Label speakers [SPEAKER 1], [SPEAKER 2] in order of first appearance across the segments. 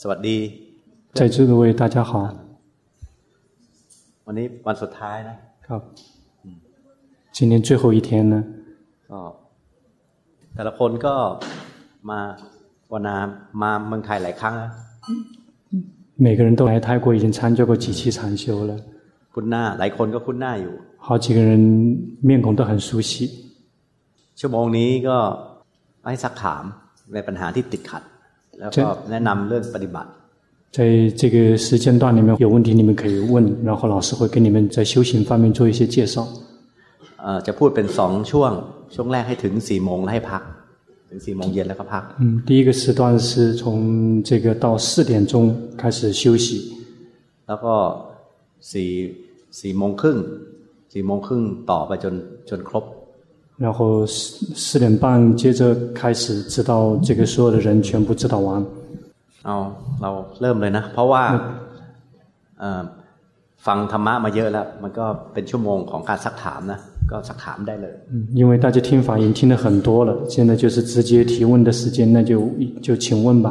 [SPEAKER 1] สวัสดี
[SPEAKER 2] 在座的位大家好，
[SPEAKER 1] วันนี้วันสุดท้ายนะ
[SPEAKER 2] ครับ今天最后一天呢，
[SPEAKER 1] ก็แต่ละคนก็มาวันนามาเมืองไทยหลายครั้งแล้ว
[SPEAKER 2] 每个人都来泰国已经参加过几期禅修了，
[SPEAKER 1] คุ้นหน้า หลายคนก็คุ้นหน้าอยู่
[SPEAKER 2] 好几个人面孔都很熟悉。
[SPEAKER 1] ชั่วโมงนี้ก็ให้ซักถามในปัญหาที่ติดขัด แล้วก็แนะนำเรื่องปฏิบัติ
[SPEAKER 2] 在这个时间段里面，有问题你们可以问，然后老师会给你们在修行方面做一些介绍。
[SPEAKER 1] เอ่อจะพูดเป็นสองช่วง ช่วงแรกให้ถึงสี่โมงแล้วให้พัก ถึงสี่โมงเย็นแล้วก็พัก
[SPEAKER 2] 嗯，第一个时段是从这个到四点钟开始休息，
[SPEAKER 1] แล้วก็สี่สี่โมงครึ่งสี่โมงครึ่งต่อไปจนจนครบ
[SPEAKER 2] 然后四四点半接着开始，直到这个所有的人全部指导完。
[SPEAKER 1] เอาเราเริ่มเลยนะ เพราะว่าเอ่อฟังธรรมะมาเยอะแล้ว มันก็เป็นชั่วโมงของการซักถามนะ ก็ซักถามได้เลย
[SPEAKER 2] 嗯，因为大家听法已经听了很多了，现在就是直接提问的时间，那就就请问吧。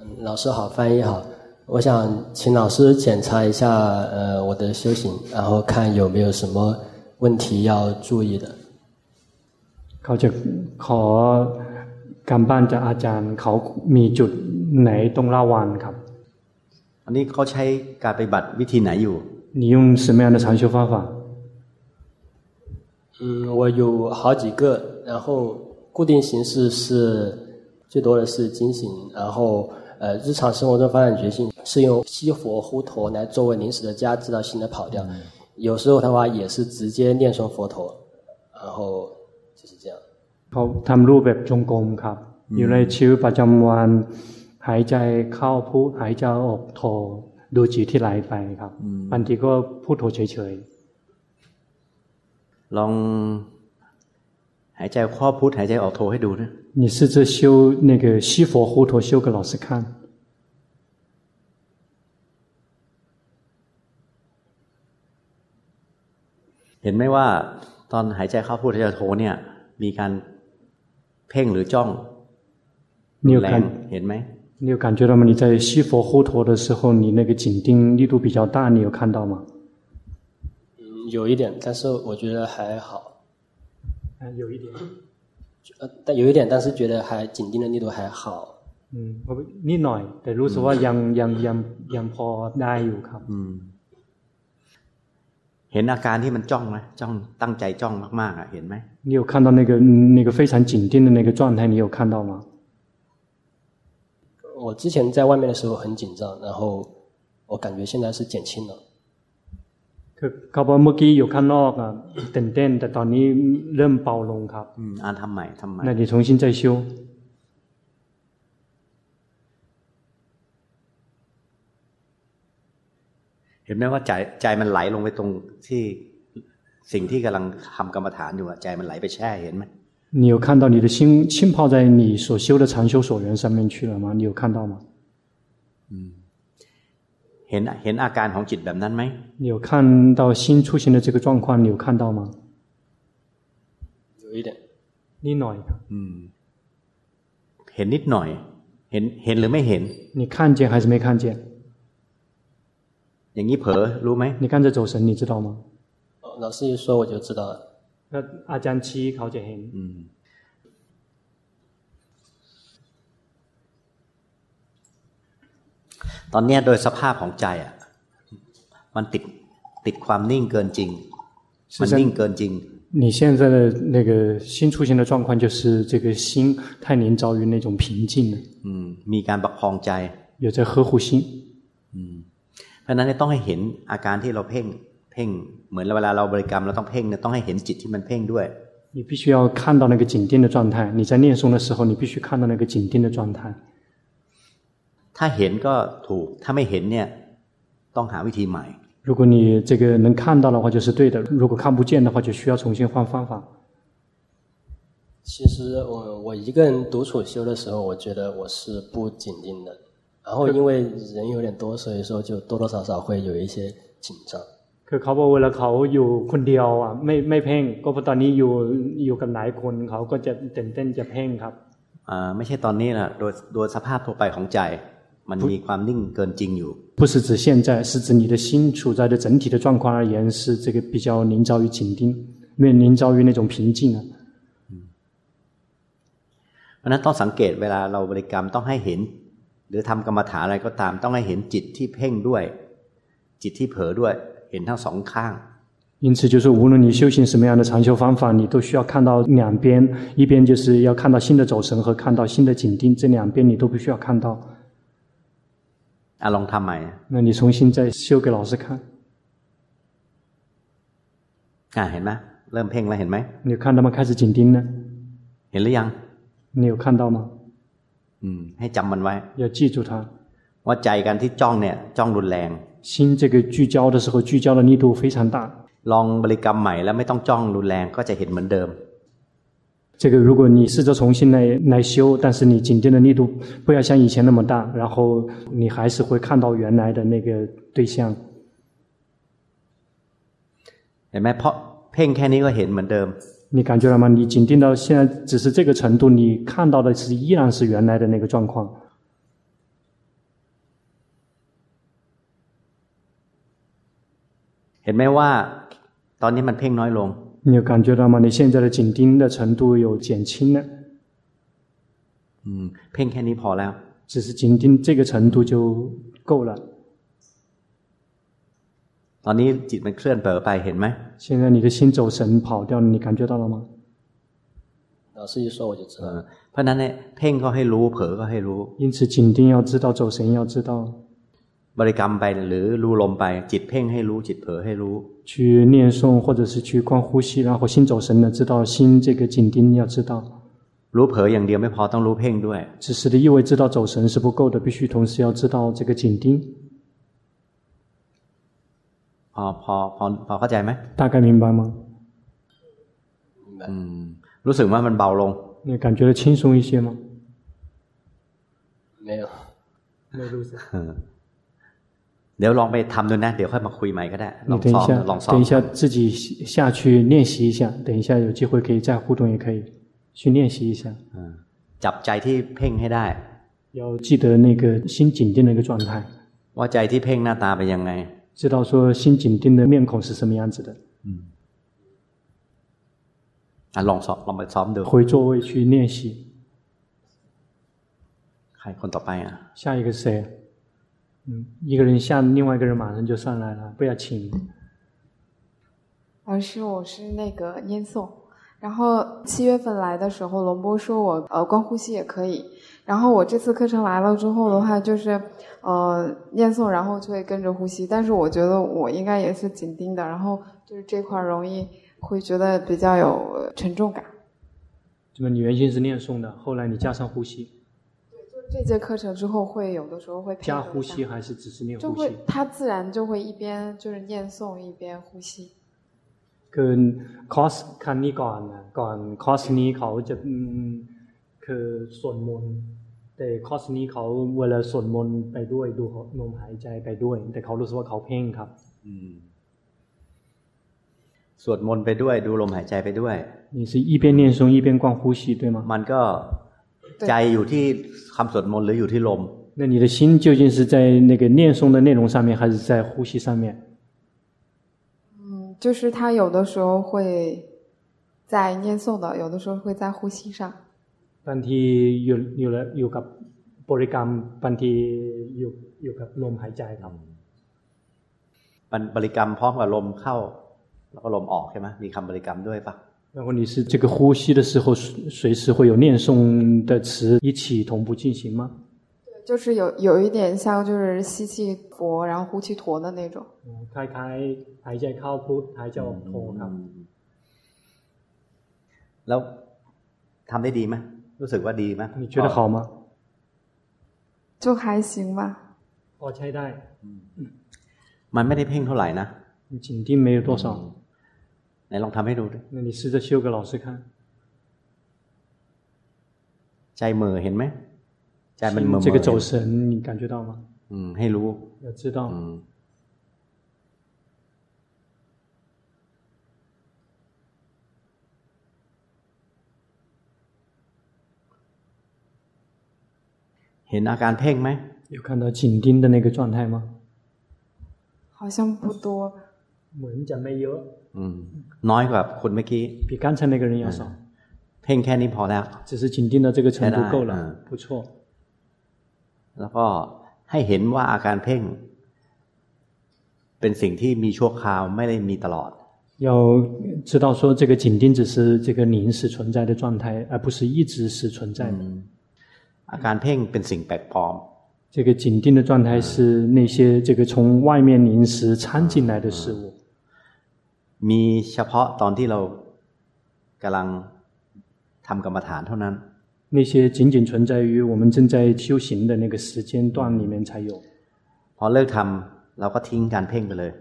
[SPEAKER 3] 嗯老师好，翻译好。我想请老师检查一下呃我的修行，然后看有没有什么问题要注意的。
[SPEAKER 2] เขาจะขอการบ้านจากอาจารย์เขามีจุดไหนต้องระวังครับ
[SPEAKER 1] อันนี้เขาใช้การปฏิบัติวิธีไหนอยู่
[SPEAKER 2] 你用什么样的禅修方法？
[SPEAKER 3] 嗯，我有好几个，然后固定形式是最多的是金行，然后呃日常生活中发展觉性是用西佛呼陀来作为临时的加持到新的跑调，有时候的话也是直接念诵佛陀，然后就是这样。
[SPEAKER 2] เขาทำรูปแบบจงกรมครับ อยู่ในชีวิตประจำวัน หายใจเข้าพุทหายใจออกโทดูจิตที่ไหลไปครับบางทีก็พูดโทเฉย
[SPEAKER 1] ลองหายใจเข้อพุทหายใจออกโทให้ดูนะ
[SPEAKER 2] ๆ你试着修那个西佛呼陀修给老师看。
[SPEAKER 1] เห็นไหมว่าตอนหายใจเข้าพุทหายใจออกโทเนี่ย มีการเพ่งหรือจ้อง
[SPEAKER 2] 你有
[SPEAKER 1] แร
[SPEAKER 2] 感
[SPEAKER 1] งเห็นไหม
[SPEAKER 2] 你有感觉到吗？你在西佛呼陀的时候，你那个紧盯力度比较大，你有看到吗？
[SPEAKER 3] 嗯，有一点，但是我觉得还好，
[SPEAKER 2] 嗯，有一点。
[SPEAKER 3] 呃，但有一点，但是觉得还紧盯的力度还好。
[SPEAKER 2] 嗯，我นิดหน่อย แต่รู้สึกว่ายังยังยังยังพอได้อยู่ครับ
[SPEAKER 1] อืม เห็นอาการที่มันจ้องไหมจ้องตั้งใจจ้องมากๆอ่ะเห็นไหม
[SPEAKER 2] 你有看到那个那个非常紧盯的那个状态，你有看到吗？
[SPEAKER 3] 我之前在外面的时候很紧张，然后我感觉现在是减轻了。
[SPEAKER 2] คือเขาบอกเมื่อกี้อยู่ข้างนอกอ่ะตื่นเต้น แต่ตอนนี้เริ่มเบาลงครับ
[SPEAKER 1] อืมอ่านทำใหม่ทำใหม่
[SPEAKER 2] 那你重新再修
[SPEAKER 1] เห็นไหมว่าใจใจมันไหลลงไปตรงที่สิ่งที่กำลังทำกรรมฐานอยู่อะใจมันไหลไปแช่เห็นไหม
[SPEAKER 2] 你有看到你的心浸泡在你所修的禅修所缘上面去了吗？你有看到吗？
[SPEAKER 1] เห็นเห็นอาการของจิตแบบนั้นไหม
[SPEAKER 2] 你有看到心出现的这个状况，你有看到吗？
[SPEAKER 3] 有一点，
[SPEAKER 2] 你哪一个？
[SPEAKER 1] อืม เห็นนิดหน่อย เห็นเห็นหรือไม่เห็น
[SPEAKER 2] 你看见还是没看见？
[SPEAKER 1] อย่างนี้เผลอรู้ไหม
[SPEAKER 2] 你看着走神，你知道吗？
[SPEAKER 3] 哦老师一说我就知道了。啊
[SPEAKER 2] 那阿江七考解很
[SPEAKER 1] อืม ตอนเนี้ยโดยสภาพของใจอะมันติดติดความนิ่งเกินจริง มันนิ่งเกินจริง
[SPEAKER 2] 你现在的那个新出现的状况，就是这个心太年遭遇那种瓶颈了，
[SPEAKER 1] อืม มีการประคองใจ
[SPEAKER 2] 有在呵护心。
[SPEAKER 1] เพราะฉะนั้นเนี่ยต้องให้เห็นอาการที่เราเพ่ง เพ่ง เหมือนเวลาเราบริกรรมเราต้องเพ่งเนี่ยต้องให้เห็นจิตที่มันเพ่งด้วย
[SPEAKER 2] 你必须要看到那个紧盯的状态。你在念诵的时候，你必须看到那个紧盯的状态。
[SPEAKER 1] ถ้าเห็นก็ถูก ถ้าไม่เห็นเนี่ย ต้องหาวิธีใหม่
[SPEAKER 2] 如果你这个能看到的话，就是对的；如果看不见的话，就需要重新换方法。
[SPEAKER 3] 其实我我一个人独处修的时候，我觉得我是不紧盯的。然后因为人有点多，所以说就多多少少会有一些紧张。
[SPEAKER 2] คือเขาบอกเวลาเขาอยู่คนเดียวอ่ะไม่ไม่เพ่งก็เพราะตอนนี้อยู่อยู่กับหลายคนเขาก็จะเต้นเต้นจะเพ่งครับ
[SPEAKER 1] 呃，ไม่ใช่ตอนนี้นะโดยโดยสภาพทั่วไปของใจ มันมีความนิ่งเกินจริงอยู่
[SPEAKER 2] 不是指现在，是指你的心处在的整体的状况而言，是这个比较临遭于紧盯，面临遭于那种瓶颈啊。
[SPEAKER 1] เพราะฉะนั้นต้องสังเกตเวลาเราบริกรรมต้องให้เห็น หรือทำกรรมฐานอะไรก็ตามต้องให้เห็นจิตที่เพ่งด้วย จิตที่เผลอด้วย เห็นทั้งสองข้าง
[SPEAKER 2] 因此，就是无论你修行什么样的禅修方法，你都需要看到两边，一边就是要看到新的走神和看到新的紧盯，这两边你都必须要看到。
[SPEAKER 1] อ่ะลองทำใหม่นะ
[SPEAKER 2] 那你重新再修给老师看，
[SPEAKER 1] อ่ะเห็นไหมเริ่มเพ่งแล้วเห็นไหม
[SPEAKER 2] 你有看到吗？开始紧盯了，
[SPEAKER 1] เห็นหรือยัง
[SPEAKER 2] 你有看到吗？
[SPEAKER 1] อืม ให้จำมันไว้
[SPEAKER 2] 要记住它，
[SPEAKER 1] ว่าใจกันที่จ้องเนี่ย จ้องรุนแรง
[SPEAKER 2] 心这个聚焦的时候，聚焦的力度非常大，
[SPEAKER 1] ลองบริกรรมใหม่แล้วไม่ต้องจ้องรุนแรงก็จะเห็นเหมือนเดิม
[SPEAKER 2] 这个，如果你试着重新来来修，但是你紧盯的力度不要像以前那么大，然后你还是会看到原来的那个对象。
[SPEAKER 1] เห็นไหมเพราะเพ่งแค่นี้ก็เห็นเหมือนเดิม
[SPEAKER 2] 你感觉了吗？你紧盯到现在只是这个程度，你看到的是依然是原来的那个状况。
[SPEAKER 1] เห็นไหมว่า ตอนนี้มันเพ่งน้อยลง
[SPEAKER 2] 你有感觉到吗？你现在的紧盯的程度有减轻了，
[SPEAKER 1] อืม เพ่งแค่นี้พอแล้ว
[SPEAKER 2] 只是紧盯这个程度就够了。
[SPEAKER 1] ตอนนี้จิตมันเคลื่อนเผลอไปเห็นไหม
[SPEAKER 2] 现在你的心走神跑掉了，你感觉到了吗？
[SPEAKER 3] 老师一说我就知
[SPEAKER 1] เอ
[SPEAKER 3] 道了。
[SPEAKER 1] อเพราะฉะนั้นเนี่ยเพ่งก็ให้รู้เผลอก็ให้รู้
[SPEAKER 2] 因此，紧盯要知道，走神要知道，
[SPEAKER 1] บริกรรมไปหรือรู้ลมไป จิตเพ่งให้รู้จิตเผลอให้รู้
[SPEAKER 2] 去念诵或者是去观呼吸，然后心走神了，知道心这个紧盯要知道。
[SPEAKER 1] รู้เผลออย่างเดียวไม่พอต้องรู้เพ่งด้วย
[SPEAKER 2] 只是的意味知道走神是不够的，必须同时要知道这个紧盯。
[SPEAKER 1] พอพอพอพอเข้าใจไหม
[SPEAKER 2] 大概明白吗？
[SPEAKER 3] 明白。
[SPEAKER 1] อืม รู้สึกว่ามันเบาลง
[SPEAKER 2] 你感觉到轻松一些吗？
[SPEAKER 3] 没有，
[SPEAKER 2] 没有
[SPEAKER 1] เดี๋ยวลองไปทำดูนะ เดี๋ยวค่อยมาคุยใหม่ก็ได้ ล
[SPEAKER 2] 你
[SPEAKER 1] อง
[SPEAKER 2] 等
[SPEAKER 1] ซ้
[SPEAKER 2] 一
[SPEAKER 1] อม
[SPEAKER 2] 下
[SPEAKER 1] ลอง，ซ้อม
[SPEAKER 2] 等一下自己下去练习一下，等一下有机会可以再互动，也可以去练习一下。
[SPEAKER 1] อ่าจับใจที่เพ่งให้ได้
[SPEAKER 2] 要记得那个心紧盯的一个状态，
[SPEAKER 1] ว่าใจที่เพ่งหน้าตาเป็นยังไง
[SPEAKER 2] 知道说心紧盯的面孔是什么样子的。
[SPEAKER 1] อ่ะลองซ้อมลองไปซ้อมดู
[SPEAKER 2] 回座位去练习。
[SPEAKER 1] ใครคนต่อไปอ่ะ
[SPEAKER 2] 下一个是谁？嗯，一个人下，另外一个人马上就上来了，不要请。
[SPEAKER 4] 老师，我是那个念诵，然后七月份来的时候，龙波说我呃光呼吸也可以，然后我这次课程来了之后的话，就是呃念诵，然后就会跟着呼吸，但是我觉得我应该也是紧盯的，然后就是这块儿容易会觉得比较有沉重感。
[SPEAKER 2] 这么你原先是念诵的，后来你加上呼吸，
[SPEAKER 4] 就这节课程之后，会有的时候会配
[SPEAKER 2] 加
[SPEAKER 4] 合
[SPEAKER 2] 呼
[SPEAKER 4] 上
[SPEAKER 2] 吸，还是只是念
[SPEAKER 4] 就
[SPEAKER 2] 呼
[SPEAKER 4] 会
[SPEAKER 2] 吸？
[SPEAKER 4] 它自然就会一边就是念诵一边呼吸。
[SPEAKER 2] คือคอร์สครั้งนี้ก่อนนะก่อนคอร์สนี้เขาจะอืมคือสวดมนต์แต่คอร์สนี้เขาเวลาสวดมนต์ไปด้วยดูเขาลมหายใจไปด้วย แต่เขารู้สึกว่าเขาเพ่งครับ
[SPEAKER 1] อืม สวดมนต์ไปด้วย ดูลมหายใจไปด้วย
[SPEAKER 2] 你是一边念诵一边灌呼吸，对吗？
[SPEAKER 1] มันก็ใจอยู่ที่คำสวดมนต์หรืออยู่ที่ลม
[SPEAKER 2] 那你的心究竟是在那个念诵的内容上面，还是在呼吸上面？
[SPEAKER 4] 嗯，就是他有的时候会在念诵的，有的时候会在呼吸上。
[SPEAKER 2] บางทีอยู่อยู่แล้วอยู่กับบริกรรมบางทีอยู่อยู่กับลมหายใจครับ
[SPEAKER 1] มันบริกรรมพร้อมกับลมเข้า แล้วก็ลมออกใช่ไหมมีคำบริกรรมด้วยปะ
[SPEAKER 2] 然后你是这个呼吸的时候，随随时会有念诵的词一起同步进行吗？
[SPEAKER 4] 对，就是有有一点像就是吸气佛，然后呼气陀的那种。
[SPEAKER 2] 嗯，开开，还在靠谱，还叫破靠。
[SPEAKER 1] แล้วทำได้ดีไหมรู้สึกว่าดีไหม
[SPEAKER 2] 你觉得好吗？
[SPEAKER 4] 就还行吧，
[SPEAKER 2] 我猜带，
[SPEAKER 1] มันไม่ได้เพ่งเท่าไหร่นะ
[SPEAKER 2] 你紧盯没有多少？
[SPEAKER 1] ไหนลองทำให้ดูดิ
[SPEAKER 2] 那你试着修给老师看，
[SPEAKER 1] ใจเหมือเห็นไหมใจมันเหมือๆ
[SPEAKER 2] 心这个走神，你感觉到吗？
[SPEAKER 1] อืมให้รู้
[SPEAKER 2] 要知道，
[SPEAKER 1] อืม เห็นอาการเพ่งไหม
[SPEAKER 2] 有看到紧盯的那个状态吗？
[SPEAKER 4] 好像不多吧，
[SPEAKER 2] เหมือนจะไม่เยอะ
[SPEAKER 1] อืมน้อยกว่าคนเมื่อกี้
[SPEAKER 2] 比刚才那个人要少，
[SPEAKER 1] เพ่งแค่นี้พอแล้ว
[SPEAKER 2] 只是紧盯的这个程度够
[SPEAKER 1] 哎哎
[SPEAKER 2] 了
[SPEAKER 1] 嗯，
[SPEAKER 2] 不错。
[SPEAKER 1] แล้วก็ให้เห็นว่าอาการเพ่ง เป็นสิ่งที่มีชั่วคราวไม่ได้มีตลอด
[SPEAKER 2] 要知道说，这个紧盯只是这个临时存在的状态，而不是一直是存在的。
[SPEAKER 1] อาการเพ่งเป็นสิ่งแปลกปลอม
[SPEAKER 2] 这个紧盯的状态是那些这个从外面临时掺进来的事物，
[SPEAKER 1] มีเฉพาะตอนที่เรากำลังทำกรรมฐานเท่านั้น
[SPEAKER 2] 那些仅仅存在于我们正在修行的那个时间段里面才有。
[SPEAKER 1] พอเลิกทำเราก็ทิ้งการเพ่งไปเลย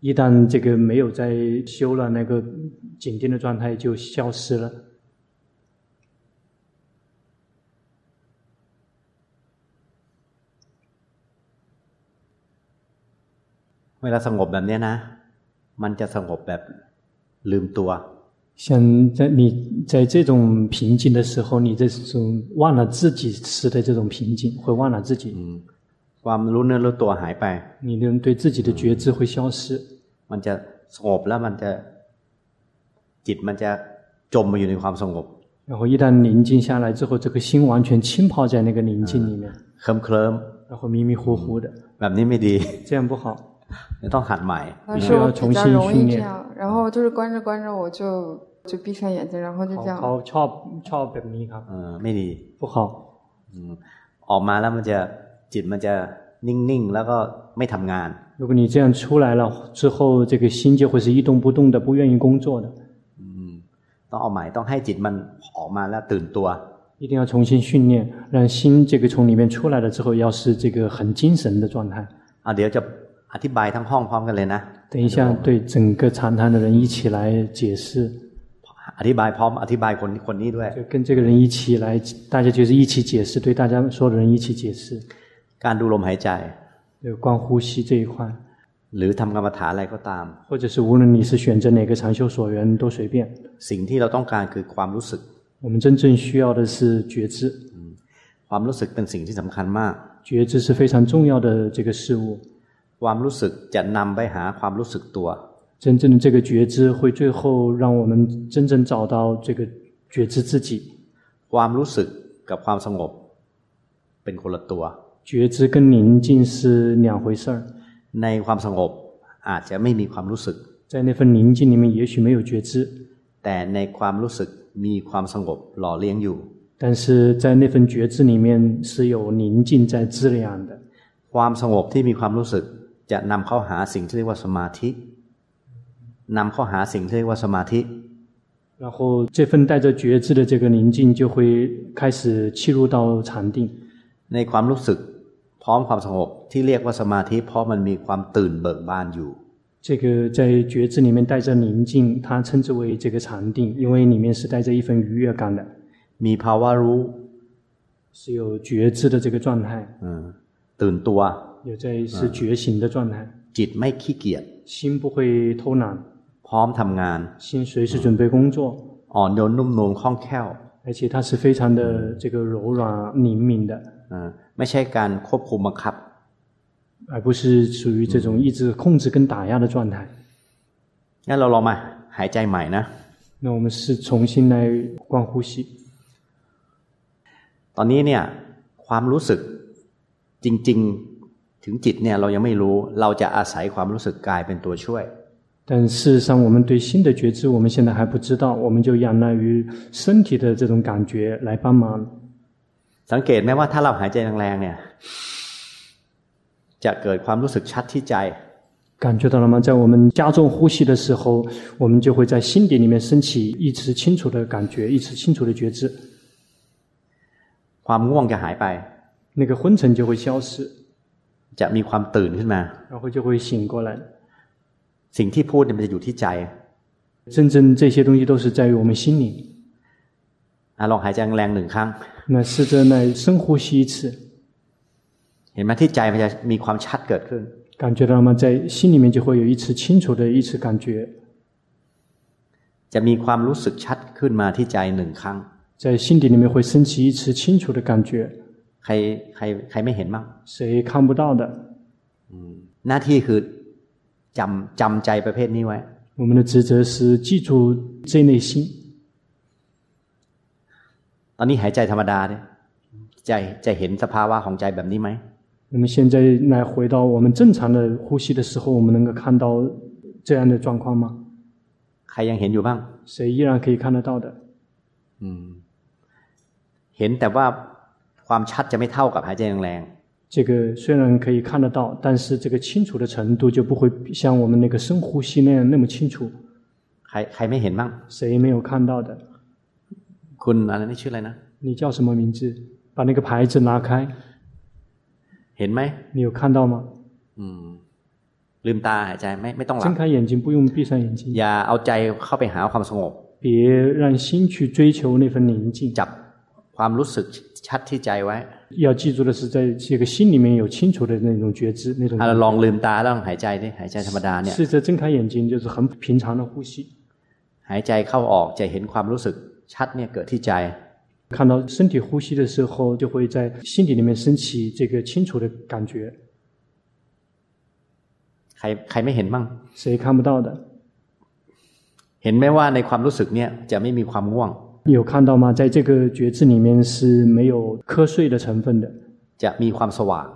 [SPEAKER 2] 一旦这个没有在修了，那个紧盯的状态就消失了。
[SPEAKER 1] เวลาสงบแบบเนี้ยนะ มันจะสงบแบบลืมตัว
[SPEAKER 2] 像在你在这种平静的时候，你这种忘了自己时的这种平静，会忘了自己，
[SPEAKER 1] ความรู้เนื้อรู้ตัวหายไป
[SPEAKER 2] 你的对自己的觉知会消失。
[SPEAKER 1] มันจะสงบแล้วมันจะจิตมันจะจมมาอยู่ในความสงบ
[SPEAKER 2] 然后一旦宁静下来之后，这个心完全浸泡在那个宁静里面，
[SPEAKER 1] เคลิ้มเคลิม
[SPEAKER 2] 然后迷迷糊糊的，
[SPEAKER 1] ๆแบบนี้ไม่ดี
[SPEAKER 2] 这样不好。
[SPEAKER 1] จะต้องหัดใหม่
[SPEAKER 4] 但
[SPEAKER 2] 你
[SPEAKER 4] 是
[SPEAKER 2] 需要
[SPEAKER 4] 我比
[SPEAKER 2] 重
[SPEAKER 4] 较
[SPEAKER 2] 新
[SPEAKER 4] 容易
[SPEAKER 2] 训
[SPEAKER 4] 这
[SPEAKER 2] 练
[SPEAKER 4] 样，然后就是关着关着我就就闭上眼睛，然后就这样。
[SPEAKER 2] 好，好，翘翘本尼卡
[SPEAKER 1] เออไม่ดี
[SPEAKER 2] 不好。
[SPEAKER 1] อืมออกมาแล้วมันจะจิตมันจะนิ่งๆ แล้วก็ไม่ทำงาน
[SPEAKER 2] 如果你这样出来了之后，这个心就会是一动不动的，不愿意工作的。
[SPEAKER 1] ต้องเอาใหม่ต้องให้จิตมันออกมาแล้วตื่นตัว
[SPEAKER 2] 一定要重新训练，让心这个从里面出来了之后，要是这个很精神的状态。
[SPEAKER 1] อ่ะเดี๋ยวจะอธิบายทั้งห้องพร้อมกันเลยนะ
[SPEAKER 2] 等一下，对整个长谈的人一起来解释，
[SPEAKER 1] อธิบายพร้อมอธิบายคนคนนี้ด้วย
[SPEAKER 2] 就跟这个人一起来，大家就是一起解释，对大家所有的人一起解释，
[SPEAKER 1] การดูลมหายใจ
[SPEAKER 2] 有关呼吸这一块，
[SPEAKER 1] หรือทำกรรมฐานอะไรก็ตาม
[SPEAKER 2] 或者是无论你是选择哪个禅修所缘都随便，
[SPEAKER 1] สิ่งที่เราต้องการคือความรู้สึก
[SPEAKER 2] 我们真正需要的是觉知，
[SPEAKER 1] ความรู้สึกเป็นสิ่งที่สำคัญมาก
[SPEAKER 2] 觉知是非常重要的这个事物，
[SPEAKER 1] ความรู้สึกจะนำไปหาความรู้สึกตัว
[SPEAKER 2] 真正的这个觉知会最后让我们真正找到这个觉知自己。
[SPEAKER 1] ความรู้สึกกับความสงบ เป็นคนละตัว
[SPEAKER 2] 觉知跟宁静是两回事儿，
[SPEAKER 1] ในความสงบอาจจะไม่มีความรู้สึก
[SPEAKER 2] 在那份宁静里面，也许没有觉知，
[SPEAKER 1] แต่ในความรู้สึกมีความสงบหล่อเลี้ยงอยู่
[SPEAKER 2] 但是在那份觉知里面是有宁静在滋养的。
[SPEAKER 1] ความสงบที่มีความรู้สึกจะนำเข้าหาสิ่งที่เรียกว่าสมาธินำเข้าหาสิ่งที่เรียกว่าสมาธิ
[SPEAKER 2] 然后这份带着觉知的这个宁静就会开始切入到禅定，
[SPEAKER 1] ในความรู้สึกพร้อมความสงบที่เรียกว่าสมาธิ เพราะมันมีความตื่นเบิกบานอยู่
[SPEAKER 2] 这个在觉知里面带着宁静，它称之为这个禅定，因为里面是带着一份愉悦感的，
[SPEAKER 1] มีภาวะรู้
[SPEAKER 2] 是有觉知的这个状态，
[SPEAKER 1] อืมตื่นตัว
[SPEAKER 2] 有在是觉醒的状态，
[SPEAKER 1] จิตไม่ขี้เกียจ
[SPEAKER 2] 心不会偷懒，
[SPEAKER 1] พร้อมทำงาน
[SPEAKER 2] 心随时准备工作。
[SPEAKER 1] อ่อนโยนนุ่มนวลคล่องแคล่ว
[SPEAKER 2] 而且它是非常的这个柔软灵敏的，
[SPEAKER 1] อ่าไม่ใช่การควบคุมบังคับ
[SPEAKER 2] 而不是属于这种一直控制跟打压的状态。
[SPEAKER 1] งั้นเราลองมาหายใจใหม่นะ
[SPEAKER 2] 那我们是重新来观呼吸，
[SPEAKER 1] ตอนนี้เนี่ยความรู้สึกจริง ๆ ถึงจิตเนี่ยเรายังไม่รู้ เราจะอาศัยความรู้สึกกายเป็นตัวช่วย
[SPEAKER 2] 但事实上我们对心的觉知，我们现在还不知道，我们就仰赖于身体的这种感觉来帮忙。
[SPEAKER 1] สังเกตไหมว่าถ้าเราหายใจแรงๆเนี่ยจะเกิดความรู้สึกชัดที่ใจ
[SPEAKER 2] 感觉到了吗？在我们加重呼吸的时候，我们就会在心底里面升起一直清楚的感觉，一直清楚的觉知，
[SPEAKER 1] ความง่วงจะหายไป
[SPEAKER 2] 那个昏沉就会消失，
[SPEAKER 1] จะมีความตื่นขึ้นมา
[SPEAKER 2] 然后就会醒过来。
[SPEAKER 1] สิ่งที่พูดเนี่ยมันจะอยู่ที่ใจ
[SPEAKER 2] 真正这些东西都是在于我们心里。
[SPEAKER 1] อะลองหายใจแรงๆหนึ่งครั้ง
[SPEAKER 2] 那试着来深呼吸一次，
[SPEAKER 1] เห็นไหมที่ใจมันจะมีความชัดเกิดขึ้น
[SPEAKER 2] 感觉到吗？在心里面就会有一次清楚的一次感觉，
[SPEAKER 1] จะมีความรู้สึกชัดขึ้นมาที่ใจหนึ่งครั้ง
[SPEAKER 2] 在心底里面会升起一次清楚的感觉。
[SPEAKER 1] ใครใครใครไม่เห็นบ้าง
[SPEAKER 2] 谁看不到的？
[SPEAKER 1] อืมหน้าที่คือจำจำใจประเภทนี้ไว้
[SPEAKER 2] 我们的职责是记住这内心。
[SPEAKER 1] ตอนนี้หายใจธรรมดาเนี่ยใจจะเห็นสภาวะของใจแบบนี้ไหม
[SPEAKER 2] 那么现在来回到我们正常的呼吸的时候，我们能够看到这样的状况吗？
[SPEAKER 1] ใครยังเห็นอยู่บ้าง
[SPEAKER 2] 谁依然可以看得到的？
[SPEAKER 1] อืม เห็นแต่ว่าความชัดจะไม่เท่ากับหายใจแรง
[SPEAKER 2] 这个虽然可以看得到，但是这个清楚的程度就不会像我们那个深呼吸那样那么清楚。
[SPEAKER 1] ๆใครใครไม่เห็นบ้าง
[SPEAKER 2] 谁没有看到的？
[SPEAKER 1] คุณอะไรนี่ชื่ออะไรนะ
[SPEAKER 2] 你叫什么名字？把那个牌子拿开，
[SPEAKER 1] เห็นไหม
[SPEAKER 2] 你有看到吗？
[SPEAKER 1] อืม ลืมตาหายใจไม่ไม่ต้องหลับ
[SPEAKER 2] 睁开眼睛，不用闭上眼睛，
[SPEAKER 1] อย่าเอาใจเข้าไปหาความสงบ
[SPEAKER 2] 别让心去追求那份宁静。
[SPEAKER 1] จับความรู้สึกชัดที่ใจไว้
[SPEAKER 2] 要记住的是，在这个心里面有清楚的那种觉知，那种
[SPEAKER 1] อ่ะลองลืมตาแล้วลองหายใจดิหายใจธรรมดาเนี่ย
[SPEAKER 2] 试着睁开眼睛，就是很平常的呼吸，
[SPEAKER 1] หายใจเข้าออกจะเห็นความรู้สึกชัดเนี่ยเกิดที่ใจ
[SPEAKER 2] 看到身体呼吸的时候，就会在心底里面升起这个清楚的感觉。
[SPEAKER 1] ใครใครไม่เห็นบ้าง
[SPEAKER 2] 谁看不到的？
[SPEAKER 1] เห็นไหมว่าในความรู้สึกเนี่ยจะไม่มีความง่วง
[SPEAKER 2] 有看到吗？在这个觉知里面是没有瞌睡的成分的，
[SPEAKER 1] จะมีความสว่าง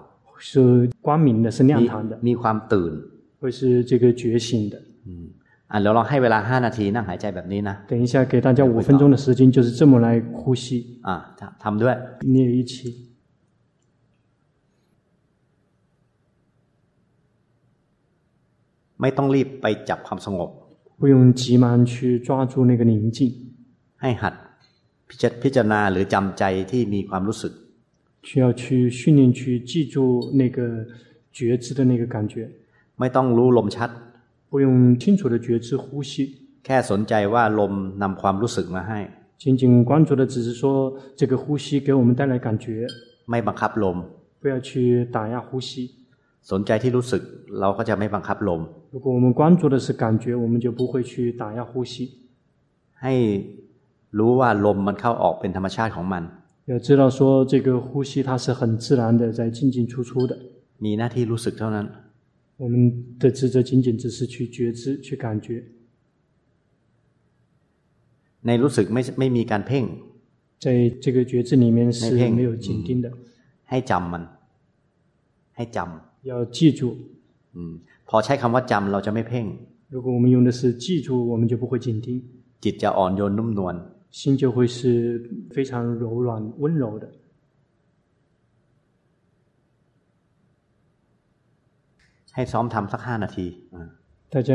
[SPEAKER 2] 是光明的，是亮
[SPEAKER 1] มี
[SPEAKER 2] 堂的，
[SPEAKER 1] มีความตื่น
[SPEAKER 2] 会是这个觉醒的。
[SPEAKER 1] อืมอ่ะเดี๋ยวลองให้เวลา 5 นาทีนั่งหายใจแบบนี้นะ
[SPEAKER 2] 等一下，给大家五分钟的时间，就是这么来呼吸，
[SPEAKER 1] อ่ะทำทำด้วย
[SPEAKER 2] 你也一起。
[SPEAKER 1] ไม่ต้องรีบไปจับความสงบ
[SPEAKER 2] 不用急忙去抓住那个宁静，
[SPEAKER 1] ให้หัดพิจพิจารณาหรือจำใจที่มีความรู้สึก
[SPEAKER 2] 需要去训练去记住那个觉知的那个感觉，
[SPEAKER 1] ไม่ต้องรู้ลมชัด
[SPEAKER 2] 不用清楚的觉知呼吸，
[SPEAKER 1] แค่สนใจว่าลมนำความรู้สึกมาให้
[SPEAKER 2] 仅仅关注的只是说这个呼吸给我们带来感觉，
[SPEAKER 1] ไม่บังคับลม
[SPEAKER 2] 不要去打压呼吸。
[SPEAKER 1] สนใจที่รู้สึกเราก็จะไม่บังคับลม
[SPEAKER 2] 如果我们关注的是感觉，我们就不会去打压呼吸。
[SPEAKER 1] ให้รู้ว่าลมมันเข้าออกเป็นธรรมชาติของมัน
[SPEAKER 2] 要知道说这个呼吸它是很自然的在进进出出的，
[SPEAKER 1] มีหน้าที่รู้สึกเท่านั้น
[SPEAKER 2] 我们的职责仅仅只是去觉知、去感觉，
[SPEAKER 1] ในรู้สึกไม่ไม่มีการเพ่ง
[SPEAKER 2] 在这个觉知里面
[SPEAKER 1] 没
[SPEAKER 2] 是
[SPEAKER 1] 变
[SPEAKER 2] 没有紧盯的。
[SPEAKER 1] ให้จำมัน ให้จำ
[SPEAKER 2] 要记住，
[SPEAKER 1] อืมพอใช้คำว่าจำเราจะไม่เพ่ง
[SPEAKER 2] 如果我们用的是记住，我们就不会紧盯，
[SPEAKER 1] จิตจะอ่อนโยนนุ่มนวล
[SPEAKER 2] 心就会是非常柔软、温柔的。
[SPEAKER 1] ให้ซ้อมทำสักห้านาทีอ่า
[SPEAKER 2] 大家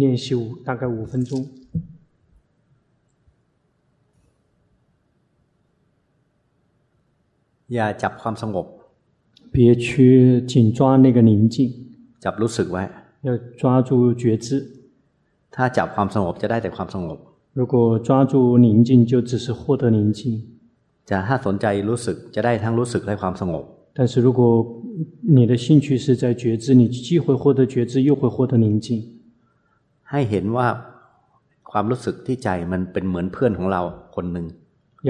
[SPEAKER 2] 练习五大概五分钟，
[SPEAKER 1] อย่าจับความสงบ
[SPEAKER 2] 别去紧抓那个宁静，
[SPEAKER 1] จับรู้สึกไว้
[SPEAKER 2] 要抓住觉知。
[SPEAKER 1] ถ้าจับความสงบจะได้แต่ความสงบ
[SPEAKER 2] 如果抓住宁静，就只是获得宁静；
[SPEAKER 1] จะถ้าสนใจรู้สึกจะได้ทั้งรู้สึกและความสงบ
[SPEAKER 2] 但是如果你的兴趣是在觉知，你既会获得觉知，又会获得宁静。
[SPEAKER 1] ให้เห็นว่าความรู้สึกที่ใจมันเป็นเหมือนเพื่อนของเราคนหนึ่ง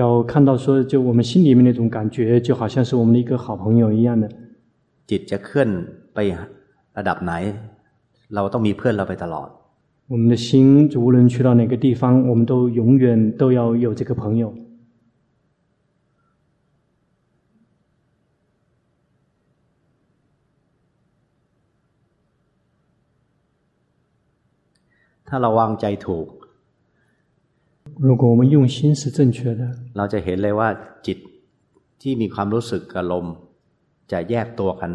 [SPEAKER 2] 要看到说，就我们心里面那种感觉，就好像是我们的一个好朋友一样的。
[SPEAKER 1] จิตจะเคลื่อนไประดับไหน เราต้องมีเพื่อนเราไปตลอด
[SPEAKER 2] 我们的心就无论去到哪个地方，我们都永远都要有这个朋友。
[SPEAKER 1] ถ้าเราวางใจถูก
[SPEAKER 2] 如果我们用心是正确的，
[SPEAKER 1] เราจะเห็นเลยว่าจิตที่มีความรู้สึกกับลม จะแยกตัวกัน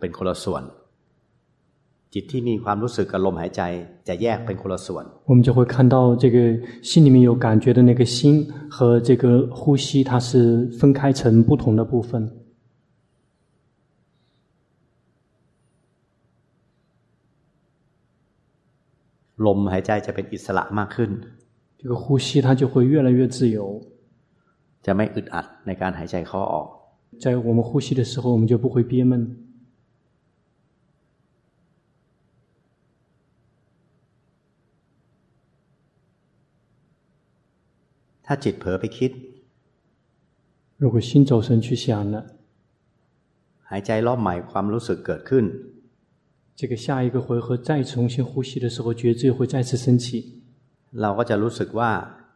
[SPEAKER 1] เป็นคนละส่วน จิตที่มีความรู้สึกกับลมหายใจ จะแยกเป็นคนละส่วน
[SPEAKER 2] 我们就会看到这个心里面有感觉的那个心和这个呼吸，它是分开成不同的部分。
[SPEAKER 1] ลมหายใจจะเป็นอิสระมากขึ้น
[SPEAKER 2] 这个呼吸它就会越来越自由，
[SPEAKER 1] จะไม่อึดอัดในการหายใจเข้าออก
[SPEAKER 2] 在我们呼吸的时候，我们就不会憋闷。
[SPEAKER 1] ถ้าจิตเผลอไปคิด
[SPEAKER 2] 如果心走神去想呢，
[SPEAKER 1] หายใจรอบใหม่ความรู้สึกเกิดขึ้น
[SPEAKER 2] 这个下一个回合再重新呼吸的时候，觉知会再次升起，
[SPEAKER 1] เราก็จะรู้สึกว่า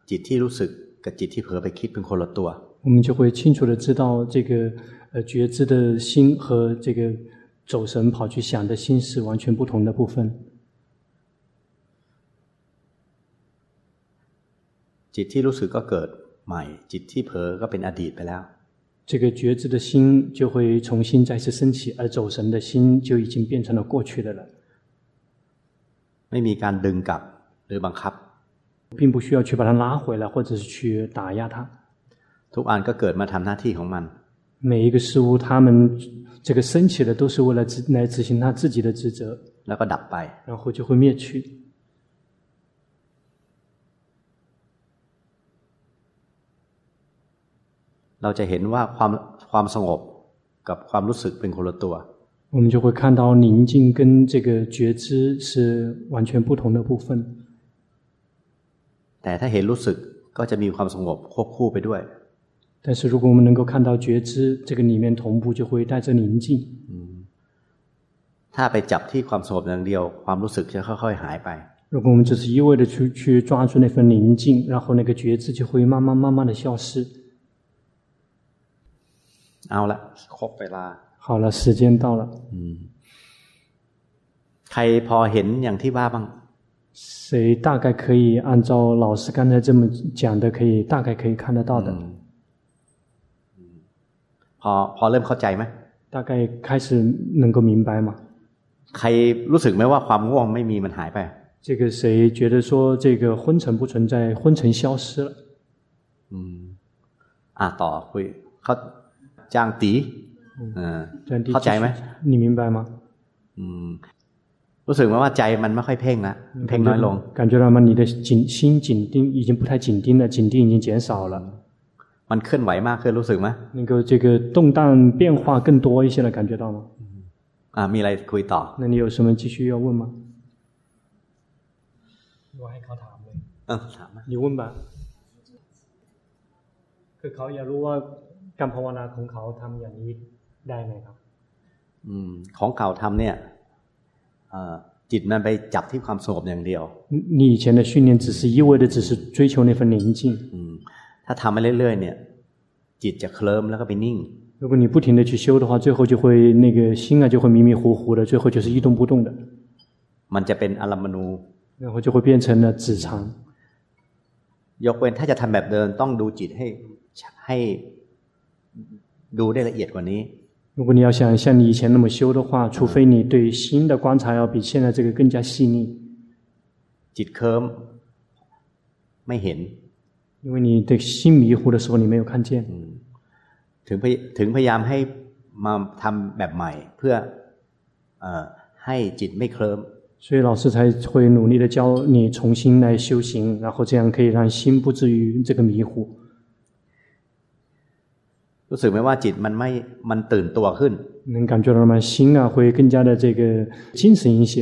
[SPEAKER 1] จิตที่รู้สึกกับจิตที่เผลอไปคิดเป็นคนละตัว
[SPEAKER 2] 我们就会清楚的知道这个呃觉知的心和这个走神跑去想的心是完全不同的部分。
[SPEAKER 1] จิตที่รู้สึกก็เกิดใหม่ จิตที่เผลอก็เป็นอดีตไปแล้ว
[SPEAKER 2] 这个觉知的心就会重新再次升起，而走神的心就已经变成了过去的了，
[SPEAKER 1] ไม่มีการดึงกลับหรือบังคับ
[SPEAKER 2] 并不需要去把它拉回来，或者是去打压它。
[SPEAKER 1] ทุกอันก็เกิดมาทำหน้าที่ของมัน
[SPEAKER 2] 每一个事物，他们这个升起的都是为了执来执行他自己的职责，
[SPEAKER 1] แล้วก็ดับไป
[SPEAKER 2] 然后就会灭去。
[SPEAKER 1] เราจะเห็นว่าความความสงบกับความรู้สึกเป็นคนละตัว
[SPEAKER 2] 我们就会看到宁静跟这个觉知是完全不同的部分。
[SPEAKER 1] แต่ถ้าเห็นรู้สึกก็จะมีความสงบควบคู่ไปด้วย
[SPEAKER 2] 但是如果我们能够看到觉知这个里面同步，就会带着宁静。
[SPEAKER 1] ถ้าไปจับที่ความสงบอย่างเดียว ความรู้สึกจะค่อย ๆ หายไป
[SPEAKER 2] 如果我们只是一味的去去抓住那份宁静，然后那个觉知就会慢慢慢慢的消失。
[SPEAKER 1] เอาละครบเวลา
[SPEAKER 2] 好了，时间到了，
[SPEAKER 1] ใครพอเห็นอย่างที่ว่าบ้าง
[SPEAKER 2] 谁大概可以按照老师刚才这么讲的，可以大概可以看得到的，
[SPEAKER 1] พอพอเริ่มเข้าใจไหม
[SPEAKER 2] 大概开始能够明白吗？
[SPEAKER 1] ใครรู้สึกไหมว่าความง่วงไม่มีมันหายไป
[SPEAKER 2] 这个谁觉得说这个昏沉不存在，昏沉消失了？
[SPEAKER 1] อ่ะต่อคุยเขาจ้างตีเออ
[SPEAKER 2] 这样第
[SPEAKER 1] เข้าใจไหม
[SPEAKER 2] 你明白吗？
[SPEAKER 1] อืมรู้สึกไหมว่าใจมันไม่ค่อยเพ่งละเพ่งน้อยลง
[SPEAKER 2] 感觉到吗？你的紧心紧盯已经不太紧盯了，紧盯已经减少了，
[SPEAKER 1] มันเคลื่อนไหวมากขึ้นรู้สึกไหม
[SPEAKER 2] 能够这个动荡变化更多一些了，感觉到吗？
[SPEAKER 1] อ่ะมีอะไรคุยต่อ
[SPEAKER 2] 那你有什么继续要问吗？
[SPEAKER 1] เออถามมา
[SPEAKER 2] 你问吧。คือเขาอยากรู้ว่าการภาวนาของเขาทำอย่างนี้ได้ไหมครับ
[SPEAKER 1] อืมของเก่าทำเนี่ยเอ่อจิตมันไปจับที่ความสงบอย่างเดียว
[SPEAKER 2] 你以前的训练只是一味的只是追求那份宁静，
[SPEAKER 1] อืมถ้าทำไปเรื่อยๆเนี่ย จิตจะเคลิ้มแล้วก็ไปนิ่ง
[SPEAKER 2] 如果你不停的去修的话，最后就会那个心啊就会迷迷糊糊的，最后就是一动不动的，
[SPEAKER 1] มันจะเป็นอารมณู
[SPEAKER 2] 然后就会变成了止常。
[SPEAKER 1] ยกเว้นถ้าจะทำแบบเดิมต้องดูจิตให้ให้ดูได้ละเอียดกว่านี้
[SPEAKER 2] 如果你要想像你以前那么修的话，除非你对心的观察要比现在这个更加细腻，
[SPEAKER 1] จิตเคลิ้มไม่เห็น
[SPEAKER 2] 因为你对心迷糊的时候你没有看见。
[SPEAKER 1] ถึงพยถึงพยายามให้มาทำแบบใหม่ เพื่อเออให้จิตไม่เคลิ้ม
[SPEAKER 2] 所以老师才会努力的教你重新来修行，然后这样可以让心不至于这个迷糊。
[SPEAKER 1] รู้สึกไหมว่าจิตมันไม่มันตื่นตัวขึ้น
[SPEAKER 2] 能感觉到吗？心啊会更加的这个精神一些。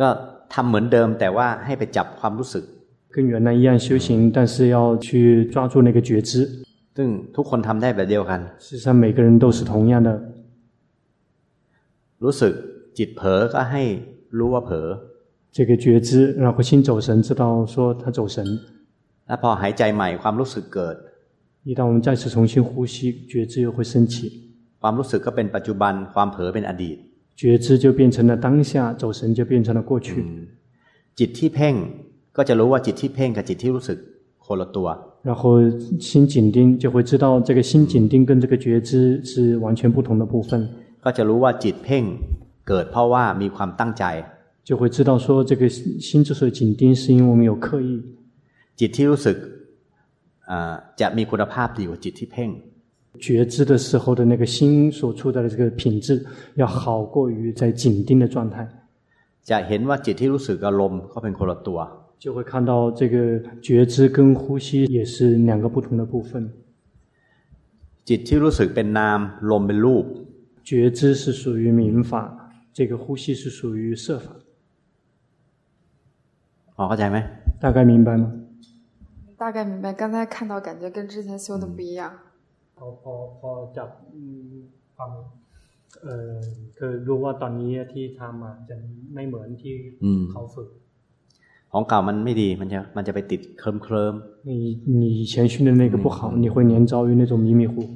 [SPEAKER 1] ก็ทำเหมือนเดิมแต่ว่าให้ไปจับความรู้สึก
[SPEAKER 2] 跟原来一样修行，但是要去抓住那个觉知。
[SPEAKER 1] ซึ่งทุกคนทำได้แบบเดียวกัน
[SPEAKER 2] 事实上，每个人都是同样的，
[SPEAKER 1] รู้สึกจิตเผลอก็ให้รู้ว่าเผลอ
[SPEAKER 2] 这个觉知，然后心走神，知道说他走神。
[SPEAKER 1] แล้วพอหายใจใหม่ความรู้สึกเกิด
[SPEAKER 2] 一旦我们再次重新呼吸，觉知又会升起，
[SPEAKER 1] ความรู้สึกก็เป็นปัจจุบันความเผลอเป็นอดีต
[SPEAKER 2] 觉知就变成了当下，走神就变成了过去。
[SPEAKER 1] จิตที่เพ่งก็จะรู้ว่าจิตที่เพ่งกับจิตที่รู้สึกคนละตัว
[SPEAKER 2] 然后心紧盯就会知道，这个心紧盯跟这个觉知是完全不同的部分，
[SPEAKER 1] ก็จะรู้ว่าจิตเพ่งเกิดเพราะว่ามีความตั้งใจ
[SPEAKER 2] 就会知道说这个心心之所以紧盯，是因为我们有刻意。
[SPEAKER 1] จิตที่รู้สึกอ่าจะมีคุณภาพดีกว่าจิตที่เพ่ง
[SPEAKER 2] 觉知的时候的那个心所处在的这个品质，要好过于在紧盯的状态，
[SPEAKER 1] จะเห็นว่าจิตที่รู้สึกอารมณ์ก็เป็นคนละตัว
[SPEAKER 2] 就会看到这个觉知跟呼吸也是两个不同的部分。
[SPEAKER 1] จิตที่รู้สึกเป็นนามลมเป็นรูป
[SPEAKER 2] 觉知是属于明法，这个呼吸是属于色法，
[SPEAKER 1] พอเข้าใจไหม
[SPEAKER 2] 大概明白吗？
[SPEAKER 4] 大概明白，刚才看到感觉跟之前修的
[SPEAKER 2] 嗯
[SPEAKER 4] 不一样。
[SPEAKER 2] พอพอพอจับอืมฟังเอ่อคือรู้ว่าตอนนี้ที่ทำอ่ะจะไม่เหมือนที่
[SPEAKER 1] อืม
[SPEAKER 2] เขาฝึก
[SPEAKER 1] ของเก่ามันไม่ดีมันจะมันจะไปติดเคลิมเคลิม
[SPEAKER 2] 你你以前训练那个不好，你会年遭遇那种迷迷糊糊。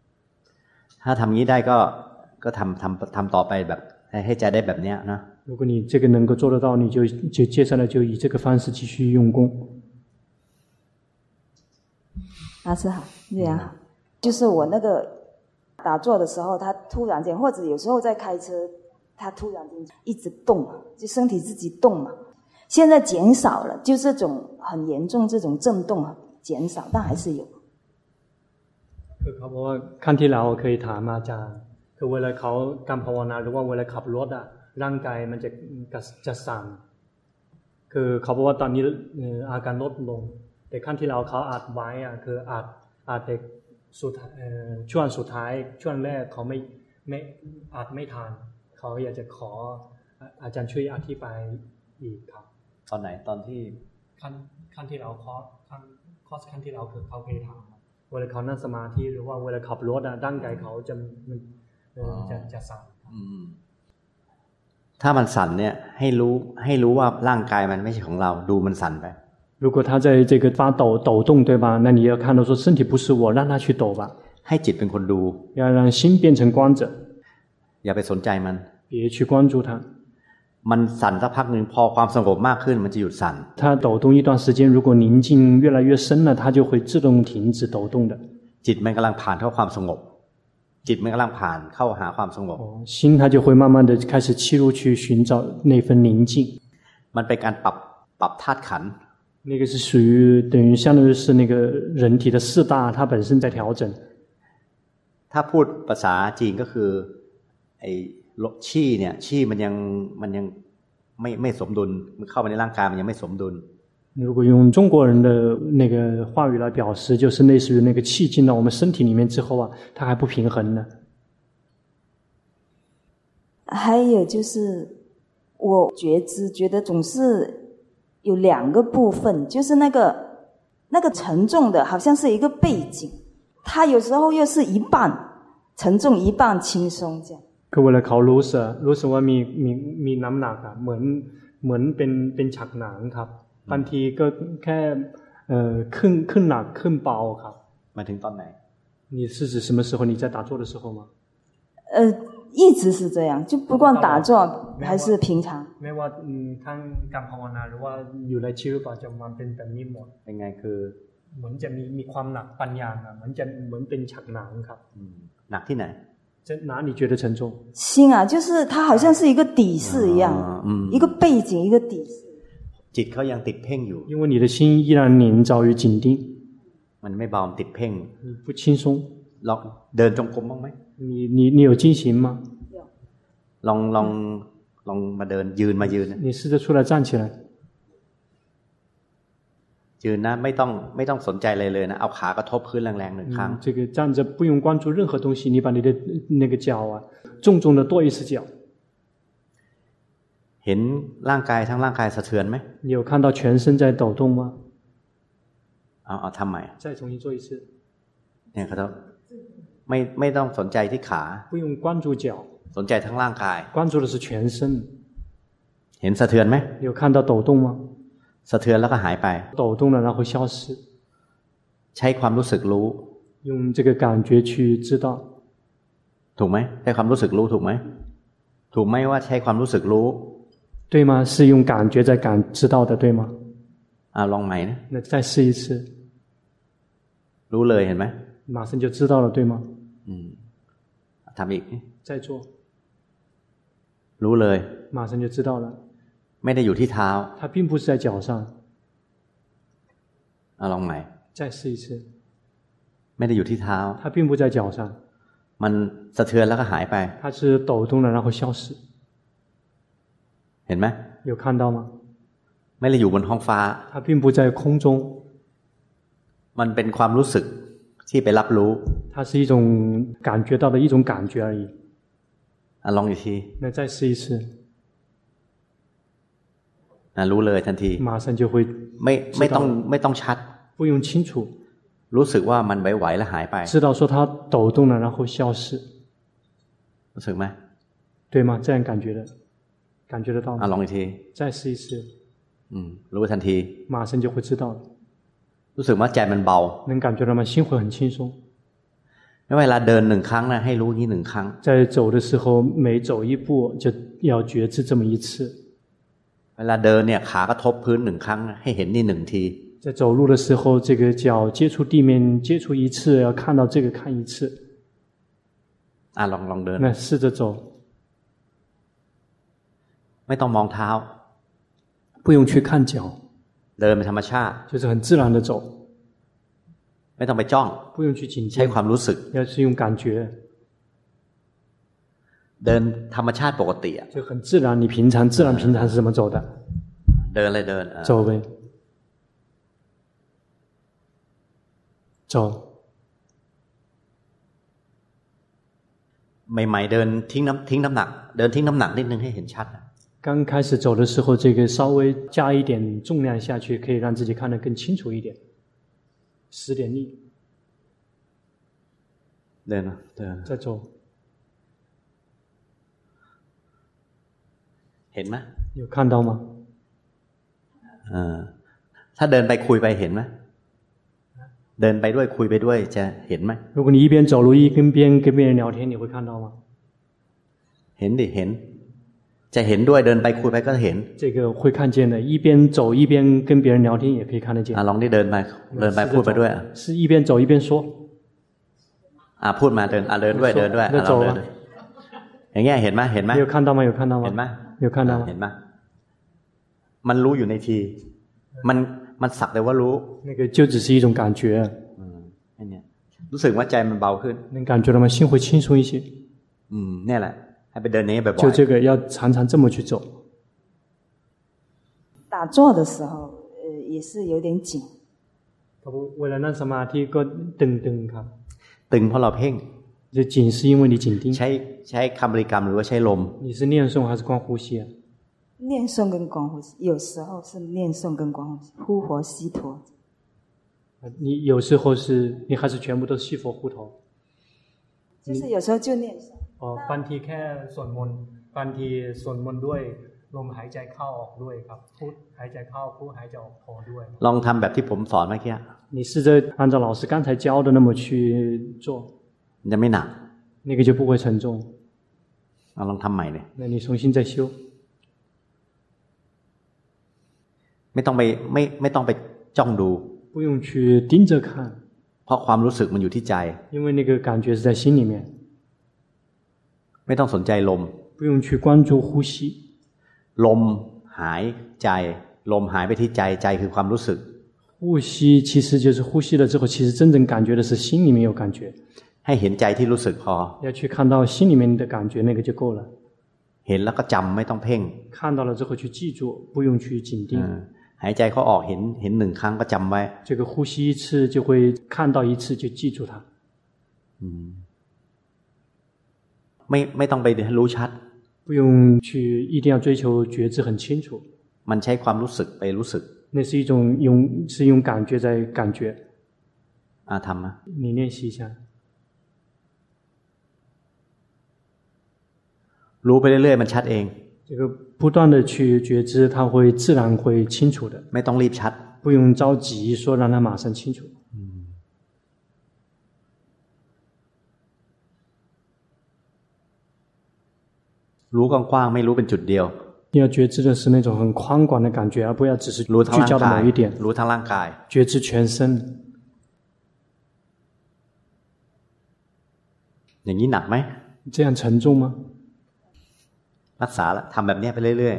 [SPEAKER 1] ๆถ้าทำงี้ได้ก็ก็ทำทำทำต่อไปแบบ ให้ให้ใจได้แบบเนี้ยนะ
[SPEAKER 2] 如果你这个能够做得到，你就就接下来就以这个方式继续用功。
[SPEAKER 5] 老师好，丽
[SPEAKER 6] 啊
[SPEAKER 5] 阳好。就是我那个打坐的时候，他突然间，或者有时候在开车，他突然间一直动嘛，就身体自己动嘛。现在减少了，就这种很严重这种震动啊减少，但还是有。
[SPEAKER 2] คือเขาบอกว่าขั้นที่เราเคยถามอาจารย์คือเวลาเขาการภาวนาหรือว่าเวลาขับรถอะร่างกายมันจะกระจะสั่นคือเขาบอกว่าตอนนี้เอ่ออาการลดลง แต่ขั้นที่เราเขาอัดไว้อะคืออัดอัดเด็กสุดท้ายเอ่อช่วงสุดท้ายช่วงแรกเขาไม่ไม่อัดไม่ทันเขาอยากจะขออ่ะอาจารย์ช่วยอธิบายอีกครับ
[SPEAKER 1] ตอนไหนตอนที่
[SPEAKER 2] ขั้นขั้นที่เราคอร์สขั้นคอร์สขั้นที่เราคือเขาเคยทำเวลาเขานั่งสมาธิหรือว่าเวลาขับรถอะร่างกายเขาจะมันเออจะจะสั่น
[SPEAKER 1] อืม ถ้ามันสั่นเนี่ย ให้รู้ให้รู้ว่าร่างกายมันไม่ใช่ของเรา ดูมันสั่นไป
[SPEAKER 2] 如果他在这个发抖抖动，对吧？那你要看到说身体不是我，让他去抖吧，
[SPEAKER 1] ให้จิตเป็นคนดู
[SPEAKER 2] 要让心变成观者，
[SPEAKER 1] อย่าไปสนใจมัน
[SPEAKER 2] 别去关注他。
[SPEAKER 1] มันสั่นสักพักหนึ่งพอความสงบมากขึ้นมันจะหยุดสั่น
[SPEAKER 2] 他抖动一段时间，如果宁静越来越深了，他就会自动停止抖动的。
[SPEAKER 1] จิตมันกำลังผ่านเข้าความสงบ จิตมันกำลังผ่านเข้าหาความสงบ
[SPEAKER 2] 哦，心它就会慢慢的开始切入去寻找那份宁静。
[SPEAKER 1] มันเป็นการปรับปรับธาตุขันธ์
[SPEAKER 2] 那个是属于等于相当于是那个人体的四大，它本身在调整。
[SPEAKER 1] ถ้าพูดภาษาจีนก็คือ ไอ้ลกชี่เนี่ย ชี่มันยังมันยังไม่ไม่สมดุล มันเข้าไปในร่างกายมันยังไม่สมดุล
[SPEAKER 2] 如果用中国人的那个话语来表示，就是类似于那个气进到我们身体里面之后啊，它还不平衡呢。
[SPEAKER 5] 还有就是，我觉知觉得总是有两个部分，就是那个那个沉重的，好像是一个背景，它有时候又是一半沉重一半轻松这样。
[SPEAKER 2] คือเวลาเขารู้สึกรู้สึกว่ามีมีมีน้ำหนักอะเหมือนเหมือนเป็นเป็นฉากหนังครับ呃บางทีก็แค่เอ่อขึ้นขึ้นหนักขึ้นเบา啊ครับ
[SPEAKER 1] มาถึงตอนไหน
[SPEAKER 2] 你是指什么时候？你在打坐的时候吗？
[SPEAKER 5] 呃，一直是这样，就不管打坐还是平常，
[SPEAKER 2] ไม่ว่าทั้งการภาว啊นาหรือว่าอยู่ในชีวิตประจำวันเป็นแบบนี้หมด
[SPEAKER 1] เป็นไงคือ
[SPEAKER 2] เหมือนจะมีมีความหนักปัญญาเหมือนจะเหมือนเป็นฉากหนังครับ
[SPEAKER 1] อืมหนักที่ไหน
[SPEAKER 2] จะ哪里觉得沉重？
[SPEAKER 5] 心啊，就是它好像是一个底是一样，
[SPEAKER 1] อ่าอืม
[SPEAKER 5] 一个背景，一个底是。
[SPEAKER 1] จิตเขายังติดเพ่งอยู่
[SPEAKER 2] 因为你的心依然凝照于紧盯，
[SPEAKER 1] มันไม่เบามันติดเพ่ง
[SPEAKER 2] 你不轻松。
[SPEAKER 1] ลองเดินจงกรมบ้างไหม
[SPEAKER 2] 你你你有进行吗？
[SPEAKER 1] ลองลองลองมาเดินยืนมายืนนะ
[SPEAKER 2] 你试着出来站起来，
[SPEAKER 1] ยืนนะไม่ต้องไม่ต้องสนใจอะไรเลยนะเอาขากระทบพื้นแรงๆหนึ่งครั้ง
[SPEAKER 2] 嗯，这个站着不用关注任何东西，你把你的呃那个脚啊，重重的跺一次脚。
[SPEAKER 1] เห็นร่างกายทั้งร่างกายสะเทือนไหม
[SPEAKER 2] 你有看到全身在抖动吗？
[SPEAKER 1] เอาเอาทำใหม่
[SPEAKER 2] 再重新做一次，
[SPEAKER 1] เนี่ยครับไม่ไม่ต้องสนใจที่ขา
[SPEAKER 2] 不用关注脚，
[SPEAKER 1] สนใจทั้งร่างกาย
[SPEAKER 2] 关注的是全身。
[SPEAKER 1] เห็นสะเทือนไหม
[SPEAKER 2] 有看到抖动吗？
[SPEAKER 1] สะเทือนแล้วก็หายไป
[SPEAKER 2] 抖动了然后消失，
[SPEAKER 1] ใช้ความรู้สึกรู้
[SPEAKER 2] 用这个感觉去知道，
[SPEAKER 1] ถูกไหมใช้ความรู้สึกรู้ถูกไหมถูกไหมว่าใช้ความรู้สึกรู้
[SPEAKER 2] 对吗？是用感觉在感知道的，对吗？
[SPEAKER 1] อ่าลองใหม่นะ
[SPEAKER 2] 那再试一次，
[SPEAKER 1] รู้เลยเห็นไหม
[SPEAKER 2] 马上就知道了，对吗？
[SPEAKER 1] อืมทำอีก
[SPEAKER 2] 再做，
[SPEAKER 1] รู้เลย
[SPEAKER 2] 马上就知道了。
[SPEAKER 1] ไม่ได้อยู่ที่เท้า
[SPEAKER 2] 它并不是在脚上，
[SPEAKER 1] เอาลองใหม่
[SPEAKER 2] 再试一次，
[SPEAKER 1] ไม่ได้อยู่ที่เท้า
[SPEAKER 2] 它并不在脚上，
[SPEAKER 1] มันสะเทือนแล้วก็หายไป
[SPEAKER 2] 它是抖动了然后消失，
[SPEAKER 1] เห็นไหม
[SPEAKER 2] 有看到吗？
[SPEAKER 1] ไม่ได้อยู่บนท้องฟ้า
[SPEAKER 2] 它并不在空中，
[SPEAKER 1] มันเป็นความรู้สึกที่ไปรับรู้
[SPEAKER 2] 它是一种感觉到的一种感觉而已。
[SPEAKER 1] อะลองอีกที
[SPEAKER 2] 那再试一次，
[SPEAKER 1] นะรู้เลยทันที
[SPEAKER 2] 马上就会
[SPEAKER 1] ไม่ไม่ต้อง
[SPEAKER 2] 知道
[SPEAKER 1] ไม่ต้องชัด
[SPEAKER 2] 不用清楚
[SPEAKER 1] รู้สึกว่ามันไหวๆแล้วหายไป
[SPEAKER 2] 知道说它抖动了，然后消失，
[SPEAKER 1] รู้สึกไหม
[SPEAKER 2] 对吗？这样感觉的，感觉得到
[SPEAKER 1] อ่ะ
[SPEAKER 2] 吗？
[SPEAKER 1] ลองอีกที
[SPEAKER 2] 再试一试，
[SPEAKER 1] อืมรู้ทันที
[SPEAKER 2] 马上就会知道了，
[SPEAKER 1] รู้สึกว่าใจมันเบา
[SPEAKER 2] 能感觉到吗？心会很轻松。
[SPEAKER 1] แล้วเวลาเดินหนึ่งครั้งนะให้รู้อย่างนี้หนึ่งครั้ง
[SPEAKER 2] 在走的时候，每走一步就要觉知这么一次。
[SPEAKER 1] เวลาเดินเนี่ยขากระทบพื้นหนึ่งครั้งนะให้เห็นนี่หนึ่งที
[SPEAKER 2] 在走路的时候，这个脚接触地面接触一次，要看到这个看一次。
[SPEAKER 1] อ่ะลองลองเดิน
[SPEAKER 2] 那试着走，
[SPEAKER 1] ไม่ต้องมองเท้า
[SPEAKER 2] 不用去看脚，
[SPEAKER 1] เดินเป็นธรรมชาติ
[SPEAKER 2] 就是很自然的走，
[SPEAKER 1] ไม่ต้องไปจ้อง
[SPEAKER 2] 不用去警
[SPEAKER 1] ใช้
[SPEAKER 2] 戒
[SPEAKER 1] ค，วามรู้สึก
[SPEAKER 2] 要是用感觉，
[SPEAKER 1] เดินธรรมชาติปกติอะ
[SPEAKER 2] 就很自然。你平常自然平常是怎么走的？
[SPEAKER 1] เดินเลยเดินอ่ะ
[SPEAKER 2] 走呗，走。
[SPEAKER 1] ใหม่ ๆ เดินทิ้งน้ำทิ้งน้ำหนัก เดินทิ้งน้ำหนักนิดนึงให้เห็นชัดนะ
[SPEAKER 2] 刚开始走的时候，这个稍微加一点重量下去，可以让自己看得更清楚一点，使点力。
[SPEAKER 1] เดินนะเดิน
[SPEAKER 2] 再走，
[SPEAKER 1] เห็นไหม
[SPEAKER 2] 有看到吗？
[SPEAKER 1] เออถ้าเดินไปคุยไปเห็นไหมเดินไปด้วยคุยไปด้วยจะเห็นไหม
[SPEAKER 2] 如果你一边走路一跟边跟别人聊天，你会看到吗？
[SPEAKER 1] เห็นดิเห็น จะเห็นด้วยเดินไปคุยไปก็เห็น
[SPEAKER 2] 这个会看见的，一边走一边跟别人聊天也可以看得见
[SPEAKER 1] อ่ะ。ลองนี่เดินไปเดินไปพูดไปด้วยอ่ะ
[SPEAKER 2] 是一边走一边说，
[SPEAKER 1] อ่ะพูดมาเดินอ่ะเดินด้วยเดินด้วยอ่ะลองเดินด้วยอย่างเงี้ยเห็นไหมเห็นไหม
[SPEAKER 2] 有看到吗？有看到吗？
[SPEAKER 1] เห็นไหม
[SPEAKER 2] 有看到
[SPEAKER 1] เห็
[SPEAKER 2] 吗？
[SPEAKER 1] นปะมันรู้อยู่ในที มันมันสักแต่ว่ารู้
[SPEAKER 2] 那个就只是一种感觉，
[SPEAKER 1] ไอ้เนี่ยรู้สึกว่าใจมันเบาขึ้น
[SPEAKER 2] 能感觉到吗？心会轻松一些。
[SPEAKER 1] อืมเนี่ยแหละ ให้ไปเดินอย่างนี้บ่อย
[SPEAKER 2] 就这个要常常这么去走。
[SPEAKER 5] 打坐的时候，呃，也是有点紧，
[SPEAKER 2] 为了让什么提个等等看，
[SPEAKER 1] ๆตึงเพราะเราเพ่ง
[SPEAKER 2] 这紧是因为你紧盯。
[SPEAKER 1] ใช้ใช้คำบริกรรมหรือว่าใช้ลม
[SPEAKER 2] 你是念诵还是光呼吸啊？
[SPEAKER 5] 念诵跟观呼吸，有时候是念诵跟观呼吸，呼活吸陀，
[SPEAKER 2] 你有时候是，你还是全部都吸佛护头。
[SPEAKER 5] 就是有时候就念诵。
[SPEAKER 2] 哦，班提แค่สวดมนต์บางทีสวดมนต์ด้วยลมหายใจเข้าออกด้วยครับพูดหายใจเข้าพูดหายใจออกโทด้วย
[SPEAKER 1] ลองทำแบบที่ผมสอนเมื่อกี้
[SPEAKER 2] 你试着按照老师刚才教的那么去做，
[SPEAKER 1] มันจะไม่หนัก
[SPEAKER 2] 那个就不会沉重。
[SPEAKER 1] เอาลองทำใหม่เลย
[SPEAKER 2] 那你重新再修，
[SPEAKER 1] ไม่ต้องไปไม่ไม่ต้องไปจ้องดู
[SPEAKER 2] 不用去盯着看，
[SPEAKER 1] เพราะความรู้สึกมันอยู่ที่ใจ
[SPEAKER 2] 因为那个感觉是在心里面，
[SPEAKER 1] ไม่ต้องสนใจลม
[SPEAKER 2] 不用去关注呼吸，
[SPEAKER 1] ลมหายใจ ลมหายไปที่ใจใจคือความรู้สึก
[SPEAKER 2] 呼吸其实就是呼吸了之后，其实真正感觉的是心里面有感觉，
[SPEAKER 1] ให้เห็นใจที่รู้สึกพอ
[SPEAKER 2] 要去看到心里面的感觉，那个就够了。
[SPEAKER 1] เห็นแล้วก็จำไม่ต้องเพ่ง
[SPEAKER 2] 看到了之后去记住，不用去紧盯。
[SPEAKER 1] เออหายใจเขาออกเห็นเห็นหนึ่งครั้งก็จำไว้
[SPEAKER 2] 这个呼吸一次就会看到一次，就记住它，
[SPEAKER 1] ไม่ไม่ต้องไปรู้ชัด
[SPEAKER 2] 不用去一定要追求觉知很清楚。
[SPEAKER 1] มันใช้ความรู้สึกไปรู้สึก
[SPEAKER 2] 那是一种用是用感觉在感觉，
[SPEAKER 1] อาทำนะ
[SPEAKER 2] 你练习一下，
[SPEAKER 1] รู้ไปเรื่อยๆ มันชัดเอง
[SPEAKER 2] 这个不断的去觉知，它会自然会清楚的，
[SPEAKER 1] ไม่ต้องรีบชัด
[SPEAKER 2] 不用着急说让它马上清楚。
[SPEAKER 1] รู้กว้างๆไม่รู้เป็นจุดเดียว
[SPEAKER 2] 要觉知的是那种很宽广的感觉，而不要只是
[SPEAKER 1] รู้ทั้ง
[SPEAKER 2] 聚
[SPEAKER 1] ร่าง
[SPEAKER 2] 焦
[SPEAKER 1] กา
[SPEAKER 2] 到
[SPEAKER 1] ย
[SPEAKER 2] 某一点，
[SPEAKER 1] รู้ทั้งร่างกาย
[SPEAKER 2] 觉知全身。
[SPEAKER 1] อย่างนี้หนักไหม
[SPEAKER 2] 这样沉重吗？
[SPEAKER 1] รักษาละทำแบบเนี้ยไปเรื่อย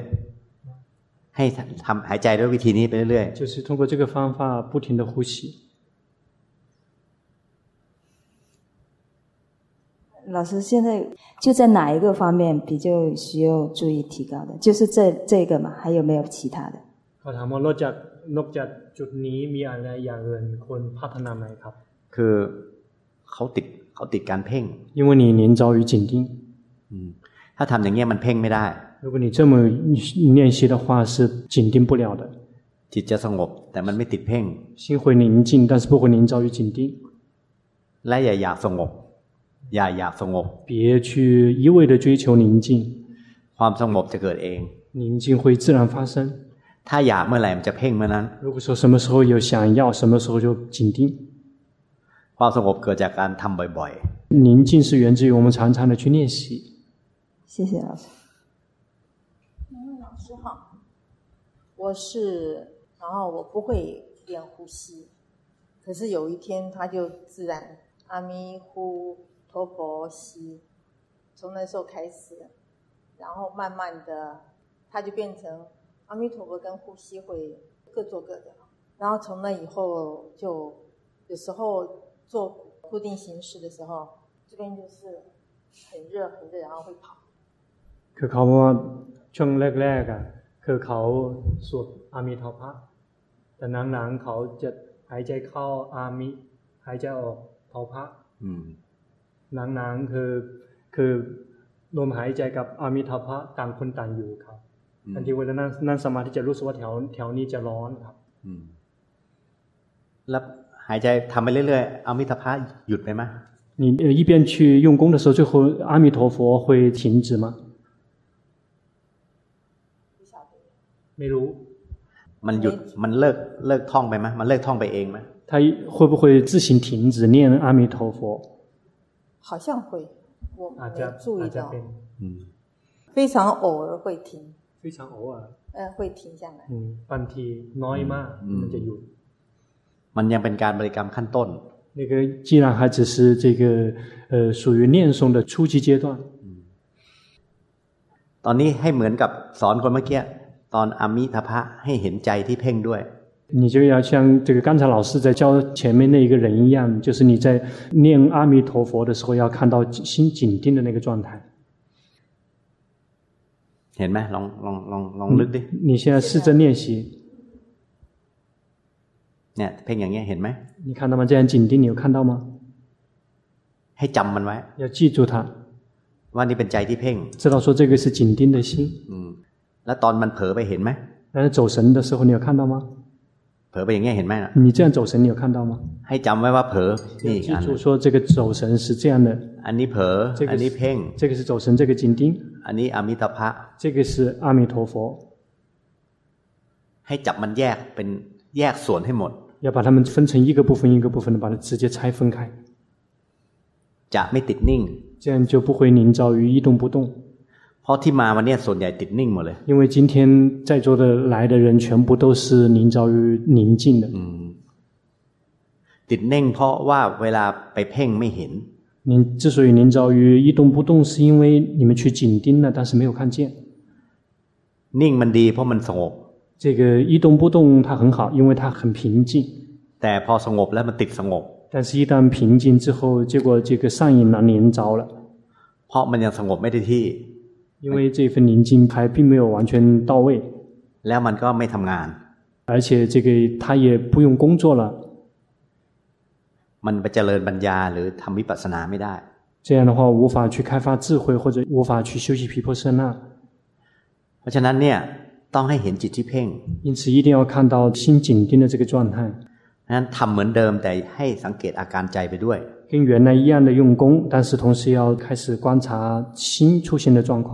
[SPEAKER 1] ๆ ให้ทำหายใจด้วยวิธีนี้ไปเรื่อย
[SPEAKER 2] 就是通过这个方法不停的呼吸。
[SPEAKER 5] 老师现在就在哪一个方面比较需要注意提高的？就是这这个嘛，还有没有其他的？
[SPEAKER 2] เขาถามว่านอกจากนอกจากจุดนี้มีอะไรอย่างอื่นควรพัฒนาไหมครับ
[SPEAKER 1] ๆ คือเขาติดเขาติดการเพ่ง
[SPEAKER 2] 因为你年遭于紧盯，
[SPEAKER 1] อืม ถ้าทำอย่างเงี้ยมันเพ่งไม่ได้
[SPEAKER 2] 如果你这么练习的话，是紧盯不了的，
[SPEAKER 1] จิตจะสงบแต่มันไม่ติดเพ่ง
[SPEAKER 2] 心会宁静，但是不会临遭于紧盯。
[SPEAKER 1] และอย่าอยากสงบ อย่าอยากสงบ
[SPEAKER 2] 别去一味的追求宁静，
[SPEAKER 1] ความสงบจะเกิดเอง
[SPEAKER 2] 宁静会自然发生。
[SPEAKER 1] ถ้าอยากเมื่อไหร่มันจะเพ่งเมื่อนั้น
[SPEAKER 2] 如果说什么时候有想要，什么时候就紧盯。
[SPEAKER 1] ความสงบเกิดจากการทำบ่อย
[SPEAKER 2] 宁静是源自于我们常常的去练习。
[SPEAKER 5] 谢谢老师。
[SPEAKER 7] 嗯我是，然后我不会练呼吸，可是有一天他就自然阿弥呼陀佛西，从那时候开始，然后慢慢的他就变成阿弥陀佛跟呼吸会各做各的，然后从那以后就有时候做固定形式的时候，这边就是很热很热，然后会跑。
[SPEAKER 2] คือเขาว่าช่วงแรกๆอ่ะคือเขาสวดอามิทพะแต่หลังๆเขาจะหายใจเข้าอามิหายใจออกทพะ
[SPEAKER 1] ๆอืม
[SPEAKER 2] หนังๆคือคือลมหายใจกับอามิทพะต่างคนต่างอยู่ครับ
[SPEAKER 1] อืม
[SPEAKER 2] บางทีเวลานั่งนั่งสมาธิจะรู้สึกว่าแถวแถวนี้จะร้อนครับ
[SPEAKER 1] อืมแล้วหายใจทำไปเรื่อยๆ เอามิตรภาพหยุดไปไหม
[SPEAKER 2] 你呃一边去用功的时候，最后阿弥陀佛会停止吗？没如，
[SPEAKER 1] มันหยุดมันเลิกเลิกท่องไปไหมมันเลิกท่องไปเองไหม
[SPEAKER 2] 他会不会自行停止念阿弥陀佛？
[SPEAKER 7] 好像会，我没
[SPEAKER 2] 啊，这
[SPEAKER 7] 注
[SPEAKER 2] 啊
[SPEAKER 7] 意
[SPEAKER 2] 这
[SPEAKER 7] 到，
[SPEAKER 2] 边
[SPEAKER 1] อืม
[SPEAKER 7] 非常偶尔会停，
[SPEAKER 2] 非常偶尔，
[SPEAKER 7] 呃，会停下来。
[SPEAKER 2] 嗯，半天น้อยมากมันจะหยุด
[SPEAKER 1] มันยังเป็นการบริกรรมขั้นต้น
[SPEAKER 2] 那个既然还只是这个呃属于念诵的初级阶段，
[SPEAKER 1] ตอนนี้ให้เหมือนกับสอนคนเมื่อกี้ตอนอามิทพะให้เห็นใจที่เพ่งด้วย
[SPEAKER 2] 你就要像这个刚才老师在教前面那一个人一样，就是你在念阿弥陀佛的时候，要看到心紧盯的那个状态。
[SPEAKER 1] เห็นไหมลองลองลองลองลึกดิ
[SPEAKER 2] 你现在试着练习，
[SPEAKER 1] เนี่ยเพ่งอย่างเงี้ยเห็นไหม
[SPEAKER 2] 你看到吗？这样紧盯，你有看到吗？
[SPEAKER 1] ให้จำมันไว้
[SPEAKER 2] 要记住它，
[SPEAKER 1] ว่านี่เป็นใจที่เพ่ง
[SPEAKER 2] 知道说这个是紧盯的心。
[SPEAKER 1] อืมแล้วตอนมันเผลอไปเห็นไหม
[SPEAKER 2] 然后走神的时候，你有看到吗？
[SPEAKER 1] เผลอไปอย่างเงี้ยเห็นไหมน่ะ
[SPEAKER 2] 你这样走神，你有看到吗？
[SPEAKER 1] ให้จำไว้ว่าเผลอ
[SPEAKER 2] 要
[SPEAKER 1] นี่
[SPEAKER 2] 记
[SPEAKER 1] อัน
[SPEAKER 2] 住说这个走神是这样的，
[SPEAKER 1] อันนี้เผลอ
[SPEAKER 2] 这
[SPEAKER 1] อั
[SPEAKER 2] 个
[SPEAKER 1] นนี้เพ่ง
[SPEAKER 2] 是这个是走神，这个紧盯，
[SPEAKER 1] อันนี้อมิตภะ
[SPEAKER 2] 这个是阿弥陀佛，
[SPEAKER 1] ให้จับมันแยกเป็นแยกส่วนให้หมด
[SPEAKER 2] 要把它们分成一个部分一个部分的，把它直接拆分开，
[SPEAKER 1] จะไม่ติดนิ่ง
[SPEAKER 2] 这样就不会凝造于一动不动。
[SPEAKER 1] เพราะที่มาวันเนี้ยส่วนใหญ่ติดนิ่งหมดเลย
[SPEAKER 2] 因为今天在座的来的人全部都是临着于宁静的，
[SPEAKER 1] อืมติดนิ่งเพราะว่าเวลาไปเพ่งไม่เห็น
[SPEAKER 2] 您之所以临着于一动不动，是因为你们去紧盯了，但是没有看见。
[SPEAKER 1] นิ่งมันดีเพราะมันสงบ
[SPEAKER 2] 这个一动不动它很好，因为它很平静。
[SPEAKER 1] แต่พอสงบแล้วมันติดสงบ
[SPEAKER 2] 但是，一旦平静之后，结果这个上瘾了，连着了，
[SPEAKER 1] เพราะมันยังสงบไม่ได้ที่
[SPEAKER 2] 因为这份宁静还并没有完全到位，
[SPEAKER 1] แล้วมันก็ไม่ทำงาน
[SPEAKER 2] 而且这个他也不用工作了。
[SPEAKER 1] มันไปเจริญปัญญาหรือทำวิปัสสนาไม่ได้
[SPEAKER 2] 这样的话，无法去开发智慧，或者无法去修习毗婆舍那。
[SPEAKER 1] เพราะฉะนั้นเนี่ยต้องให้เห็นจิตที่เพ่ง
[SPEAKER 2] 因此，一定要看到心紧盯的这个状态。
[SPEAKER 1] นั้นทำเหมือนเดิมแต่ให้สังเกตอาการใจไปด้วย
[SPEAKER 2] 跟原来一样的用功，但是同时要开始观察新出现的状况。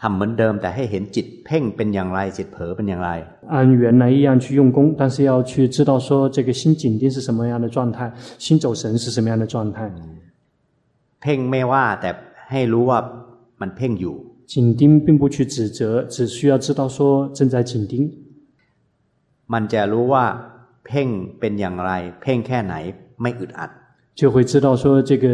[SPEAKER 1] ทำเหมือนเดิมแต่ให้เห็นจิตเพ่งเป็นอย่างไรจิตเผลอเป็นอย่างไร
[SPEAKER 2] 按原来一样去用功，但是要去知道说这个心紧盯是什么样的状态，心走神是什么样的状态。
[SPEAKER 1] เพ่งไม่ว่าแต่ให้รู้ว่ามันเพ่งอยู่
[SPEAKER 2] 紧盯并不去指责，只需要知道说正在紧盯，
[SPEAKER 1] มันจะรู้ว่าเพ่งเป็นอย่างไร เพ่งแค่ไหนไม่อึดอัด
[SPEAKER 2] 就会知道说这个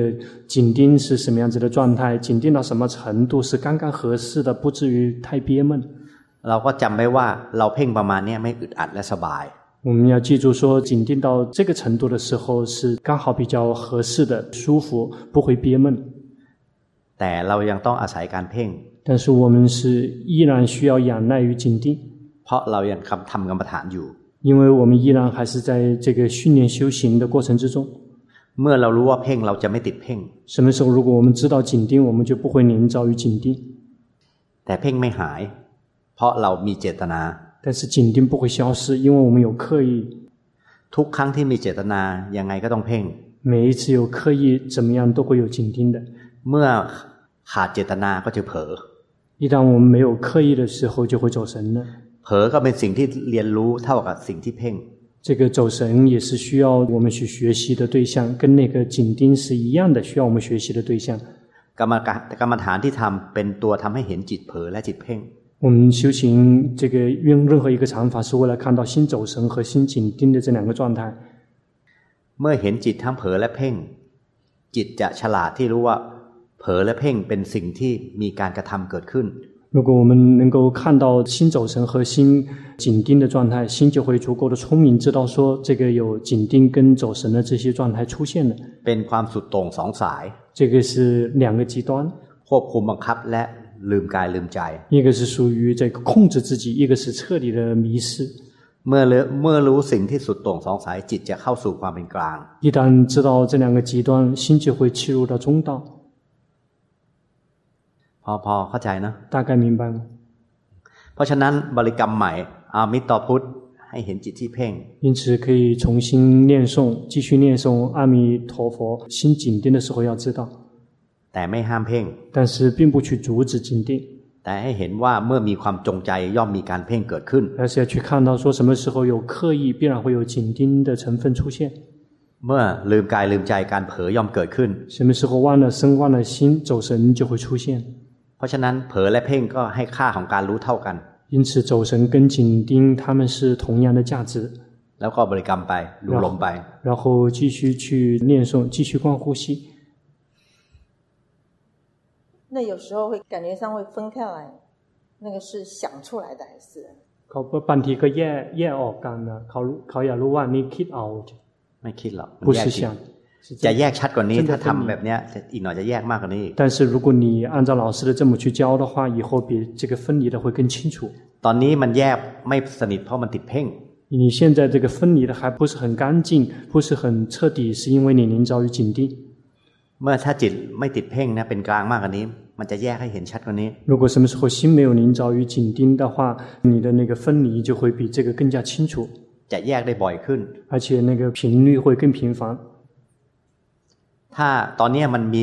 [SPEAKER 2] 紧盯是什么样子的状态，紧盯到什么程度是刚刚合适的，不至于太憋闷。
[SPEAKER 1] เราก็จำไว้ว่าเราเพ่งประมาณเนี้ยไม่อึดอัดและสบาย
[SPEAKER 2] 我们要记住说，紧盯到这个程度的时候是刚好比较合适的，舒服，不会憋闷。
[SPEAKER 1] แต่เรายังต้องอาศัยการเพ่ง
[SPEAKER 2] 但是我们是依然需要仰赖于紧盯，
[SPEAKER 1] เพราะเรายังคำทำกรรมฐานอยู่
[SPEAKER 2] 因为我们依然还是在这个训练修行的过程之中。
[SPEAKER 1] เมื่อเรารู้ว่าเพ่งเราจะไม่ติดเพ่ง
[SPEAKER 2] 什么时候如果我们知道紧盯，我们就不会凝照于紧盯，
[SPEAKER 1] แต่เพ่งไม่หาย เพราะเรามีเจตนา
[SPEAKER 2] 但是紧盯不会消失，因为我们有刻意，
[SPEAKER 1] ทุกครั้งที่มีเจตนายังไงก็ต้องเพ่ง
[SPEAKER 2] 每一次有刻意，怎么样都会有紧盯的。
[SPEAKER 1] เมื่อขาดเจตนาก็จะเผลอ
[SPEAKER 2] 一旦我们没有刻意的时候，就会走神了。
[SPEAKER 1] เผลอก็เป็นสิ่งที่เรียนรู้เท่ากับสิ่งที่เพ่ง
[SPEAKER 2] 这个走神也是需要我们去学习的对象，跟那个紧盯是一样的，需要我们学习的对象。
[SPEAKER 1] กรรมการกรรมฐานที่ทำเป็นตัวทำให้เห็นจิตเผลอและจิตเพ่ง
[SPEAKER 2] 我们修行这个用任何一个禅法，是为了看到心走神和心紧盯的这两个状态。
[SPEAKER 1] เมื่อเห็นจิตทั้งเผลอและเพ่ง จิตจะฉลาดที่รู้ว่า เผลอและเพ่งเป็นสิ่งที่มีการกระทำเกิดขึ้น
[SPEAKER 2] 如果我们能够看到心走神和心紧盯的状态，心就会足够的聪明，知道说这个有紧盯跟走神的这些状态出现了。
[SPEAKER 1] เป็นความสุดโต่งสองสาย
[SPEAKER 2] 这个是两个极端，
[SPEAKER 1] ควบคุมบังคับและลืมกายลืมใจ
[SPEAKER 2] 一个是属于这个控制自己，一个是彻底的迷失。
[SPEAKER 1] เมื่อเลเมื่อรู้สิ่งที่สุดโต่งสองสายจิตจะเข้าสู่ความเป็นกลาง
[SPEAKER 2] 一旦知道这两个极端，心就会切入到中道。
[SPEAKER 1] พอพอเข้าใจนะ
[SPEAKER 2] 大概明白吗？
[SPEAKER 1] เพราะฉะนั้นบริกรรมใหม่อามิตรพุทธให้เห็นจิตที่เพ่ง
[SPEAKER 2] 因此可以重新念诵，继续念诵阿弥陀佛。心紧盯的时候要知道，
[SPEAKER 1] แต่ไม่ห้ามเพ่ง
[SPEAKER 2] 但是并不去阻止紧盯。
[SPEAKER 1] แต่ให้เห็นว่าเมื่อมีความจงใจย่อมมีการเพ่งเกิดขึ้น
[SPEAKER 2] 而是要去看到说什么时候有刻意，必然会有紧盯的成分出现；
[SPEAKER 1] เมื่อลืมกายลืมใจการเผลอย่อมเกิดขึ้น
[SPEAKER 2] 什么时候忘了身、忘了心，走神就会出现。
[SPEAKER 1] เพราะฉะนั้นเผลอและเพ่งก็ให้ค่าของการรู้เท่ากัน
[SPEAKER 2] 因此，走神跟紧盯他们是同样的价值。
[SPEAKER 1] แล้วก็บริกรรมไปดูลมไป
[SPEAKER 2] 然后继续去念诵，继续观呼吸。
[SPEAKER 7] 那有时候会感觉上会分开来，那个是想出来的还是？
[SPEAKER 2] เขาบางทีก็แย่แย่ออกกันนะเขาเขาอยากรู้ว่านี่คิดเอา
[SPEAKER 1] ไม่คิดหรอกมัน
[SPEAKER 2] 不
[SPEAKER 1] แย
[SPEAKER 2] 是
[SPEAKER 1] กจิต
[SPEAKER 2] 想，是
[SPEAKER 1] จะ
[SPEAKER 2] 这
[SPEAKER 1] แย
[SPEAKER 2] 样
[SPEAKER 1] กชัดกว่านี้ถ้าทำแบบเนี้ยจะอีกหน่อยจะแยกมากกว่านี้อีก
[SPEAKER 2] 但是如果你按照老师的这么去教的话，以后比这个分离的会更清楚。
[SPEAKER 1] ตอนนี้มันแยกไม่สนิทเพราะมันติดเพ่ง
[SPEAKER 2] 你现在这个分离的还不是很干净，不是很彻底，是因为你临着于紧盯。
[SPEAKER 1] เมื่อถ้าจิตไม่ติดเพ่งนะเป็นกลางมากกว่านี้ มันจะแยกให้เห็นชัดกว่านี้
[SPEAKER 2] 如果什么时候心没有临着于紧盯的话，你的那个分离就会比这个更加清楚，
[SPEAKER 1] จะแยกได้บ่อยขึ้น
[SPEAKER 2] 而且那个频率会更频繁。
[SPEAKER 1] ถ้าตอนเนี้ยมันมี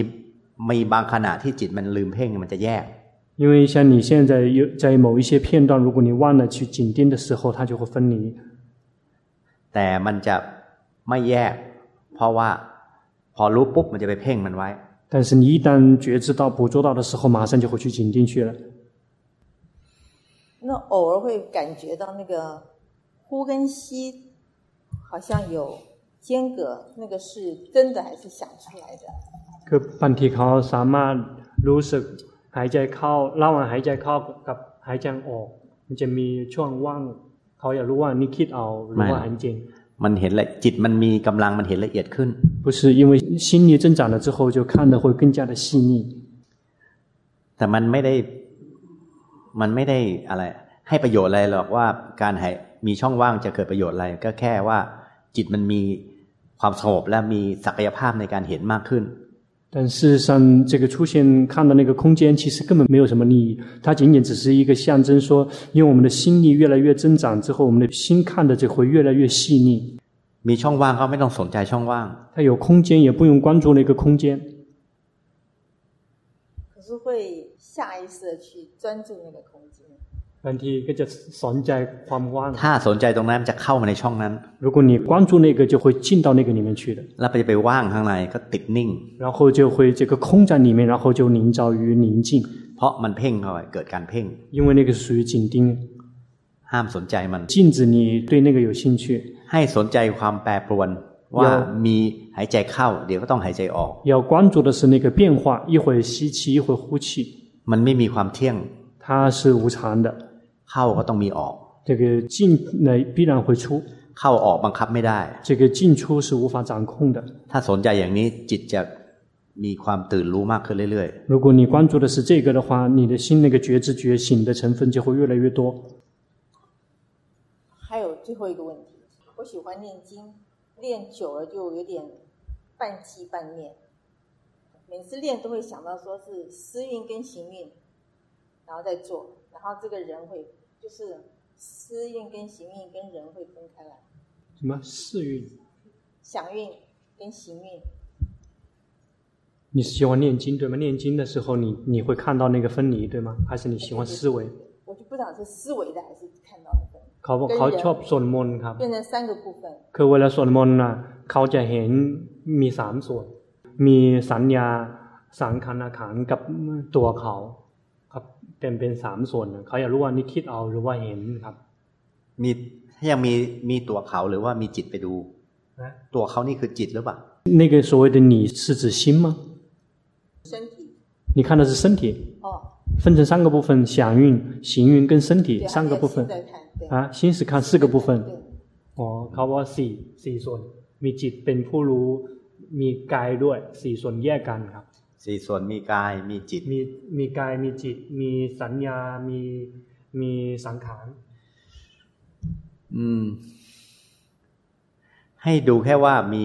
[SPEAKER 1] มีบางขณะที่จิตมันลืมเพ่งมันจะแยก
[SPEAKER 2] 因为像你现在有在某一些片段，如果你忘了去紧盯的时候，它就会分离。
[SPEAKER 1] แต่มันจะไม่แยก เพราะว่าพอรู้ปุ๊บมันจะไปเพ่งมันไว้
[SPEAKER 2] 但是你一旦觉知到、捕捉到的时候，马上就会去紧盯去了。
[SPEAKER 7] 那偶尔会感觉到那个呼跟吸好像有间隔，那个是真的还是想出来的？
[SPEAKER 2] คือบางทีเขาสามารถรู้สึกหายใจเข้าระหว่างหายใจเข้ากับหายใจออก มันจะมีช่วงว่าง เขาอยากรู้ว่านี่คิดเอาหรือว่า
[SPEAKER 1] ไม่
[SPEAKER 2] อันจริง
[SPEAKER 1] มันเห็นละจิตมันมีกำลังมันเห็นละเอียดขึ้น
[SPEAKER 2] 不是因为心力增长了之后，就看得会更加的细腻。
[SPEAKER 1] แต่มันไม่ได้มันไม่ได้อะไร ให้ประโยชน์อะไรหรอกว่าการหายมีช่องว่างจะเกิดประโยชน์อะไร ก็แค่ว่าจิตมันมีความสงบและมีศักยภาพในการเห็นมากขึ้น
[SPEAKER 2] 但事实上，这个出现看到那个空间，其实根本没有什么利益，它仅仅只是一个象征说，因为我们的心力越来越增长之后，我们的心看的就会越来越细腻。
[SPEAKER 1] มีช่องว่างก็ไม่ต้องสนใจช่องว่าง
[SPEAKER 2] 它有空间，也不用关注那个空间，
[SPEAKER 7] 可是会下意识的去专注那个空间。
[SPEAKER 2] 问题跟着散在ความว่าง
[SPEAKER 1] ถ้าสนใจตรงนั้นมันจะเข้ามาในช่องนั้น
[SPEAKER 2] 如果你关注那个，就会进到那个里面去的，
[SPEAKER 1] แล้วไปจะไปว่างข้างในก็ติดนิ่ง
[SPEAKER 2] 然后就会这个空在里面，然后就凝照于宁静，
[SPEAKER 1] เพราะมันเพ่งเข้าไปเกิดการเพ่ง
[SPEAKER 2] 因为那个是属于紧盯，
[SPEAKER 1] ห้ามสนใจมัน
[SPEAKER 2] 禁止你对那个有兴趣，
[SPEAKER 1] ให้สนใจความแปรปรวน ว่ามีหายใจเข้า เดี๋ยวก็ต้องหายใจออก
[SPEAKER 2] 要关注的是那个变化，一会儿吸气，一会儿呼气，
[SPEAKER 1] มันไม่มีความเที่ยง
[SPEAKER 2] 它是无常的，
[SPEAKER 1] เข้าก็ต้องมีออก
[SPEAKER 2] 这个进来必然会出，
[SPEAKER 1] เข้าออกบังคับไม่ได้
[SPEAKER 2] 这个进出是无法掌控的。
[SPEAKER 1] ถ้าสนใจอย่างนี้จิตจะมีความตื่นรู้มากขึ้นเรื่อย
[SPEAKER 2] 如果你关注的是这个的话，你的心那个觉知觉醒的成分就会越来越多。
[SPEAKER 7] 还有最后一个问题，我喜欢念经，念久了就有点半七半念，每次练都会想到说是思运跟行运，然后再做，然后这个人会就是思运跟行运跟人会分开来，
[SPEAKER 2] 什么四运？
[SPEAKER 7] 想运跟行运，
[SPEAKER 2] 你喜欢念经对吗？念经的时候你，你会看到那个分离对吗？还是你喜欢思维？
[SPEAKER 7] 我就不知道是思维的还是看到的分，
[SPEAKER 2] เขาบอกเขาชอบสวดมนต์ครับ
[SPEAKER 7] 变成三个部分，
[SPEAKER 2] คือเวลาสวดมนต์นะเขาจะเห็นมีสามส่วน มีสัญญาสังขารขันธ์กับตัวเขาครับเป็นเป็นสามส่วนนะเขาอยากรู้ว่านี่คิดเอาหรือว่าเห็นครับ
[SPEAKER 1] มีถ้ายังมีมีตัวเขาหรือว่ามีจิตไปดู
[SPEAKER 2] นะ
[SPEAKER 1] ตัวเขานี่คือจิตหรือเปล่า
[SPEAKER 2] 那个所谓的你是指心吗？
[SPEAKER 7] 身体
[SPEAKER 2] 你看的是身体，
[SPEAKER 7] 哦，
[SPEAKER 2] 分成三个部分：想运、行运跟身体
[SPEAKER 7] 对，
[SPEAKER 2] 三个部分
[SPEAKER 7] 还有心在看，对，
[SPEAKER 2] 啊。心是看四个部分
[SPEAKER 7] 对，
[SPEAKER 2] 哦，เขาว่าสี่สี่ส่วนมีจิตเป็นผู้รู้มีกายด้วยสี่ส่วนแยกกันครับ
[SPEAKER 1] สี่ส่วนมีกายมีจิต
[SPEAKER 2] มีมีกายมีจิต มีสัญญา มีมีสังขาร
[SPEAKER 1] อืม ให้ดูแค่ว่ามี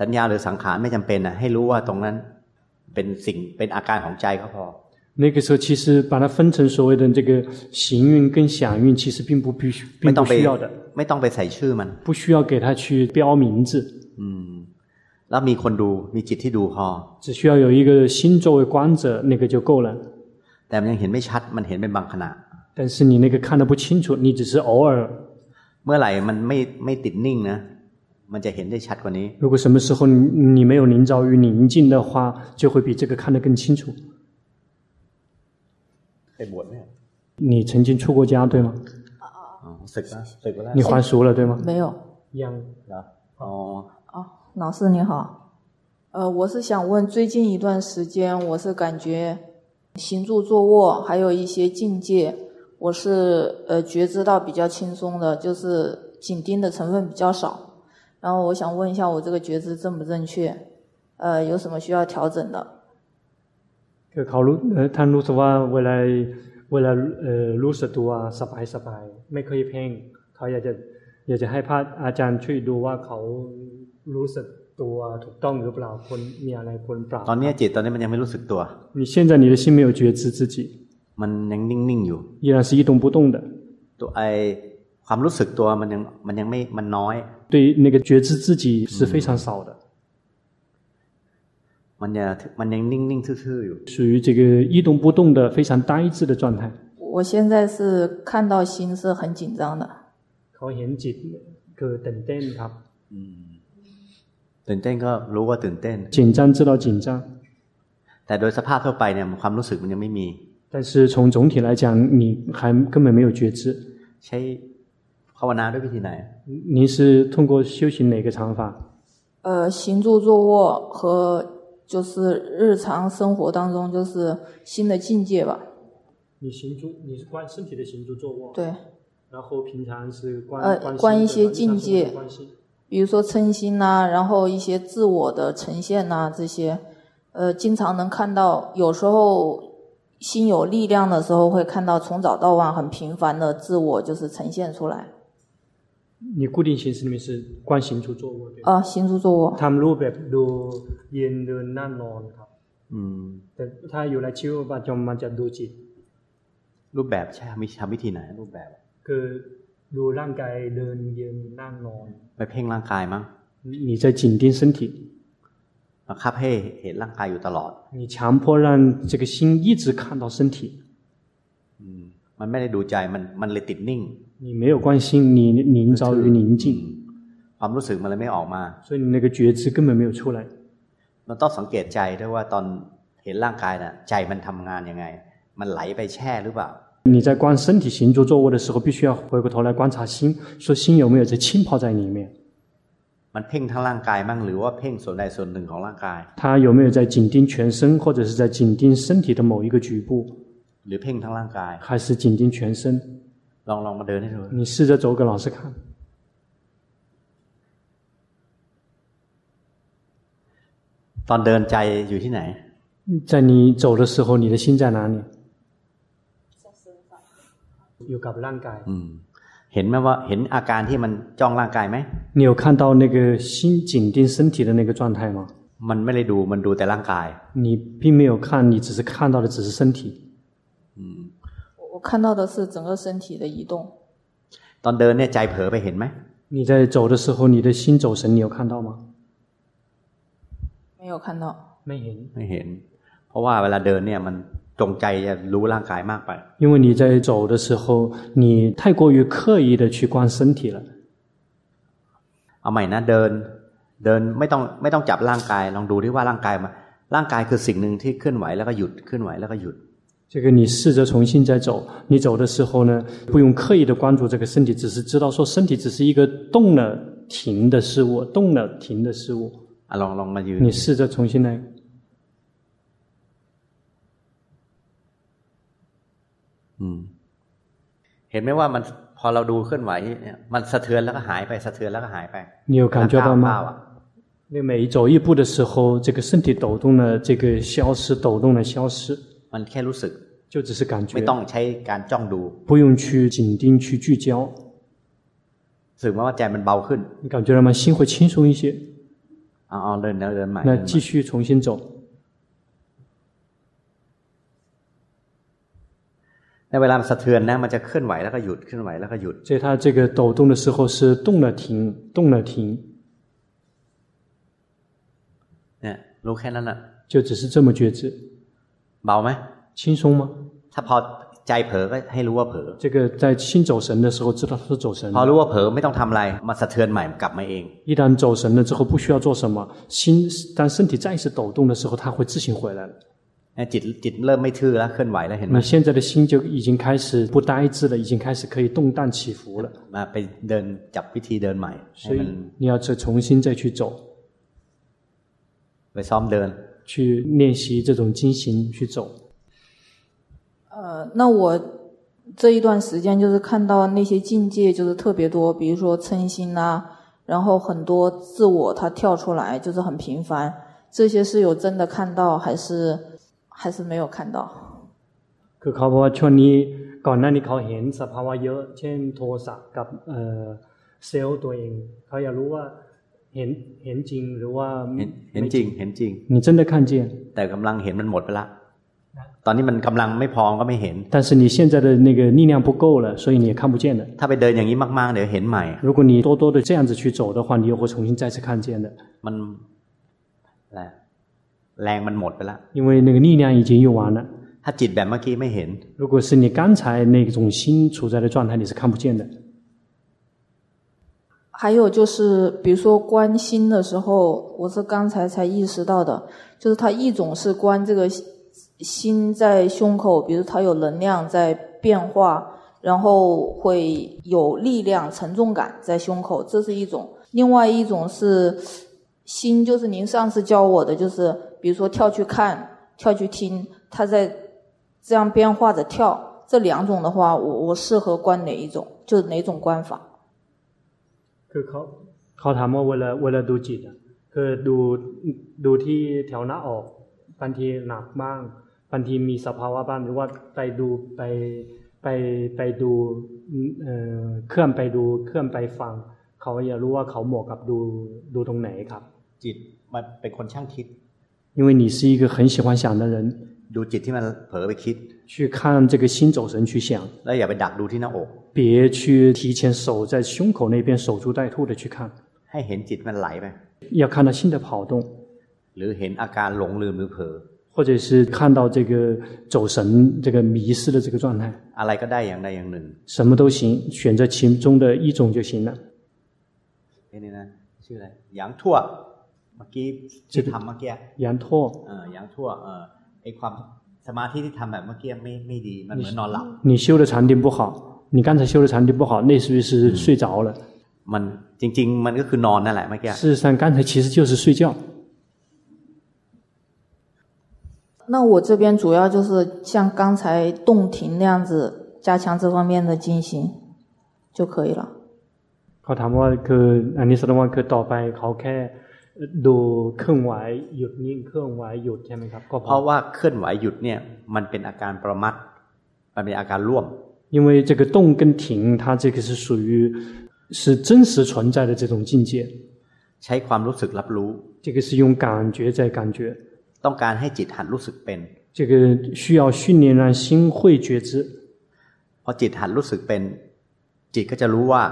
[SPEAKER 1] สัญญาหรือสังขารไม่จำเป็นนะให้รู้ว่าตรงนั้นเป็นสิ่งเป็นอาการของใจก็พอ
[SPEAKER 2] 那个时候，其实把它分成所谓的这个行运跟想运，其实并不必须，
[SPEAKER 1] ไม่
[SPEAKER 2] 并
[SPEAKER 1] ต้อ
[SPEAKER 2] 不
[SPEAKER 1] งไป
[SPEAKER 2] 需要的，
[SPEAKER 1] ไม่ต้องไปใส่ชื่อมัน
[SPEAKER 2] 不需要给它去标名字，
[SPEAKER 1] อืม แล้วมีคนดูมีจิตที่ดูพอ
[SPEAKER 2] 只需要有一个心作为观者，那个就够了。
[SPEAKER 1] แต่มันยังเห็นไม่ชัดมันเห็นเป็นบางขณะ
[SPEAKER 2] 但是你那个看得不清楚，你只是偶尔。
[SPEAKER 1] เมื่อไหร่มันไม่ไม่ติดนิ่งนะมันจะเห็นได้ชัดกว่านี้
[SPEAKER 2] 如果什么时候你你没有凝造于宁静的话，就会比这个看得更清楚。
[SPEAKER 1] ไปบวชไหม
[SPEAKER 2] 你曾经出过家对吗？
[SPEAKER 1] อ๋อศึกนะศึกแล้ว
[SPEAKER 2] 你还俗了对吗？
[SPEAKER 6] 没有
[SPEAKER 2] 养
[SPEAKER 1] เหรออ๋อ
[SPEAKER 6] 哦，老师你好，呃，我是想问，最近一段时间，我是感觉行住坐卧，还有一些境界，我是呃觉知到比较轻松的，就是紧盯的成分比较少。然后我想问一下，我这个觉知正不正确？呃，有什么需要调整的？
[SPEAKER 2] คือเขารู้เอ่อท่านรู้สึกว่าเวลาเวลาเอ่อรู้สึกตัวสบายสบายไม่เคยเพ่ง เขาอยากจะอยากจะให้พระอาจารย์ช่วยดูว่าเขารู้สึกตัว啊ถูกต้องหรือเปล่าคนมีอะไรคนปรับ
[SPEAKER 1] ตอนเนี้ยจิตตอนนี้มันยังไม่รู้สึกตัว
[SPEAKER 2] 你现在你的心没有觉知自己，
[SPEAKER 1] มันยังนิ่งๆอยู่
[SPEAKER 2] 依然是一动不动的，
[SPEAKER 1] ตัวไอความรู้สึกตัวมันยังมันยังไม่มันน้อย
[SPEAKER 2] 对于那个觉知自己是非常少的，
[SPEAKER 1] มันจะมันยังนิ่งๆทื่อๆอยู่
[SPEAKER 2] 属于这个一动不动的非常呆滞的状态。
[SPEAKER 6] 我现在是看到心是很紧张的，
[SPEAKER 2] เขาเห็นจิตคือตื่นเต้นครับ
[SPEAKER 1] ตื่นเต้นก็รู้ว่าตื่นเต้น
[SPEAKER 2] 紧张知道紧张，
[SPEAKER 1] แต่โดยสภาพทั่วไปเนี่ยความรู้สึกมันยังไม่มี
[SPEAKER 2] 但是从总体来讲，你还根本没有觉知。
[SPEAKER 1] ใช้ภาวนาด้วยวิธีไหน
[SPEAKER 2] 您是通过修行哪个禅法？
[SPEAKER 6] 呃，行住坐卧和就是日常生活当中就是新的境界吧。
[SPEAKER 2] 你行住，你是观身体的行住坐卧，，
[SPEAKER 6] 对，
[SPEAKER 2] 然后平常是观
[SPEAKER 6] 呃
[SPEAKER 2] 观心
[SPEAKER 6] 观一
[SPEAKER 2] 对吧
[SPEAKER 6] 些境
[SPEAKER 2] 日
[SPEAKER 6] 界
[SPEAKER 2] 常生活观心
[SPEAKER 6] 比如说嗔心呐、然后一些自我的呈现呐、这些，呃，经常能看到，有时候心有力量的时候会看到从早到晚很频繁的自我就是呈现出来。
[SPEAKER 2] 你固定形式里面是观行住坐卧，对吧？
[SPEAKER 6] 啊、行住坐卧，
[SPEAKER 2] ทำรูปแบบดูยืนเดินนั่งนอนครับ
[SPEAKER 1] อืม
[SPEAKER 2] แต่ถ้าอยู่ในชีวิตประจำมันจะดูจิต
[SPEAKER 1] รูปแบบใช่ไม่ทำวิธีไหน รูปแบบ
[SPEAKER 2] คือดูร่างกายเดินยืนนั่งนอน
[SPEAKER 1] ไปเพ่งร่างกายมั้ง
[SPEAKER 2] 你在紧盯身体，
[SPEAKER 1] บังคับให้เห็นร่างกายอยู่ตลอด
[SPEAKER 2] 你强迫让这个心一直看到身体，
[SPEAKER 1] อืม มันไม่ได้ดูใจมันมันเลยติดนิ่ง
[SPEAKER 2] 你没有关心，你你营造于宁
[SPEAKER 1] อืม
[SPEAKER 6] 嗯
[SPEAKER 2] 静，
[SPEAKER 1] ความรู้สึกมันเลยไม่ออกมา
[SPEAKER 2] 所以你那个觉知根本没有出来。
[SPEAKER 1] มันต้องสังเกตใจด้วยว่าตอนเห็นร่างกายน่ะ ใจมันทำงานยังไง มันไหลไปแช่หรือเปล่า
[SPEAKER 2] 你在观身体行住坐卧的时候，必须要回过头来观察心，说心有没有在浸泡在里面，
[SPEAKER 1] มันเพ่งทั้งร่างกายมั่งหรือว่าเพ่งส่วนใดส่วนหนึ่งของร่างกาย
[SPEAKER 2] 它有没有在紧盯全身，或者是在紧盯身体的某一个局部，
[SPEAKER 1] หรือเพ่งทั้งร่างกาย
[SPEAKER 2] 还是紧盯全身？
[SPEAKER 1] ลองลองมาเดินให้ดู
[SPEAKER 2] 你试着走给老师看，
[SPEAKER 1] ตอนเดินใจอยู่ที่ไหน
[SPEAKER 2] 在你走的时候，你的心在哪里？有搞不浪改，
[SPEAKER 1] อืม เห็นไหมว่าเห็นอาการที่มันจ้องร่างกายไหม
[SPEAKER 2] 你有看到那个心紧盯身体的那个状态吗？
[SPEAKER 1] มันไม่ได้ดูมันดูแต่ร่างกาย
[SPEAKER 2] 你并没有看，你只是看到的只是身体。
[SPEAKER 6] 我我看到的是整个身体的移动。
[SPEAKER 1] ตอนเดินเนี่ยใจเผลอไปเห็นไหม
[SPEAKER 2] 你在走的时候，你的心走神，你有看到吗？
[SPEAKER 6] 没有看到，
[SPEAKER 2] 没有，
[SPEAKER 1] ไม่เห็น เพราะว่าเวลาเดินเนี่ยมันจงใจจะรู้ร่างกายมากไป
[SPEAKER 2] 因为你在走的时候，你太过于刻意的去观身体了。
[SPEAKER 1] เอาใหม่นะเดิน เดินไม่ต้องไม่ต้องจับร่างกายลองดูที่ว่าร่างกายมาร่างกายคือสิ่งหนึ่งที่เคลื่อนไหวแล้วก็หยุดเคลื่อนไหวแล้วก็หยุด
[SPEAKER 2] 这个你试着重新再走，你走的时候呢，不用刻意的关注这个身体，只是知道说身体只是一个动了停的事物，动了停的事物。
[SPEAKER 1] อ่ะลองลองมายืน
[SPEAKER 2] 你试着重新来，
[SPEAKER 1] อืมเห็นไหมว่ามันพอเราดูเคลื่อนไหวเนี่ยมันสะเทือนแล้วก็หายไปสะเทือนแล้วก็หายไป
[SPEAKER 2] 你有感觉到
[SPEAKER 1] ก้าว
[SPEAKER 2] 吗？
[SPEAKER 1] อ่ะ
[SPEAKER 2] 那每走一步的时候，这个身体抖动了，这个消失，抖动了，消失，
[SPEAKER 1] มันแค่รู้สึก
[SPEAKER 2] 就只是感觉
[SPEAKER 1] ไม่，ต้องใช้การจ้องดู
[SPEAKER 2] 不用去紧盯去聚焦，
[SPEAKER 1] รู้สึกไหมว่าใจมันเบาขึ้น
[SPEAKER 2] 你感觉到吗？心会轻松一些。
[SPEAKER 1] เอาเอาเดินแล้วเดินใหม่
[SPEAKER 2] 那
[SPEAKER 1] เดินให
[SPEAKER 2] 继
[SPEAKER 1] ม่
[SPEAKER 2] 续重新走，
[SPEAKER 1] ในเวลามันสะเทือนนะมันจะเคลื่อนไหวแล้วก็หยุดเคลื่อนไหวแล้วก็หยุด
[SPEAKER 2] 所以它这个抖动的时候是动了停，动了停，
[SPEAKER 1] เนี่ยรู้แค่นั้นน่ะ
[SPEAKER 2] 就只是这么觉知，
[SPEAKER 1] เบาไหม
[SPEAKER 2] 轻松吗？
[SPEAKER 1] ถ้าพอใจเผลอก็ให้รู้ว่าเผลอ
[SPEAKER 2] 这个在心走神的时候，知道它是走神
[SPEAKER 1] พอ
[SPEAKER 2] 了。
[SPEAKER 1] รู้ว่าเผลอไม่ต้องทำอะไรมาสะเทือนใหม่กลับมาเอง
[SPEAKER 2] 一旦走神了之后，不需要做什么，心当身体再一次抖动的时候，它会自行回来了。
[SPEAKER 1] จิตจิตเริ่มไม่ทื่อแล้วเคลื่อนไหวแล้วเห็นไหม
[SPEAKER 2] 你现在的心就已经开始不呆滞了，已经开始可以动荡起伏了。
[SPEAKER 1] มาไปเดินจับวิธีเดินใหม่ให้
[SPEAKER 2] 所以
[SPEAKER 1] มัน
[SPEAKER 2] 你要再重新再去走，
[SPEAKER 1] ไปซ้อมเดิน
[SPEAKER 2] 去练习这种精行去走。
[SPEAKER 6] 呃，那我这一段时间就是看到那些境界就是特别多，比如说嗔心呐、然后很多自我它跳出来就是很频繁，这些是有真的看到还是还是没有看到？
[SPEAKER 2] คือเขาบอกว่าช่วงนี้ก่อนหน้านี้เขาเห็นสภาวะเยอะ เช่นโทสะกับเอ่อเซลล์ตัวเอง เขาอยากรู้ว่าเห็นเห็นจริงหรือว่า
[SPEAKER 1] เห็นเห็นจริงเห็นจริง
[SPEAKER 2] 你真的看见，
[SPEAKER 1] แต่กำลังเห็นมันหมดไปละ ตอนนี้มันกำลังไม่พร้อมก็ไม่เห็น
[SPEAKER 2] 但是你现在的那个力量不够了，所以你也看不见了。
[SPEAKER 1] ถ้าไปเดินอย่างนี้มากๆเดี๋ยวเห็นใหม่
[SPEAKER 2] 如果你多多的这样子去走的话，你又会重新再次看见的，
[SPEAKER 1] มันอะไรแรงมันหมดไปละ
[SPEAKER 2] 因为那个力量已经用完了。
[SPEAKER 1] ถ้าจิตแบบเมื่อกี้ไม่เห็น
[SPEAKER 2] 如果是你刚才那种心处在的状态，你是看不见的。
[SPEAKER 6] 还有就是，比如说观心的时候，我是刚才才意识到的，就是它一种是观这个心心在胸口，比如它有能量在变化，然后会有力量、沉重感在胸口，这是一种；另外一种是心，就是您上次教我的，就是比如说跳去看、跳去听，它在这样变化着跳。这两种的话，我我适合观哪一种？就是哪种观法？
[SPEAKER 2] คือเขาเขาถามว่าเวลาเวลาดูจิตอะคือดูดูที่แถวหน้าออกบางทีหนักบ้างบางทีมีสภาวะบ้างหรือว่าไปดูไปไปไปดูเอ่อเคลื่อนไปดูเคลื่อนไปฟัง เขาอยากรู้ว่าเขาเหมาะกับดูดูตรงไหนครับ
[SPEAKER 1] จิตมันเป็นคนช่างคิด
[SPEAKER 2] 因为你是一个很喜欢想的人，
[SPEAKER 1] ดูจิตที่มันเผลอไปคิด
[SPEAKER 2] 去看这个心走神去想，
[SPEAKER 1] แล้วอย่าไปดักดูที่หน้าอก
[SPEAKER 2] 别去提前守在胸口那边守株待兔的去看，
[SPEAKER 1] ให้เห็นจิตมันไหลไป
[SPEAKER 2] 要看到心的跑动。
[SPEAKER 1] หรือเห็นอาการหลงลืมหรือเผลอ
[SPEAKER 2] 或者是看到这个走神、这个迷失的这个状态，
[SPEAKER 1] อะไรก็ได้อย่างใดอย่างหนึ่ง
[SPEAKER 2] 什么都行，选择其中的一种就行了。
[SPEAKER 1] ไอ้นี่นะชื่ออะไรหยางทั่วเมื่อกี้ที่ทำเมื่อกี้
[SPEAKER 2] 杨拓，
[SPEAKER 1] เออหยางทั่วเออไอความสมาธิที่ทำแบบเมื่อกี้ไม่ไม่ดีมันเหมือนนอนหลับ
[SPEAKER 2] 你修的禅定不好，你刚才修的禅定不好，类似于是睡着了。
[SPEAKER 1] มันจริง ๆ มันก็คือนอนนั่นแหละเมื่อกี้
[SPEAKER 2] 事实上，刚才其实就是睡觉。
[SPEAKER 6] 那我这边主要就是像刚才洞庭那样子，加强这方面的进行就可以了。
[SPEAKER 2] เขาถามว่าคืออันนี้แสดงว่าคือต่อไปเขาแค่ดูเคลื่อนไหวหยุดนิ่งเคลื่อนไหวหยุดใช่ไหมครับก็
[SPEAKER 1] เพ
[SPEAKER 2] พอ
[SPEAKER 1] ราะว่าเคลื่อนไหวหยุดเนี่ยมันเป็นอาการประมัดมันเป็นอาการร่วม
[SPEAKER 2] 因为这个动跟停，它这个是属于是真实存在的这种境界，
[SPEAKER 1] ใช้ความรู้สึกรับรู้
[SPEAKER 2] 这个是用感觉在感觉，
[SPEAKER 1] ต้องการให้จิตหัดรู้สึกเป็น
[SPEAKER 2] 这个需要训练让心会觉知。
[SPEAKER 1] พอจิตหัดรู้สึกเป็น จิตก็จะรู้ว่า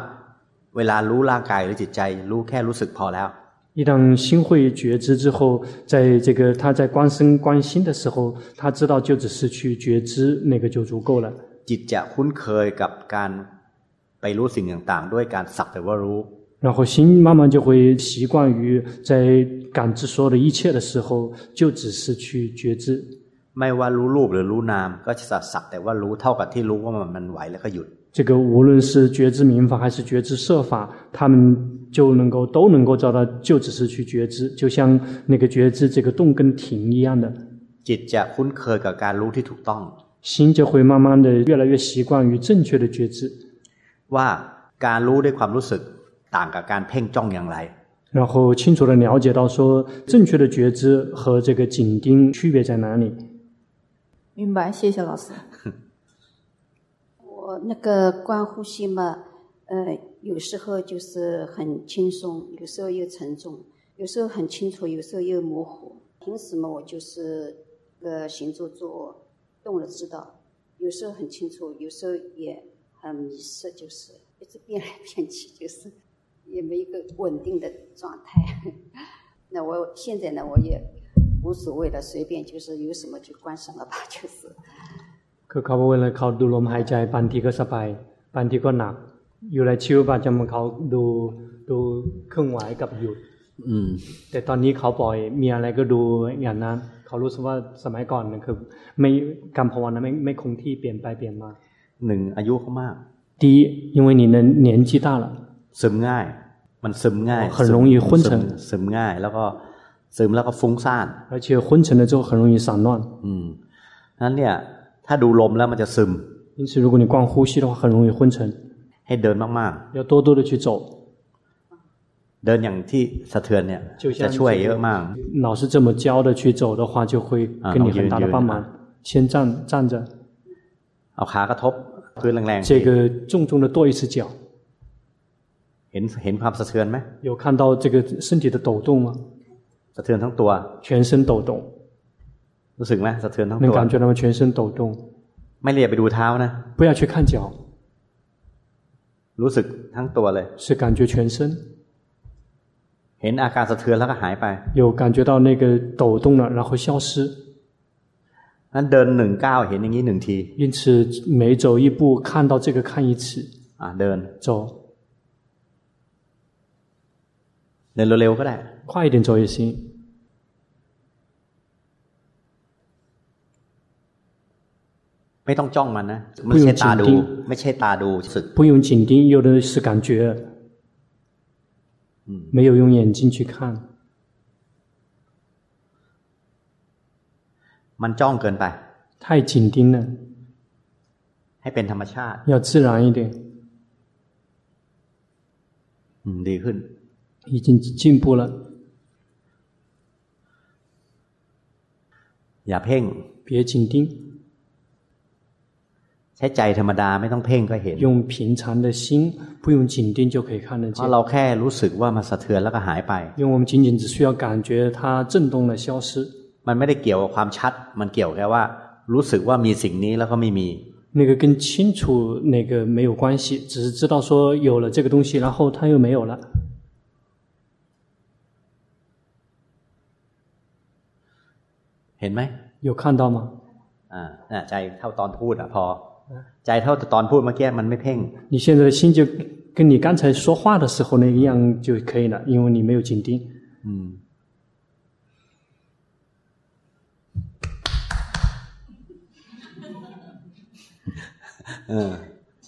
[SPEAKER 1] เวลารู้ร่างกายหรือจิตใจ รู้แค่รู้สึกพอแล้ว
[SPEAKER 2] 一旦心会觉知之后，在这个他在观身观心的时候，他知道就只是去觉知那个就足够了。
[SPEAKER 1] จิตจะคุ้นเคยกับการไปรู้สิ่งต่างๆ ด้วยการสักแต่ว่ารู้
[SPEAKER 2] 然后心慢慢就会习惯于在感知所有的一切的时候，就只是去觉知。
[SPEAKER 1] ไม่ว่ารู้รูปหรือรู้นาม ก็จะสักแต่ว่ารู้เท่ากับที่รู้ว่ามันมันไหวแล้วก็หยุด
[SPEAKER 2] 这个无论是觉知民法还是觉知设法，他们就能够都能够找到，就只是去觉知，就像那个觉知这个动跟停一样的，
[SPEAKER 1] จิตจะคุ้นเคยกับการรู้ที่ถูกต้อง
[SPEAKER 2] 心就会慢慢的越来越习惯于正确的觉知，
[SPEAKER 1] ว่าการรู้ด้วยความรู้สึกต่างกับการเพ่งจ้องอย่างไร
[SPEAKER 2] 然后清楚的了解到说正确的觉知和这个紧盯区别在哪里。
[SPEAKER 6] 明白，谢谢老师。
[SPEAKER 8] 我那个观呼吸嘛，呃，有时候就是很轻松，有时候又沉重，有时候很清楚，有时候又模糊。平时嘛，我就是呃行住坐卧，动了知道，有时候很清楚，有时候也很迷失，就是一直变来变去，就是也没一个稳定的状态。 那我现在呢，我也无所谓了，随便就是有什么就观什么吧，就是。
[SPEAKER 2] คือเขาบอกเวลาเขาดูลมหายใจบางทีก็สบายบางทีก็หนัก อยู่ในชีวิตประจำวันเขาดูดูเครื่องไหวกับหยุด
[SPEAKER 1] อืม
[SPEAKER 2] แต่ตอนนี้เขาปล่อยมีอะไรก็ดูอย่างนั้น เขารู้สึกว่าสมัยก่อนเนี่ยคือไม่การภาวนาไม่ไม่คงที่เปลี่ยนไปเปลี่ยนมา
[SPEAKER 1] หนึ่งอายุเขามาก
[SPEAKER 2] 第一因为你的年纪大了
[SPEAKER 1] ซึมง่าย มันซึมง่าย
[SPEAKER 2] ขนลงอยู่คุ้นเชิ
[SPEAKER 1] ซึ
[SPEAKER 2] ง
[SPEAKER 1] มซึมง่าย แล้วก็ซึมแล้วก็ฟุ้งซ่าน
[SPEAKER 2] 而且昏沉了之后很容易散乱
[SPEAKER 1] อืมนั้นเนี่ย ถ้าดูลมแล้วมันจะซึม
[SPEAKER 2] 因此如果你光呼吸的话很容易昏沉
[SPEAKER 1] ให้เดินมาก
[SPEAKER 2] 要多多的去走
[SPEAKER 1] ๆ เดินอย่างที่สะเทือนเนี่ย
[SPEAKER 2] 就像
[SPEAKER 1] จะช่วยเยอะมาก
[SPEAKER 2] 老师这么教的去走的话就会
[SPEAKER 1] 啊
[SPEAKER 2] 给你很大的帮忙先站站着
[SPEAKER 1] เอาขากระทบพื้นแรงๆ
[SPEAKER 2] 这个呃重重的跺一次脚
[SPEAKER 1] เห็นเห็นความสะเทือนไหม
[SPEAKER 2] 有看到这个身体的抖动吗
[SPEAKER 1] สะเทือนทั้งตัว
[SPEAKER 2] 全身抖动
[SPEAKER 1] รู้สึกไหมสะเทือนทั้ง
[SPEAKER 2] 能
[SPEAKER 1] ตัว
[SPEAKER 2] 感觉到吗全身抖动
[SPEAKER 1] ไม่เรียบไปดูเท้านะ
[SPEAKER 2] 不要去看脚
[SPEAKER 1] รู้สึกทั้งตัวเลย
[SPEAKER 2] 是感觉全身
[SPEAKER 1] เห็นอาการสะเทือนแล้วก็หายไป
[SPEAKER 2] 有感觉到那个抖动了，然后消失。
[SPEAKER 1] นั้น啊เดินหนึ่งก้าวเห็นอย่างนี้หนึ่งที
[SPEAKER 2] 因此每走一步看到这个看一次，
[SPEAKER 1] อ่ะ啊เดิน
[SPEAKER 2] 走
[SPEAKER 1] เดินเร็วๆก็ได้
[SPEAKER 2] 快一点走也行。
[SPEAKER 1] ไม่ต้องจ้องมันนะไม่ใช่ตาดู ไม่ใช่ตาดูสึก
[SPEAKER 2] 不用紧盯，有的是感觉，
[SPEAKER 1] 嗯
[SPEAKER 2] 没有用眼睛去看，
[SPEAKER 1] มันจ้องเกินไป
[SPEAKER 2] 太紧盯了，
[SPEAKER 1] ให้เป็นธรรมชาติ
[SPEAKER 2] 要自然一点。
[SPEAKER 1] อืมดีขึ้น
[SPEAKER 2] 已经进步了，
[SPEAKER 1] อย่าเพ่ง
[SPEAKER 2] 别紧盯，
[SPEAKER 1] ใช้ใจธรรมดาไม่ต้องเพ่งก็เห็น
[SPEAKER 2] 用平常的心，不用紧盯就可以看得
[SPEAKER 1] เพ
[SPEAKER 2] 见
[SPEAKER 1] ราะ。เราแค่รู้สึกว่ามันสะเทือนแล้วก็หายไป
[SPEAKER 2] 因为我们仅仅只需要感觉它震动了、消失，
[SPEAKER 1] มันไม่ได้เกี่ยวกับความชัด มันเกี่ยวแค่ว่า รู้สึกว่ามีสิ่งนี้แล้วก็ไม่มี
[SPEAKER 2] 那个跟清楚那个没有关系，只是知道说有了这个东西，然后它又没有了。
[SPEAKER 1] เห็นไหม
[SPEAKER 2] 有看到吗？
[SPEAKER 1] อ่าน่ะใจเท่าตอนพูดอ่ะพอ ใจเท่าตอนพูดเมื่อกี้มันไม่เพ่ง
[SPEAKER 2] 你现在的心就跟你刚才说话的时候那个样就可以了，因为你没有紧盯。
[SPEAKER 1] อืม เออ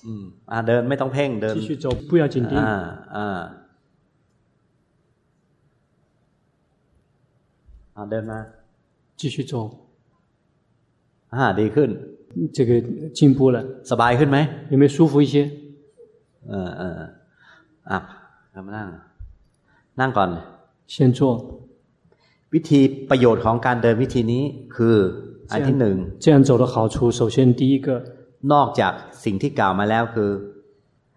[SPEAKER 1] อืม อ่าเดินไม่ต้องเพ่งเดิน
[SPEAKER 2] 继续走，不要紧盯。
[SPEAKER 1] อ่า อ่าอ่าเดินมา
[SPEAKER 2] 继续走，
[SPEAKER 1] อ่า ดีขึ้น
[SPEAKER 2] 这个进步了，
[SPEAKER 1] สบายขึ้นไหม
[SPEAKER 2] 有没有舒服一些？
[SPEAKER 1] เออเอออ่ะเรามานั่ง นั่งก่อน
[SPEAKER 2] 先坐，
[SPEAKER 1] วิธีประโยชน์ของการเดินวิธีนี้คือ อันที่หนึ่ง
[SPEAKER 2] 这样走的好处，首先第一个
[SPEAKER 1] นอกจากสิ่งที่กล่าวมาแล้วคือ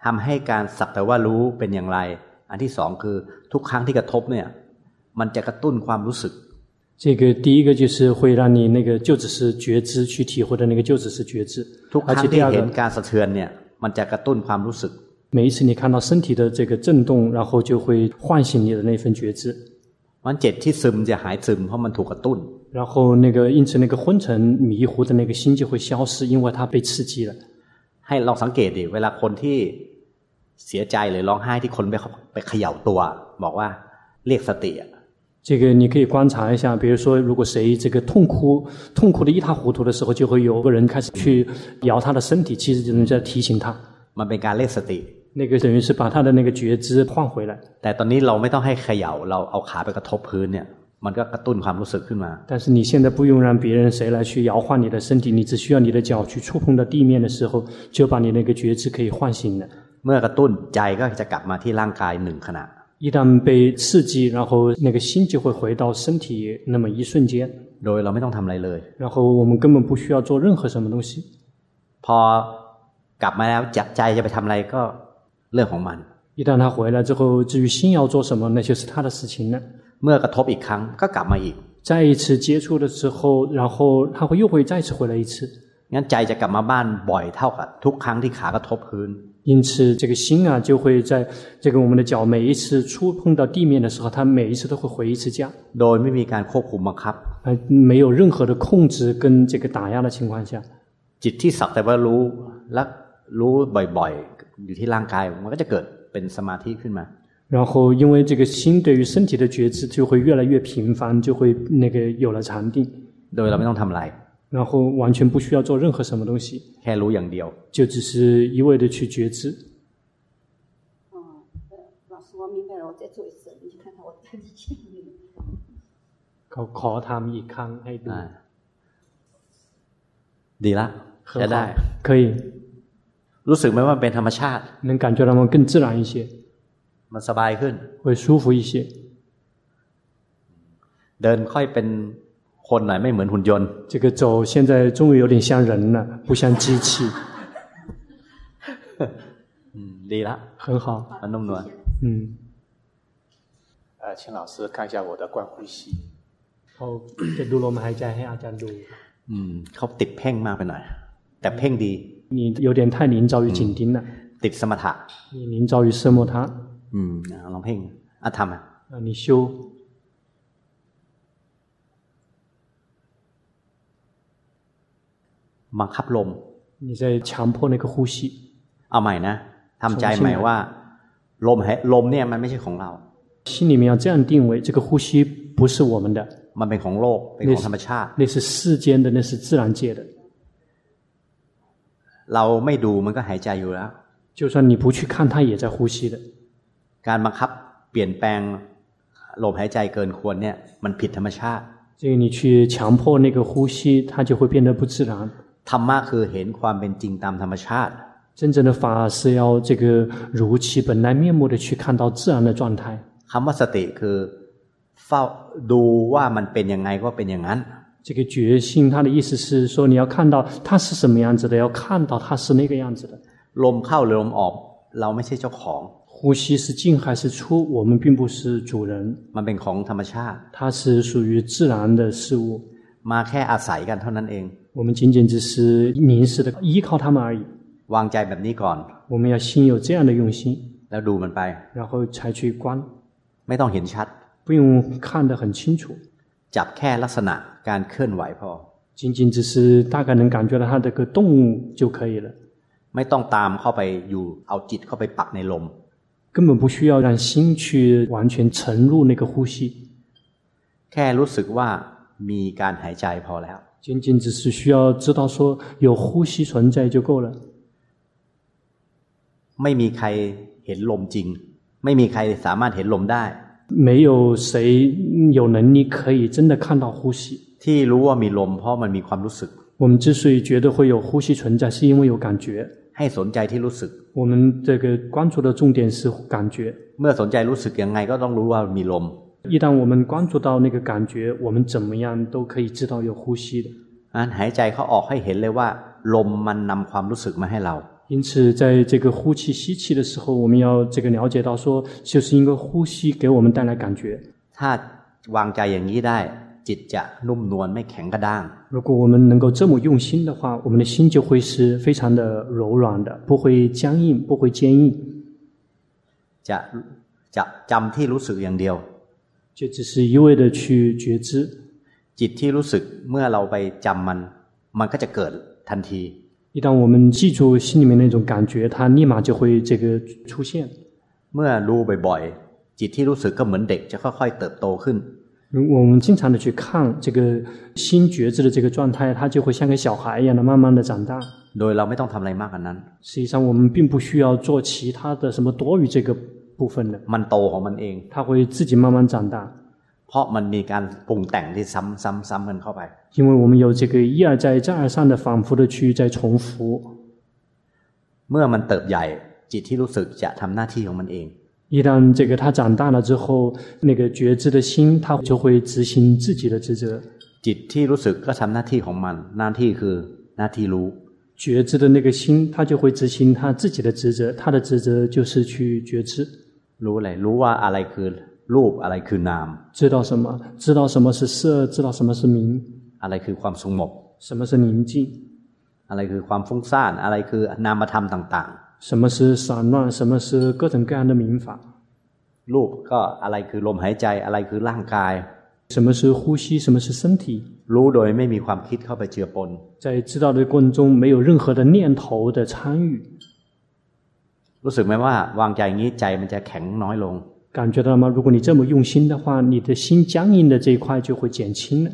[SPEAKER 1] ทำให้การสักแต่ว่ารู้เป็นอย่างไร อันที่สองคือทุกครั้งที่กระทบเนี่ย มันจะกระตุ้นความรู้สึก
[SPEAKER 2] 这个第一个就是会让你那个就只是觉知去体会的那个就只是觉知
[SPEAKER 1] ทุก，ค
[SPEAKER 2] 而
[SPEAKER 1] รั้
[SPEAKER 2] 且
[SPEAKER 1] ง
[SPEAKER 2] 第
[SPEAKER 1] ที่
[SPEAKER 2] 二
[SPEAKER 1] เห็น
[SPEAKER 2] 个，
[SPEAKER 1] การสะเทือนเนี่ยมันจะกระตุ้นความรู้สึก
[SPEAKER 2] 每一次你看到身体的这个震动，然后就会唤醒你的那份觉知，
[SPEAKER 1] มันเจ็ดที่ซึมจะหายซึมเพราะมันถูกกระตุ้น
[SPEAKER 2] 然后那个因此那个昏沉迷糊的那个心就会消失，因为它被刺激了。
[SPEAKER 1] ให้ลองสังเกตดิเวลาคนที่เสียใจหรือร้องไห้ที่คนไปเข้าไปเขย่าตัว บอกว่าเรียกสติอะ
[SPEAKER 2] 这个你可以观察一下，比如说，如果谁这个痛哭、痛哭的一塌糊涂的时候，就会有个人开始去摇他的身体，其实就是在提醒他，
[SPEAKER 1] มันเป็นการเรียกสติ
[SPEAKER 2] 那个等于是把他的那个觉知换回来。
[SPEAKER 1] แต่ตอนนี้เราไม่ต้องให้เขย่าเราเอาขาไปกระทบพื้นเนี่ย มันก็กระตุ้นความรู้สึกขึ้นมา
[SPEAKER 2] 但是你现在不用让别人谁来去摇晃你的身体，你只需要你的脚去触碰到地面的时候，就把你那个觉知可以唤醒了。
[SPEAKER 1] เมื่อกระตุ้นใจก็จะกลับมาที่ร่างกายหนึ่งขณะ
[SPEAKER 2] 一旦被刺激，然后那个心就会回到身体那么一瞬间，
[SPEAKER 1] โดยเราไม่ต้องทำอะไรเลย
[SPEAKER 2] 然后我们根本不需要做任何什么东西。
[SPEAKER 1] พอกลับมาแล้วจับใจจะไปทำอะไรก็เรื่องของมัน
[SPEAKER 2] 一旦他回来之后，至于心要做什么，那就是他的事情了。
[SPEAKER 1] เมื่อกระทบอีกครั้งก็กลับมาอีก
[SPEAKER 2] 再一次接触的时候，然后他会又会再次回来一次。
[SPEAKER 1] งั้นใจจะกลับมาบ้านบ่อยเท่ากับทุกครั้งที่ขากระทบพื้น
[SPEAKER 2] 因此，这个心啊，就会在这个我们的脚每一次触碰到地面的时候，它每一次都会回一次家，
[SPEAKER 1] โดยไม่มีการควบคุมบังคับ
[SPEAKER 2] 呃，没有任何的控制跟这个打压的情况下，
[SPEAKER 1] จิตที่สักแต่ว่ารู้และรู้บ่อยๆ อยู่ที่ร่างกายมันก็จะเกิดเป็นสมาธิขึ้นมา
[SPEAKER 2] 然后因为这个心对于身体的觉知就会越来越频繁，就会那个有了禅定，
[SPEAKER 1] โดยเราไม่ต้องทำอะไร
[SPEAKER 2] 然后完全不需要做任何什么东西，
[SPEAKER 1] แค่รู้อย่างเดียว
[SPEAKER 2] 就只是一味的去觉知。
[SPEAKER 8] 老师，我明白了，我再做一次，你看看我到底记不记得。
[SPEAKER 2] ขอขอทำอีกครั้งให้ดู
[SPEAKER 1] อ่า ดีละจะได้
[SPEAKER 2] 可以
[SPEAKER 1] รู้สึกไหมว่ามันเป็นธรรมชาติ
[SPEAKER 2] 能感觉到吗？更自然一些，
[SPEAKER 1] มันสบายขึ้น
[SPEAKER 2] 会舒服一些。
[SPEAKER 1] เดินค่อยเป็นคนหน่อยไม่เหมือนหุ่นยนต์
[SPEAKER 2] 这个走现在终于有点像人了，不像机器，
[SPEAKER 1] อืม ดีละ
[SPEAKER 2] 很好。
[SPEAKER 1] มันนุ่มนวล
[SPEAKER 2] 嗯，
[SPEAKER 9] 呃，请老师看一下我的观呼吸。
[SPEAKER 2] 好，哦这录了我们还在黑阿加录，
[SPEAKER 1] อืมเขาติดเพ่งมากไปหน่อย แต่เพ่งดี
[SPEAKER 2] 你有点太凝照于紧盯了，
[SPEAKER 1] ติดสมถะ
[SPEAKER 2] 你凝照于色莫他，
[SPEAKER 1] อืมอ่ะลองเพ่งอ่ะทำอ่ะ
[SPEAKER 2] 啊，你修
[SPEAKER 1] บังคับลม
[SPEAKER 2] 你在强迫那个呼吸，
[SPEAKER 1] เอาใหม่นะทำใจใหม่ว่า ลมหายลมเนี่ยมันไม่ใช่ของเรา
[SPEAKER 2] 心里面要这样定位，这个呼吸不是我们的，
[SPEAKER 1] มันเป็นของโลก เป็นของธรรมชาติ
[SPEAKER 2] 那是世间的，那是自然界的。
[SPEAKER 1] เราไม่ดูมันก็หายใจอยู่แล้ว
[SPEAKER 2] 就算你不去看，它也在呼吸的。
[SPEAKER 1] การบังคับเปลี่ยนแปลงลมหายใจเกินควรเนี่ย มันผิดธรรมชาติ
[SPEAKER 2] 这个你去强迫那个呼吸，它就会变得不自然。
[SPEAKER 1] ธรรมะคือเห็นความเป็นจริงตามธรรมชาติ
[SPEAKER 2] 真正的法是要这个如其本来面目的去看到自然的状态。
[SPEAKER 1] คำว่าสติคือ เฝ้าดูว่ามันเป็นยังไงก็เป็นอย่างนั้น
[SPEAKER 2] 这个觉性，它的意思是说，你要看到它是什么样子的，要看到它是那个样子的。
[SPEAKER 1] ลมเข้าหรือลมออก เราไม่ใช่เจ้าของ
[SPEAKER 2] 呼吸是进还是出，我们并不是主人，
[SPEAKER 1] มันเป็นของธรรมชาติ
[SPEAKER 2] 它是属于自然的事物，
[SPEAKER 1] มาแค่อาศัยกันเท่านั้นเอง
[SPEAKER 2] 我们仅仅只是临时的依靠它们而已。
[SPEAKER 1] วางใจแบบนี้ก่อน
[SPEAKER 2] 我们要心有这样的用心，
[SPEAKER 1] แล้วดูมันไป
[SPEAKER 2] 然后才去观，
[SPEAKER 1] ไม่ต้องเห็นชัด
[SPEAKER 2] 不用看得很清楚，
[SPEAKER 1] จับแค่ลักษณะการเคลื่อนไหวพอ
[SPEAKER 2] 仅仅只是大概能感觉到它的个动物就可以了。
[SPEAKER 1] ไม่ต้องตามเข้าไปอยู่เอาจิตเข้าไปปักในลม
[SPEAKER 2] 根本不需要让心去完全沉入那个呼吸，
[SPEAKER 1] แค่รู้สึกว่ามีการหายใจพอแล้ว
[SPEAKER 2] 仅仅只是需要知道说有呼吸存在就够了。
[SPEAKER 1] ไม่มีใครเห็นลมจริง ไม่มีใครสามารถเห็นลมได้
[SPEAKER 2] 没有谁嗯有能力可以真的看到呼吸。
[SPEAKER 1] ที่รู้ว่ามีลมเพราะมันมีความรู้สึก
[SPEAKER 2] 我们之所以觉得会有呼吸存在，是因为有感觉。
[SPEAKER 1] ให้สนใจที่รู้สึก
[SPEAKER 2] 我们这个关注的重点是感觉。
[SPEAKER 1] เมื่อสนใจรู้สึกยังไงก็ต้องรู้ว่ามีลม
[SPEAKER 2] 一旦我们关注到那个感觉，我们怎么样都可以知道有呼吸的。
[SPEAKER 1] อันหายใจเขาออกให้เห็นเลยว่า ลมมันนำความรู้สึกมาให้เรา
[SPEAKER 2] 因此，在这个呼气、吸气的时候，我们要这个了解到说，就是因为呼吸给我们带来感觉。
[SPEAKER 1] ถ้าวางใจอย่างนี้ได้ จิตจะนุ่มนวลไม่แข็งกระด้าง
[SPEAKER 2] 如果我们能够这么用心的话，我们的心就会是非常的柔软的，不会僵硬，不会坚硬，
[SPEAKER 1] จะจะจำที่รู้สึกอย่างเดียว
[SPEAKER 2] 就只是一味的去觉知。
[SPEAKER 1] จิตที่รู้สึกเมื่อเราไปจำมัน มันก็จะเกิดทันที
[SPEAKER 2] 一旦我们记住心里面那种感觉，它立马就会这个出现。
[SPEAKER 1] เมื่อรู้บ่อยๆจิตที่รู้สึกก็เหมือนเด็กจะค่อยๆ เติบโตขึ้น
[SPEAKER 2] 如果我们经常的去看这个心觉知的这个状态，它就会像个小孩一样的慢慢的长大。
[SPEAKER 1] โดยเราไม่ต้องทำอะไรมากกว่านั้น
[SPEAKER 2] 实际上，我们并不需要做其他的什么多余这个部分的，
[SPEAKER 1] มันโตของมันเอง
[SPEAKER 2] 它会自己慢慢长大。
[SPEAKER 1] เพราะมันมีการปรุงแต่งที่ซ้ำซ้ำซ้ำกันเข้าไป
[SPEAKER 2] 因为我们有这个一而再、再而三的反复的去再重复，
[SPEAKER 1] เมื่อมันเติบใหญ่จิตที่รู้สึกจะทำหน้าที่ของมันเอง
[SPEAKER 2] 一旦这个它长大了之后，那个觉知的心，它就会执行自己的职责。
[SPEAKER 1] จิตที่รู้สึกก็ทำหน้าที่ของมัน หน้าที่คือหน้าที่รู้
[SPEAKER 2] 觉知的那个心，它就会执行它自己的职责，它的职责就是去觉知，
[SPEAKER 1] รู้อะไรรู้ว่าอะไรคือรูปอะไรคือนาม
[SPEAKER 2] 知道什么，知道什么是色，知道什么是名，
[SPEAKER 1] อะไรคือความสงบ
[SPEAKER 2] 什么是宁静，
[SPEAKER 1] อะไรคือความฟุ้งซ่านอะไรคือนามธรรมต่าง
[SPEAKER 2] 什么是散乱，什么是各种各样的名法，
[SPEAKER 1] ๆ รูปก็อะไรคือลมหายใจอะไรคือร่างกาย
[SPEAKER 2] 什么是呼吸，什么是身体，
[SPEAKER 1] รู้โดยไม่มีความคิดเข้าไปเจือปน
[SPEAKER 2] 在知道的过程中没有任何的念头的参与。
[SPEAKER 1] รู้สึกไหมว่าวางใจอย่างนี้ใจมันจะแข็งน้อยลง
[SPEAKER 2] 感觉到吗？如果你这么用心的话，你的心僵硬的这一块就会减轻了，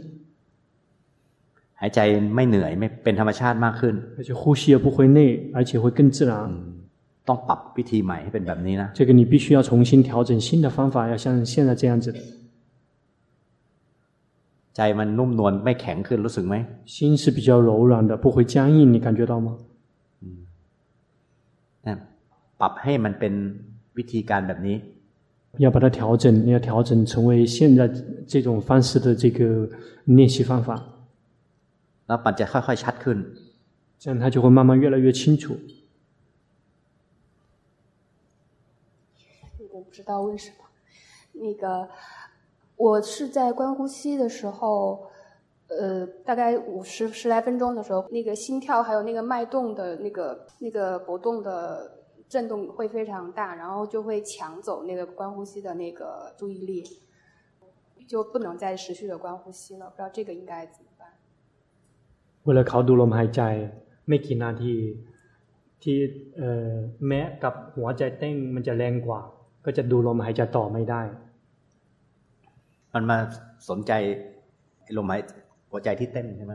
[SPEAKER 1] หายใจไม่เหนื่อยไม่เป็นธรรมชาติมากขึ้น
[SPEAKER 2] 而且呼吸也不会累，而且会更自然。
[SPEAKER 1] ต้องปรับวิธีใหม่ให้เป็นแบบนี้นะ
[SPEAKER 2] 这个你必须要重新调整新的方法，要像现在这样子的。
[SPEAKER 1] ใจมันนุ่มนวลไม่แข็งขึ้นรู้สึกไหม
[SPEAKER 2] 心是比较柔软的，不会僵硬，你感觉到吗？
[SPEAKER 1] นะปรับให้มันเป็นวิธีการแบบนี้
[SPEAKER 2] 要把它调整，你要调整成为现在这种方式的这个练习方法，
[SPEAKER 1] แล้วมันจะค่อยๆชัดขึ้น
[SPEAKER 2] 这样它就会慢慢越来越清楚。
[SPEAKER 10] 我不知道为什么。那个，我是在观呼吸的时候，呃，大概五十十来分钟的时候，那个心跳还有那个脉动的那个那个搏动的震动会非常大，然后就会抢走那个观呼吸的那个注意力，就不能再持续的观呼吸了。不知道这个应该怎么办？
[SPEAKER 2] 为了考读ลมหายใจไม่กี่นาทีที่เอ่อแม้กับหัวใจเต้นมันจะแรงกว่า ก็จะดูลมหายใจต่อไม่ได้
[SPEAKER 1] มันมาสนใจไอ้ลมหายหัวใจที่เต้นใช่ไหม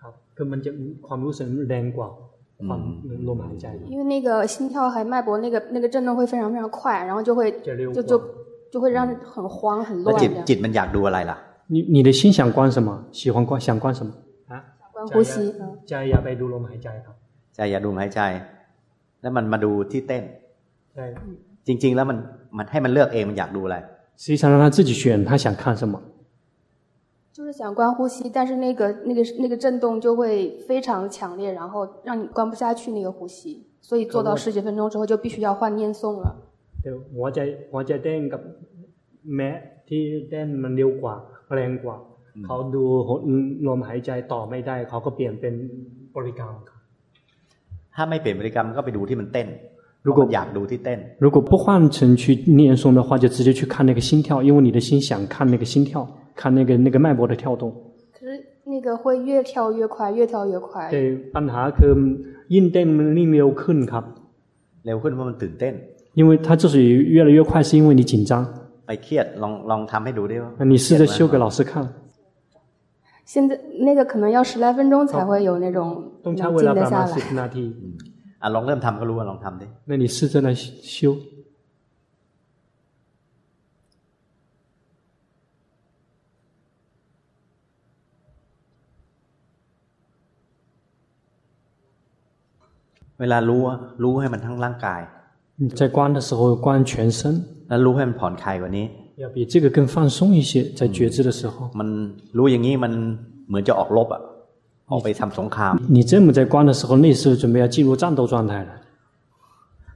[SPEAKER 2] ครับคือมันจะความรู้สึกแรงกว่าความ
[SPEAKER 1] อืม
[SPEAKER 2] ลมหายใจ
[SPEAKER 10] 因为那个心跳还脉搏那个那个震动会非常非常快，然后就会
[SPEAKER 2] 这溜
[SPEAKER 10] 就
[SPEAKER 2] 光
[SPEAKER 10] 就就会让人很慌很
[SPEAKER 1] แล้ว
[SPEAKER 10] 乱
[SPEAKER 1] จิต
[SPEAKER 10] 这样
[SPEAKER 1] จิตมันอยากดูอะไรล่ะ
[SPEAKER 2] 你你的心想观什么？喜欢观想观什么？啊，
[SPEAKER 10] 观呼吸。嗯
[SPEAKER 2] ใจอย่าไปดูลมหายใจครับ
[SPEAKER 1] ใจอยากดูลมหายใจ แล้วมันมาดูที่เต้น
[SPEAKER 2] ใช่
[SPEAKER 1] จริง ๆ แล้วมันมันให้มันเลือกเองมันอยากดูอะไร
[SPEAKER 2] 实际上让他自己选他想看什么。
[SPEAKER 10] 就是想观呼吸，但是那个那个那个震动就会非常强烈，然后让你关不下去那个呼吸，所以做到十几分钟之后就必须要换念诵了。
[SPEAKER 2] แต่หัวใจหัวใจเต้นกับแม้ที่เต้นมันเร็วกว่าแรงกว่า
[SPEAKER 1] อืม
[SPEAKER 2] เขาดูลมหายใจต่อไม่ได้ เขาก็เปลี่ยนเป็นบริกรรมครับ
[SPEAKER 1] ถ้าไม่เปลี่ยนพฤติกรรมก็ไปดูที่มันเต้น
[SPEAKER 2] รู้กบ
[SPEAKER 1] เพาะมันอยากดูที่เต้น
[SPEAKER 2] 如果不换成去念诵的话，就直接去看那个心跳，因为你的心想看那个心跳，看那个那个脉搏的跳动。
[SPEAKER 10] 可是那个会越跳越快，越跳越快。
[SPEAKER 2] แต่ปัญหาคือยิ่งเต้นมันยิ่งเร็วขึ้นครับ
[SPEAKER 1] เร็วขึ้นเพราะมันตื่นเต้น
[SPEAKER 2] 因为它之所以越来越快，是因为你紧张。
[SPEAKER 1] ไปเครียดลองลองทำให้ดูได้ว่า
[SPEAKER 2] 那你试着
[SPEAKER 1] เครีย
[SPEAKER 2] 秀
[SPEAKER 1] ด
[SPEAKER 2] 给
[SPEAKER 1] ไหม
[SPEAKER 2] 老师看，
[SPEAKER 10] 现在那个可能要十来分钟才会有那种
[SPEAKER 2] 东
[SPEAKER 10] 能
[SPEAKER 2] 差为
[SPEAKER 10] 静
[SPEAKER 2] 了
[SPEAKER 10] 得
[SPEAKER 2] 百
[SPEAKER 10] 下
[SPEAKER 2] 分之
[SPEAKER 10] 来。
[SPEAKER 2] 十那题，
[SPEAKER 1] 嗯 อ่ะลองเริ่มทำก็รู้ว่าลองทำดิ
[SPEAKER 2] 那你试着来修。
[SPEAKER 1] เวลารู้อะรู้ให้มันทั้งร่างกาย
[SPEAKER 2] 你在观的时候，观全身，
[SPEAKER 1] แล้วรู้ให้มันผ่อนคลายกว่านี้
[SPEAKER 2] 要比这个更放松一些。在觉知的时候，
[SPEAKER 1] มันรู้อย่างนี้มันเหมือนจะออกลบอ่ะ ออกไปทำสงคราม
[SPEAKER 2] 你这么在观的时候，内是准备要进入战斗状态了，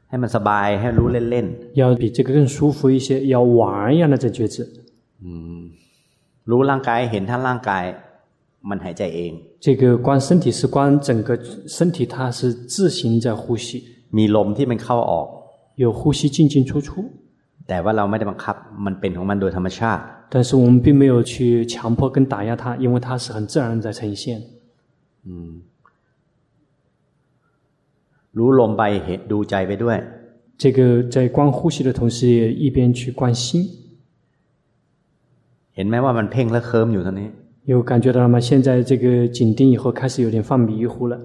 [SPEAKER 1] ให้มันสบายให้รู้เล่น
[SPEAKER 2] 要比这个更舒服一些，要玩一样的在觉知。
[SPEAKER 1] ๆอืมรู้ร่างกายเห็นท่านร่างกาย มันหายใจเอง
[SPEAKER 2] 这个观身体是观整个身体，它是自行在呼吸，
[SPEAKER 1] มีลมที่มันเข้าออก
[SPEAKER 2] 有呼吸进进出出，
[SPEAKER 1] แต่ว่าเราไม่ได้บังคับ มันเป็นของมันโดยธรรมชาติ
[SPEAKER 2] 但是我们并没有去强迫跟打压它，因为它是很自然地在呈现。
[SPEAKER 1] อืม รู้ลมไปเห็นดูใจไปด้วย
[SPEAKER 2] 这个在观呼吸的同时，也一边去观心，
[SPEAKER 1] เห็นไหมว่ามันเพ่งและเคลิ้มอยู่ตอนนี้
[SPEAKER 2] 有感觉到了吗？现在这个紧盯以后开始有点放迷糊了。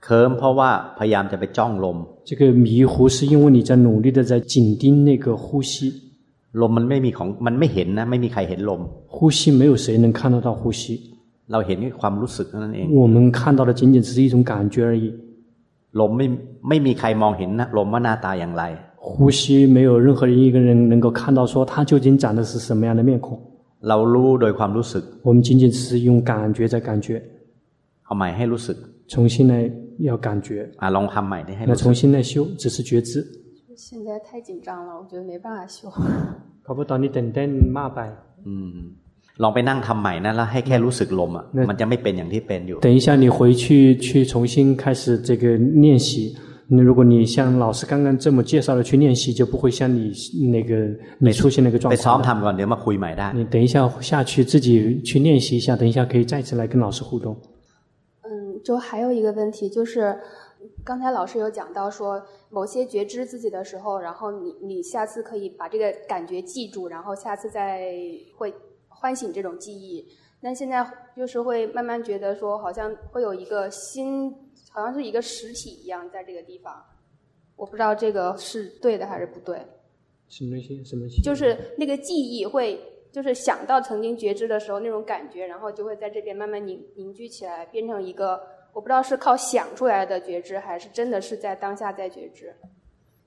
[SPEAKER 1] เคลิ้มเพราะว่าพยายามจะไปจ้องลม
[SPEAKER 2] 这个迷糊是因为你在努力的在紧盯那个呼吸，
[SPEAKER 1] ลมมันไม่มีของมันไม่เห็นนะ ไม่มีใครเห็นลม
[SPEAKER 2] 呼吸没有谁能看得到呼吸，
[SPEAKER 1] เราเห็นแค่ความรู้สึกเท่านั้นเอง
[SPEAKER 2] 我们看到的仅仅只是一种感觉而已。
[SPEAKER 1] ลมไม่ไม่มีใครมองเห็นนะลมว่าหน้าตาอย่างไร
[SPEAKER 2] 呼吸没有任何一个人能够看到说他究竟长的是什么样的面孔，
[SPEAKER 1] เรารู้โดยความรู้สึก
[SPEAKER 2] 我们仅仅只是用感觉在感觉，
[SPEAKER 1] เอาใหม่ให้รู้สึก
[SPEAKER 2] 重新来要感觉，
[SPEAKER 1] อ่ะลองทำใหม่ดิให้
[SPEAKER 2] 那
[SPEAKER 1] รู้
[SPEAKER 2] 重
[SPEAKER 1] สึก
[SPEAKER 2] 新来修，只是觉知。
[SPEAKER 10] 现在太紧张了，我觉得没办法修。
[SPEAKER 2] 搞不懂你等待骂白。
[SPEAKER 1] อืมลองไปนั่งทำใหม่นะแล้วให้แค่รู้สึกลมอ่ะมันจะไม่เป็นอย่างที่เป็นอยู่
[SPEAKER 2] 等一下，你回去去重新开始这个练习。那如果你像老师刚刚这么介绍的去练习，就不会像你那个你出现那个状
[SPEAKER 1] ไปซ้อ
[SPEAKER 2] 况
[SPEAKER 1] ม
[SPEAKER 2] 的。
[SPEAKER 1] ทำก่อนเดี๋ยวมาคุยใหม่ได้
[SPEAKER 2] 你等一下下去自己去练习一下，等一下可以再次来跟老师互动。
[SPEAKER 10] 嗯，就还有一个问题就是，刚才老师有讲到说，某些觉知自己的时候，然后你你下次可以把这个感觉记住，然后下次再会唤醒这种记忆。但现在就是会慢慢觉得说，好像会有一个新，好像是一个实体一样在这个地方。我不知道这个是对的还是不对，
[SPEAKER 2] 什么东西？什么东西？
[SPEAKER 10] 就是那个记忆会，就是想到曾经觉知的时候那种感觉，然后就会在这边慢慢凝凝聚起来，变成一个我不知道是靠想出来的觉知，还是真的是在当下在觉知。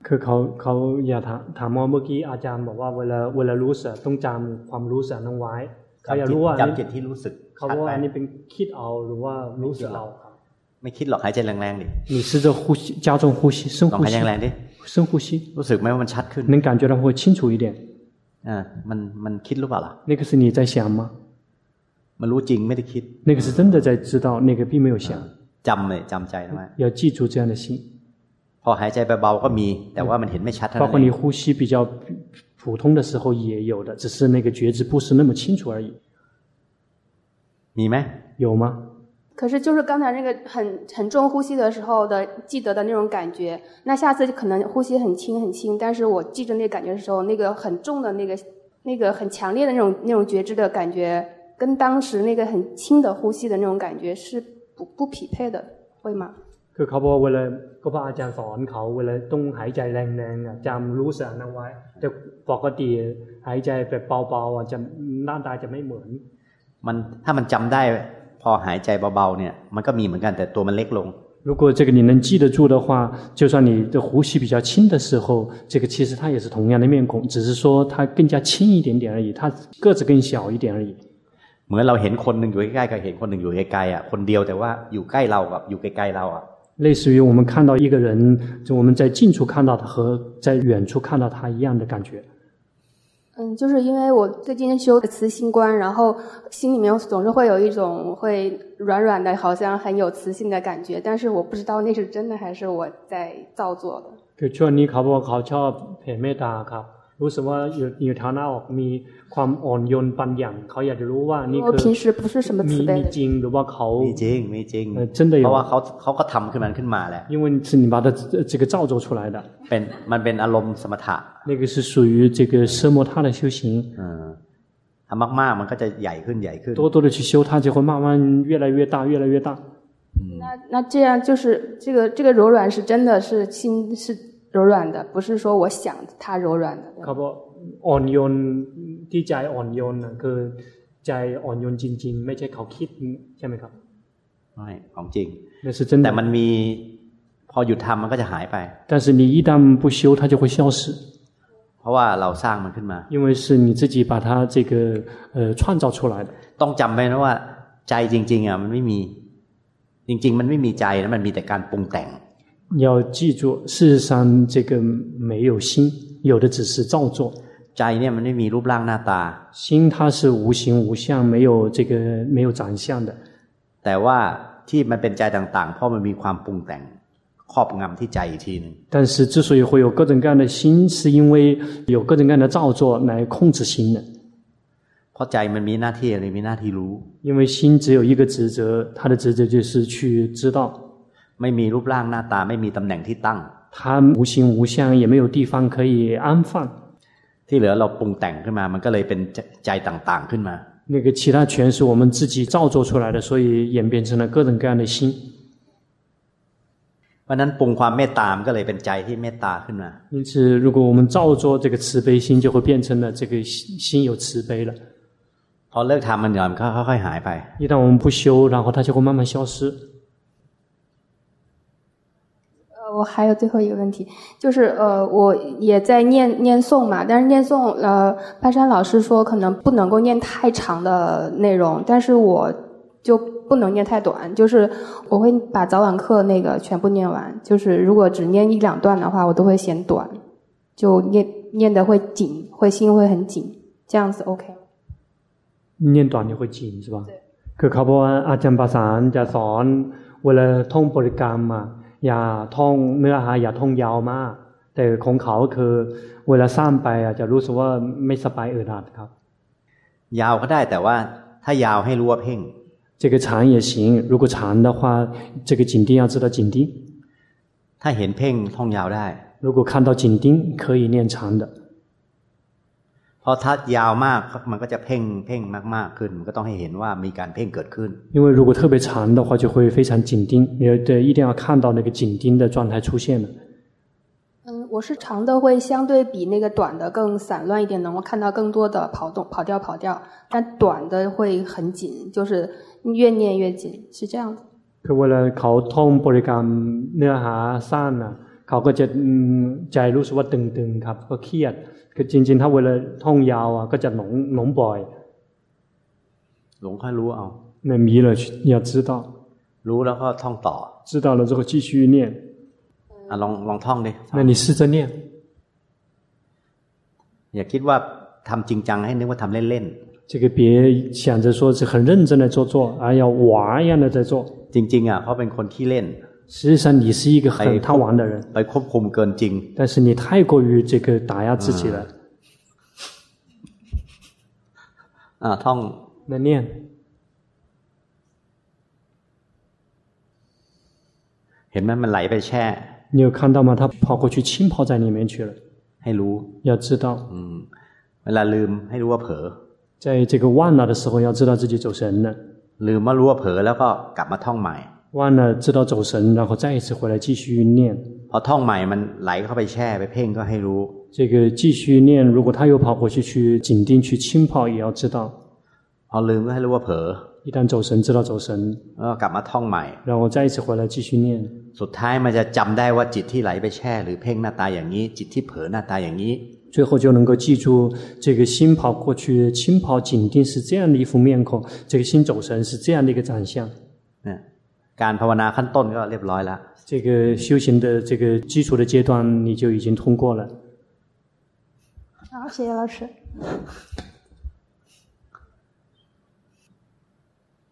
[SPEAKER 2] คือเขาเขาอยากถามถามว่าเมื่อกี้อาจารย์บอกว่าเวลาเวลารู้สึกต้องจำความรู้สึกนั้นไว้เขาอยากรู้ว่าอัน
[SPEAKER 1] จำ
[SPEAKER 2] นี้
[SPEAKER 1] จิตที่รู้สึก
[SPEAKER 2] เขา
[SPEAKER 1] ชัด
[SPEAKER 2] ว่า
[SPEAKER 1] ไป
[SPEAKER 2] อันนี้เป็นคิดเอาหรือว่ารู้สึกเอาครับ
[SPEAKER 1] ไม่คิดหรอกหายใจแรงๆดิ
[SPEAKER 2] 你试着呼吸，加重呼吸，深
[SPEAKER 1] ลอง
[SPEAKER 2] 呼
[SPEAKER 1] หาย
[SPEAKER 2] 吸
[SPEAKER 1] ใจ，แรงๆดิ
[SPEAKER 2] 深呼吸，
[SPEAKER 1] รู้สึกไหมว่ามันชัดขึ้น
[SPEAKER 2] 能感觉到会清楚一点。
[SPEAKER 1] อ่ามันมันคิดหรือเปล่าล่ะ
[SPEAKER 2] 那个是你在想吗？
[SPEAKER 1] มันรู้จริงไม่ได้คิด啊
[SPEAKER 2] 那个是真的在知道，那个并没有想。
[SPEAKER 1] จำเลยจำใจนะ
[SPEAKER 2] 要记住这样的心，
[SPEAKER 1] พอหายใจเบาๆก็มี แต่ว่ามันเห็นไม่ชัดเท่า
[SPEAKER 2] 包
[SPEAKER 1] นั้
[SPEAKER 2] 括
[SPEAKER 1] น
[SPEAKER 2] 你
[SPEAKER 1] เอง
[SPEAKER 2] 呼吸比较普通的时候也有的，只是那个觉知不是那么清楚而已。
[SPEAKER 1] มีไหม
[SPEAKER 2] 有吗？
[SPEAKER 10] 可是就是刚才那个很很重呼吸的时候的记得的那种感觉，那下次可能呼吸很轻很轻，但是我记着那感觉的时候，那个很重的那个那个很强烈的那种那种觉知的感觉，跟当时那个很轻的呼吸的那种感觉是不不匹配的，会吗？
[SPEAKER 2] คือเขาบอกเวลาก็พระอาจารย์สอนเขาเวลาต้องหายใจแรงๆอ่ะจำรู้สึกนั้นไว้ แต่ปกติหายใจแบบเบาๆอ่ะจะหน้าตาจะไม่เหมือน
[SPEAKER 1] มันถ้ามันจำได้ พอหายใจเบาๆเนี่ย มันก็มีเหมือนกันแต่ตัวมันเล็กลง
[SPEAKER 2] 如果这个你能记得住的话，就算你的呼吸比较轻的时候，这个其实它也是同样的面孔，只是说它更加轻一点点而已，它个子更小一点而已。
[SPEAKER 1] เหมือนเราเห็นคนหนึ่งอยู่ใกล้ๆกับเห็นคนหนึ่งอยู่ไกลๆอ่ะคนเดียวแต่ว่าอยู่ใกล้เรากับอยู่ไกลๆเราอ่ะ
[SPEAKER 2] 类似于我们看到一个人，就我们在近处看到他和在远处看到他一样的感觉。
[SPEAKER 10] 嗯，就是因为我最近修慈心观，然后心里面总是会有一种会软软的，好像很有磁性的感觉，但是我不知道那是真的还是我在造作的。
[SPEAKER 2] คือช่วงนี้เขาบอกเขาชอบเพ่เมตตาครับ รู้สึกว่าอยู่อยู่ทางหน้าออกมีความอ่อนโยนปันหยั่งเขาอยากจะรู้ว่านี่
[SPEAKER 10] 我
[SPEAKER 2] คือ
[SPEAKER 10] 平时不是什么
[SPEAKER 2] มี
[SPEAKER 10] 慈悲
[SPEAKER 2] มี
[SPEAKER 10] 的人
[SPEAKER 2] จริงหรือว่าเขา
[SPEAKER 1] มีจริงมีจริง
[SPEAKER 2] เออจริงได้อยู่
[SPEAKER 1] เพราะว่าเขาเขาก็ทำขึ้นมาขึ้นมาแหละ
[SPEAKER 2] 因为是你把它这这个造作出来的，
[SPEAKER 1] เป็นมันเป็นอารมณ์สมถะ
[SPEAKER 2] 那个是属于这个奢摩他的修行，
[SPEAKER 1] เออทำมากๆมันก็จะใหญ่ขึ้นใหญ่ขึ้น
[SPEAKER 2] 多多的去修，它就会慢慢越来越大，越来越大。
[SPEAKER 10] 那那这样就是这个这个柔软是真的是心是柔软的，不是说我想它柔软的。
[SPEAKER 2] เขาบอกอ่อนโยนที่ใจอ่อนโยนน่ะคือใจอ่อนโยนจริง ๆ ไม่ใช่เขาคิดใช่ไหมครับ
[SPEAKER 1] ไม่ของจริง
[SPEAKER 2] 那是真
[SPEAKER 1] แต่มั
[SPEAKER 2] 的。
[SPEAKER 1] นมีพอหยุดทำมันก็จะหายไป
[SPEAKER 2] 但是你一旦不修，它就会消失，
[SPEAKER 1] เพราะว่าเราสร้างมันขึ้นมา
[SPEAKER 2] 因为是你自己把它这个呃创造出来的。
[SPEAKER 1] ต้องจำไว้นะว่า ใจจริง ๆอ่ะมันไม่มี จริง ๆ มันไม่มีใจนะมันมีแต่การปรุงแต่ง
[SPEAKER 2] 要记住，事实上这个没有心，有的只是造作。
[SPEAKER 1] ใจเนี่ยมันไม่มีรูปร่างหน้าตา
[SPEAKER 2] 心它是无形无相，没有这个没有长相的。
[SPEAKER 1] แต่ว่าที่มันเป็นใจต่าง ๆ เพราะมันมีความปรุงแต่งครอบงำที่ใจอีกทีหนึง
[SPEAKER 2] 但是之所以会有各种各样的心，是因为有各种各样的造作来控制心的。
[SPEAKER 1] เพราะใจมันมีหน้าที่อะไรมีหน้าที่รู้
[SPEAKER 2] 因为心只有一个职责，它的职责就是去知道，
[SPEAKER 1] ไม่มีรูปร่างหน้าตาไม่มีตำแหน่งที่ตั้ง
[SPEAKER 2] 它无形无相，也没有地方可以安放。
[SPEAKER 1] ที่เหลือเราปรุงแต่งขึ้นมา มันก็เลยเป็นใจใจต่างๆขึ้นมา
[SPEAKER 2] 那个其他全是我们自己造作出来的，所以演变成了各种各样的心。
[SPEAKER 1] เพราะฉะนั้นปรุงความเมตตามันก็เลยเป็นใจที่เมตตาขึ้นมา
[SPEAKER 2] 因此，如果我们造作这个慈悲心，就会变成了这个心心有慈悲了。
[SPEAKER 1] พอเลิกทำมันก่อนก็ค่อยๆหายไป
[SPEAKER 2] 一旦我们不修，然后它就会慢慢消失。
[SPEAKER 10] 呃，我还有最后一个问题，就是呃，我也在念念诵嘛，但是念诵呃，潘山老师说可能不能够念太长的内容，但是我就不能念太短，就是我会把早晚课那个全部念完，就是如果只念一两段的话，我都会嫌短，就念念的会紧，会心会很紧，这样子 OK 吗。
[SPEAKER 2] 念短就会紧是吧？คือเขาบอกว่าอาจารย์ประสานจะสอนเวลาท่องบริกรรมอะอย่าท่องเนื้อหาอย่าท่องยาวมาก แต่ของเขาคือเวลาสั้นไปอาจจะรู้สึกว่าไม่สบายเออดอัดครับ
[SPEAKER 1] ยาวก็ได้แต่ว่าถ้ายาวให้รู้ว่าเพ่ง
[SPEAKER 2] 这个长也行如果长的话这个紧盯要知道紧盯
[SPEAKER 1] ถ้าเห็นเพ่งท่องยาวได้
[SPEAKER 2] 如果看到紧盯可以念长的
[SPEAKER 1] เพราะถ้ายาวมากมันก็จะเพ่งเพ่งมากๆขึ้น มันก็ต้องให้เห็นว่ามีการเพ่งเกิดขึ้น
[SPEAKER 2] 因为如果特别长的话就会非常紧盯你得一定要看到那个紧盯的状态出现了
[SPEAKER 10] 嗯，我是长的会相对比那个短的更散乱一点，能够看到更多的跑动、跑调、跑调，但短的会很紧，就是越念越紧，是这样的。
[SPEAKER 2] คือเวลาเขาท่องบริกรรมเนื้อหาสั้นนะเขาก็จะอืมใจรู้สึกว่าตึงๆครับ ก็เครียด คือจริง ๆ ถ้าเวลาท่องยาวอ่ะก็จะหลงหลงบ่อย
[SPEAKER 1] หลงค่อยรู้เอา
[SPEAKER 2] 那迷了要知道，
[SPEAKER 1] รู้แล้วก็ท่องต่อ
[SPEAKER 2] 知道了之后继续念。
[SPEAKER 1] อะลองลองท่องดิ
[SPEAKER 2] 那你试着念，
[SPEAKER 1] อย่าคิดว่าทำจริงจังให้นึกว่าทำเล่น
[SPEAKER 2] 这个别想着说是很认真的做做，而要玩一样的在做。
[SPEAKER 1] ๆจริง ๆอ่ะเขาเป็นคนขี้เล่น
[SPEAKER 2] 实际上你是一个
[SPEAKER 1] 哎不
[SPEAKER 2] 很贪玩的人，
[SPEAKER 1] ไปควบคุมเกินจริง
[SPEAKER 2] 但是你太过于这个打压自己
[SPEAKER 1] 嗯
[SPEAKER 2] 了。
[SPEAKER 1] อ่าท่อง
[SPEAKER 2] 那念，
[SPEAKER 1] เห็นไหมมันไหลไปแช่
[SPEAKER 2] 你有看到吗？他跑过去浸泡在里面去了。
[SPEAKER 1] ให้รู้
[SPEAKER 2] 要知道，
[SPEAKER 1] อืมเวลาลืมให้รู้ว่าเผลอ
[SPEAKER 2] 在这个忘了的时候，要知道自己走神了。
[SPEAKER 1] ลืมว่ารู้ว่าเผลอแล้วก็กลับมาท่องใหม่
[SPEAKER 2] 忘了知道走神，然后再一次回来继续念。
[SPEAKER 1] พอท่องใหม่มันไหลเข้าไปแช่ไปเพ่งก็ให้รู้
[SPEAKER 2] 这个继续念，如果他又跑回去去紧盯去浸泡，也要知道，
[SPEAKER 1] พอลืมก็ให้รู้ว่าเผลอ
[SPEAKER 2] 一旦走神，知道走神，
[SPEAKER 1] แล้วก็กลับมาท่องใหม่
[SPEAKER 2] 然后再一次回来继续念，
[SPEAKER 1] สุดท้ายมันจะจำได้ว่าจิตที่ไหลไปแช่ หรือเพ่งหน้าตาอย่างนี้ จิตที่เผลอหน้าตาอย่างนี้
[SPEAKER 2] 最后就能够记住这个心跑过去浸泡紧盯是这样的一副面孔，这个心走神是这样的一个长相。
[SPEAKER 1] นะการภาวนาขั้นต้นก็เรียบร้อยแล้ว
[SPEAKER 2] 这个修行的这个基础的阶段，你就已经通过了。
[SPEAKER 11] 好，谢谢老师。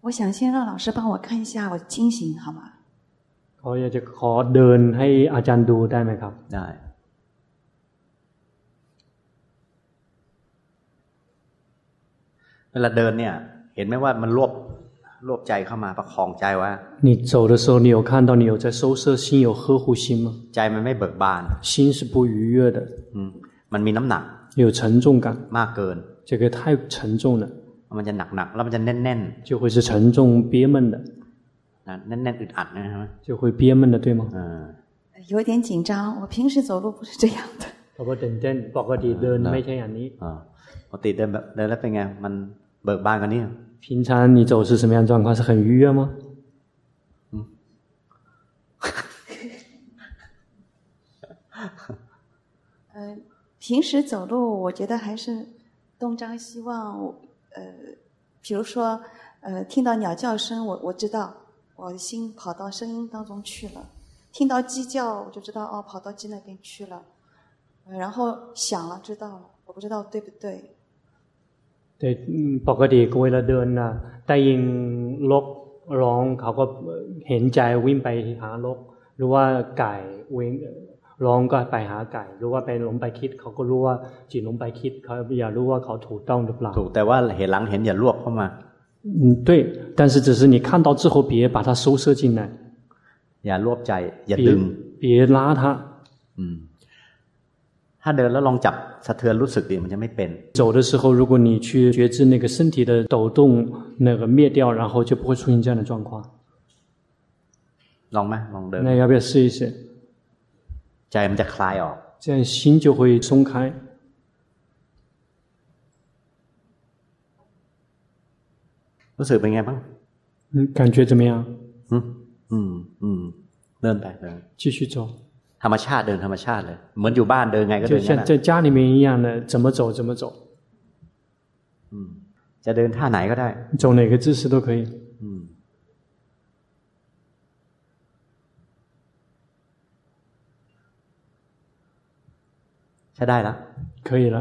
[SPEAKER 11] 我想先让老师帮我看一下我清醒好吗？
[SPEAKER 2] 我也就ขอเดินให้อาจารย์ดูได้ไหมครับ
[SPEAKER 1] ได้ เวลาเดินเนี่ย เห็นไหมว่ามันรวบรวบใจเข้ามาประคองใจไว่า
[SPEAKER 2] 你走的时候，你有看到你有在收摄心，有呵护心吗？
[SPEAKER 1] ใจมันไม่เบิกบาน
[SPEAKER 2] 心是不愉悦的，
[SPEAKER 1] อืมมันมีน้ำหนัก
[SPEAKER 2] 有沉重感，
[SPEAKER 1] มากเกิน
[SPEAKER 2] 这个太沉重了，
[SPEAKER 1] มันจะหนักหนักๆแล้วมันจะแน่นๆน่น
[SPEAKER 2] 就会是沉重憋闷的，
[SPEAKER 1] ะแน่นๆอึดอัดนะครับ
[SPEAKER 2] 就会憋闷的，对吗？
[SPEAKER 1] เออ
[SPEAKER 11] 呃有点紧张，我平时走路不是这样的。
[SPEAKER 2] 宝宝等等，宝宝你的
[SPEAKER 1] 那
[SPEAKER 2] 每天让你
[SPEAKER 1] อ่าปกติเดินแบบเดินแล้วเป็นไง มันเบิกบานกว่านี้
[SPEAKER 2] 平常你走是什么样的状况？是很愉悦吗？
[SPEAKER 11] 呃，平时走路我觉得还是东张西望，我呃，比如说呃，听到鸟叫声，我我知道，我的心跑到声音当中去了，听到鸡叫我就知道哦，跑到鸡那边去了，呃然后想了知道了，我不知道对不对，
[SPEAKER 2] แต่嗯ปกติเวลาเดินนะได้ยินลกร้องเขาก็เห็นใจวิ่งไปหาลก หรือว่าไก่วิ่งร้องก็ไปหาไก่ หรือว่าไปหลงไปคิด เขาก็รู้ว่าจิตหลงไปคิดเขาอยากรู้ว่าเขาถูกต้องหรือเปล่า
[SPEAKER 1] ถูกแต่ว่าเห็นหลังเห็นอย่ารวบเข้ามา
[SPEAKER 2] อืม对但是只是你看到之后别把它收摄进来
[SPEAKER 1] อย่ารวบใจ อย่า
[SPEAKER 2] 别
[SPEAKER 1] ดึง
[SPEAKER 2] 别拉它
[SPEAKER 1] อืม ถ้าเดินแล้วลองจับสะเทือนรู้สึกดิมันจะไม่เป็น
[SPEAKER 2] 走的时候如果你去觉知那个身体的抖动那个灭掉然后就不会出现这样的状况
[SPEAKER 1] ลองไหมลองเดิน
[SPEAKER 2] 那要不要试一试
[SPEAKER 1] ใจมันจะคลายออก
[SPEAKER 2] 这样心就会松开。
[SPEAKER 1] รู้สึกเป็นไงบ้าง
[SPEAKER 2] 嗯，感觉怎么样？
[SPEAKER 1] อืมอืมอืมเดินไปเดิน
[SPEAKER 2] 继续走，
[SPEAKER 1] ธรรมชาติเดินธรรมชาติเลย เหมือนอยู่บ้านเดินไงก็
[SPEAKER 2] 就
[SPEAKER 1] เดินงั้น
[SPEAKER 2] 像
[SPEAKER 1] น่ะ
[SPEAKER 2] 在家里面一样的，怎么走怎么走，
[SPEAKER 1] อืม จะเดินท่าไหนก็ได้
[SPEAKER 2] 走哪个姿势都可以。
[SPEAKER 1] อืม ใช้ได้แล้ว
[SPEAKER 2] 可以了，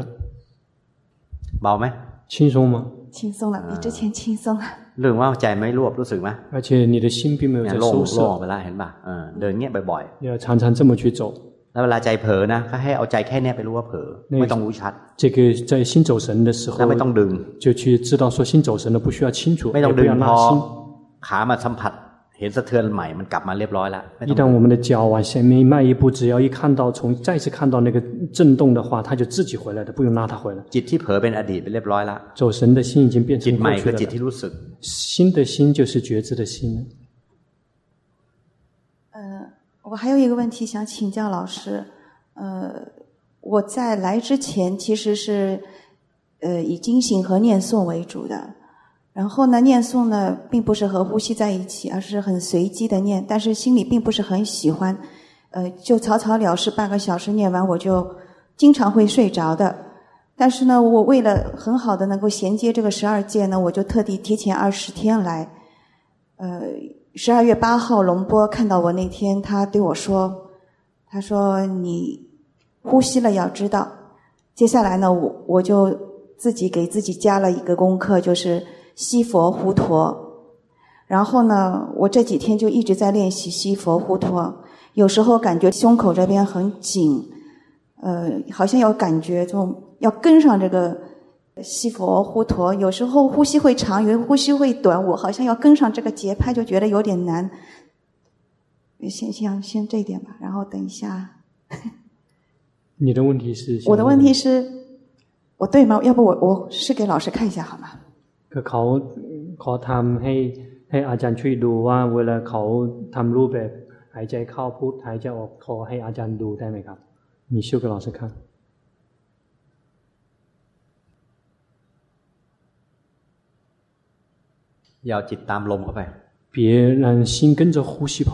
[SPEAKER 1] เบาไหม
[SPEAKER 2] 轻松吗？
[SPEAKER 11] 轻松了，比之前轻松了。
[SPEAKER 1] เรื่องว่าใจไม่รวบรู้สึกไหม
[SPEAKER 2] 而且你的心并没有
[SPEAKER 1] เนี่ย
[SPEAKER 2] 在
[SPEAKER 1] โล่ง
[SPEAKER 2] 收
[SPEAKER 1] โล่งไป
[SPEAKER 2] 摄，
[SPEAKER 1] แล้วเห็นป่ะเออเดินเงี้ยบ่อย
[SPEAKER 2] 你要常常这么去走。
[SPEAKER 1] ๆ แล้วเวลาใจเผลอนะก็ให้เอาใจแค่เนี้ยไปรู้ว่าเผลอไม่ต้องรู้ชัด
[SPEAKER 2] 这个在心走神的时
[SPEAKER 1] 那
[SPEAKER 2] 候
[SPEAKER 1] 没动动，
[SPEAKER 2] 就去知道说心走神了，不需要清楚，
[SPEAKER 1] ไม่
[SPEAKER 2] 也
[SPEAKER 1] ต้อง
[SPEAKER 2] 不
[SPEAKER 1] ดึง
[SPEAKER 2] 要
[SPEAKER 1] พอ
[SPEAKER 2] 拉心。
[SPEAKER 1] ขามาสัมผัส เห็นสะเทือนใหม่มันกลับมาเรียบร้อยแล้วไม่
[SPEAKER 2] 一
[SPEAKER 1] ต้อ
[SPEAKER 2] 旦
[SPEAKER 1] ง
[SPEAKER 2] 我们的脚往前面迈一步，只要一看到从再次看到那个震动的话，它就自己回来的，不用拉它回来。
[SPEAKER 1] จิตที่เผลอเป็นอดีตไปเรียบร้อยแล้ว
[SPEAKER 2] 走神的心已经变
[SPEAKER 1] จิต
[SPEAKER 2] 成
[SPEAKER 1] ใหม่
[SPEAKER 2] 过去
[SPEAKER 1] คือ
[SPEAKER 2] 的
[SPEAKER 1] จิตที่
[SPEAKER 2] 了。
[SPEAKER 1] รู้สึก
[SPEAKER 2] 新的心就是觉知的心了。
[SPEAKER 11] 呃，我还有一个问题想请教老师。呃，我在来之前其实是呃以经行和念诵为主的，然后呢，念诵呢并不是和呼吸在一起，而是很随机的念，但是心里并不是很喜欢，呃，就草草了事，半个小时念完我就经常会睡着的。但是呢，我为了很好的能够衔接这个十二届呢，我就特地提前二十天来，呃，十二月八号，龙波看到我那天，他对我说：“他说你呼吸了要知道。”接下来呢，我我就自己给自己加了一个功课，就是西佛胡陀。然后呢，我这几天就一直在练习西佛胡陀，有时候感觉胸口这边很紧，呃，好像有感觉这种要跟上这个西佛呼陀，有时候呼吸会长，有时候呼吸会短，我好像要跟上这个节拍，就觉得有点难。先先先这一点吧，然后等一下，
[SPEAKER 2] 你的问题是？
[SPEAKER 11] 我的问题是，我对吗？要不我我是给老师看一下好吗？
[SPEAKER 2] คือเขาเขาทำให้ให้อาจารย์ช่วยดูว่าเวลาเขาทำรูปแบบหายใจเข้าพุทหายใจออกโทให้อาจารย์ดูได้ไหมครับ你修给老师看
[SPEAKER 1] อยาวจิตตามลมเข้าไป
[SPEAKER 2] 别让心跟着呼吸跑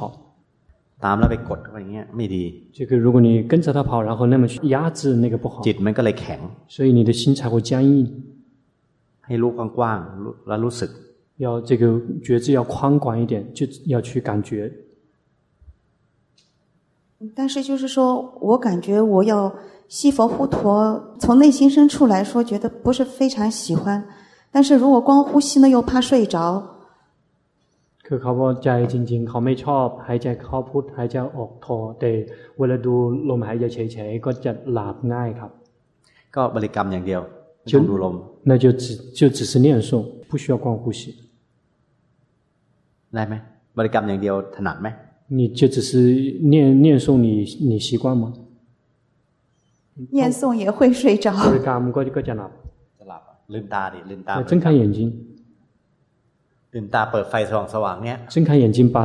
[SPEAKER 1] ตามแล้วไปกดเข้าไปอย่างเงี้ยไม่ดี
[SPEAKER 2] 这个如果你跟着它跑然后那么去压制那个不好
[SPEAKER 1] จิตมันก็เลยแข็ง
[SPEAKER 2] 所以你的心才会僵硬
[SPEAKER 1] ให้รู้กว้างๆรู้แล้วรู้สึก
[SPEAKER 2] 要这个觉知要宽广一点就要去感觉
[SPEAKER 11] 但是就是说我感觉我要西佛呼陀，从内心深处来说，觉得不是非常喜欢。但是如果光呼吸呢，又怕睡着。
[SPEAKER 2] คือเขาว่าใจจริง ๆ เขาไม่ชอบหายใจเข้าพุทหายใจออกโทแต่เวลาดูลมหายใจเฉยๆก็จะหลับง่ายครับ
[SPEAKER 1] ก็บริกรรมอย่างเดียวไม่ต้องดูลม
[SPEAKER 2] 那就只就只是念诵，不需要观呼吸，
[SPEAKER 1] ได้ไหมบริกรรมอย่างเดียวถนัดไหม
[SPEAKER 2] 你就只是念念诵你，你习惯吗？
[SPEAKER 11] 念诵也会睡着。
[SPEAKER 2] 就是嗯干过就过讲了，
[SPEAKER 1] จะหลับอ่ะลืมตาดิลืมตา
[SPEAKER 2] 那哎睁开眼睛，
[SPEAKER 1] ลืมตาเปิดไฟสว่างสว่างๆเนี้ย
[SPEAKER 2] 睁开眼睛，把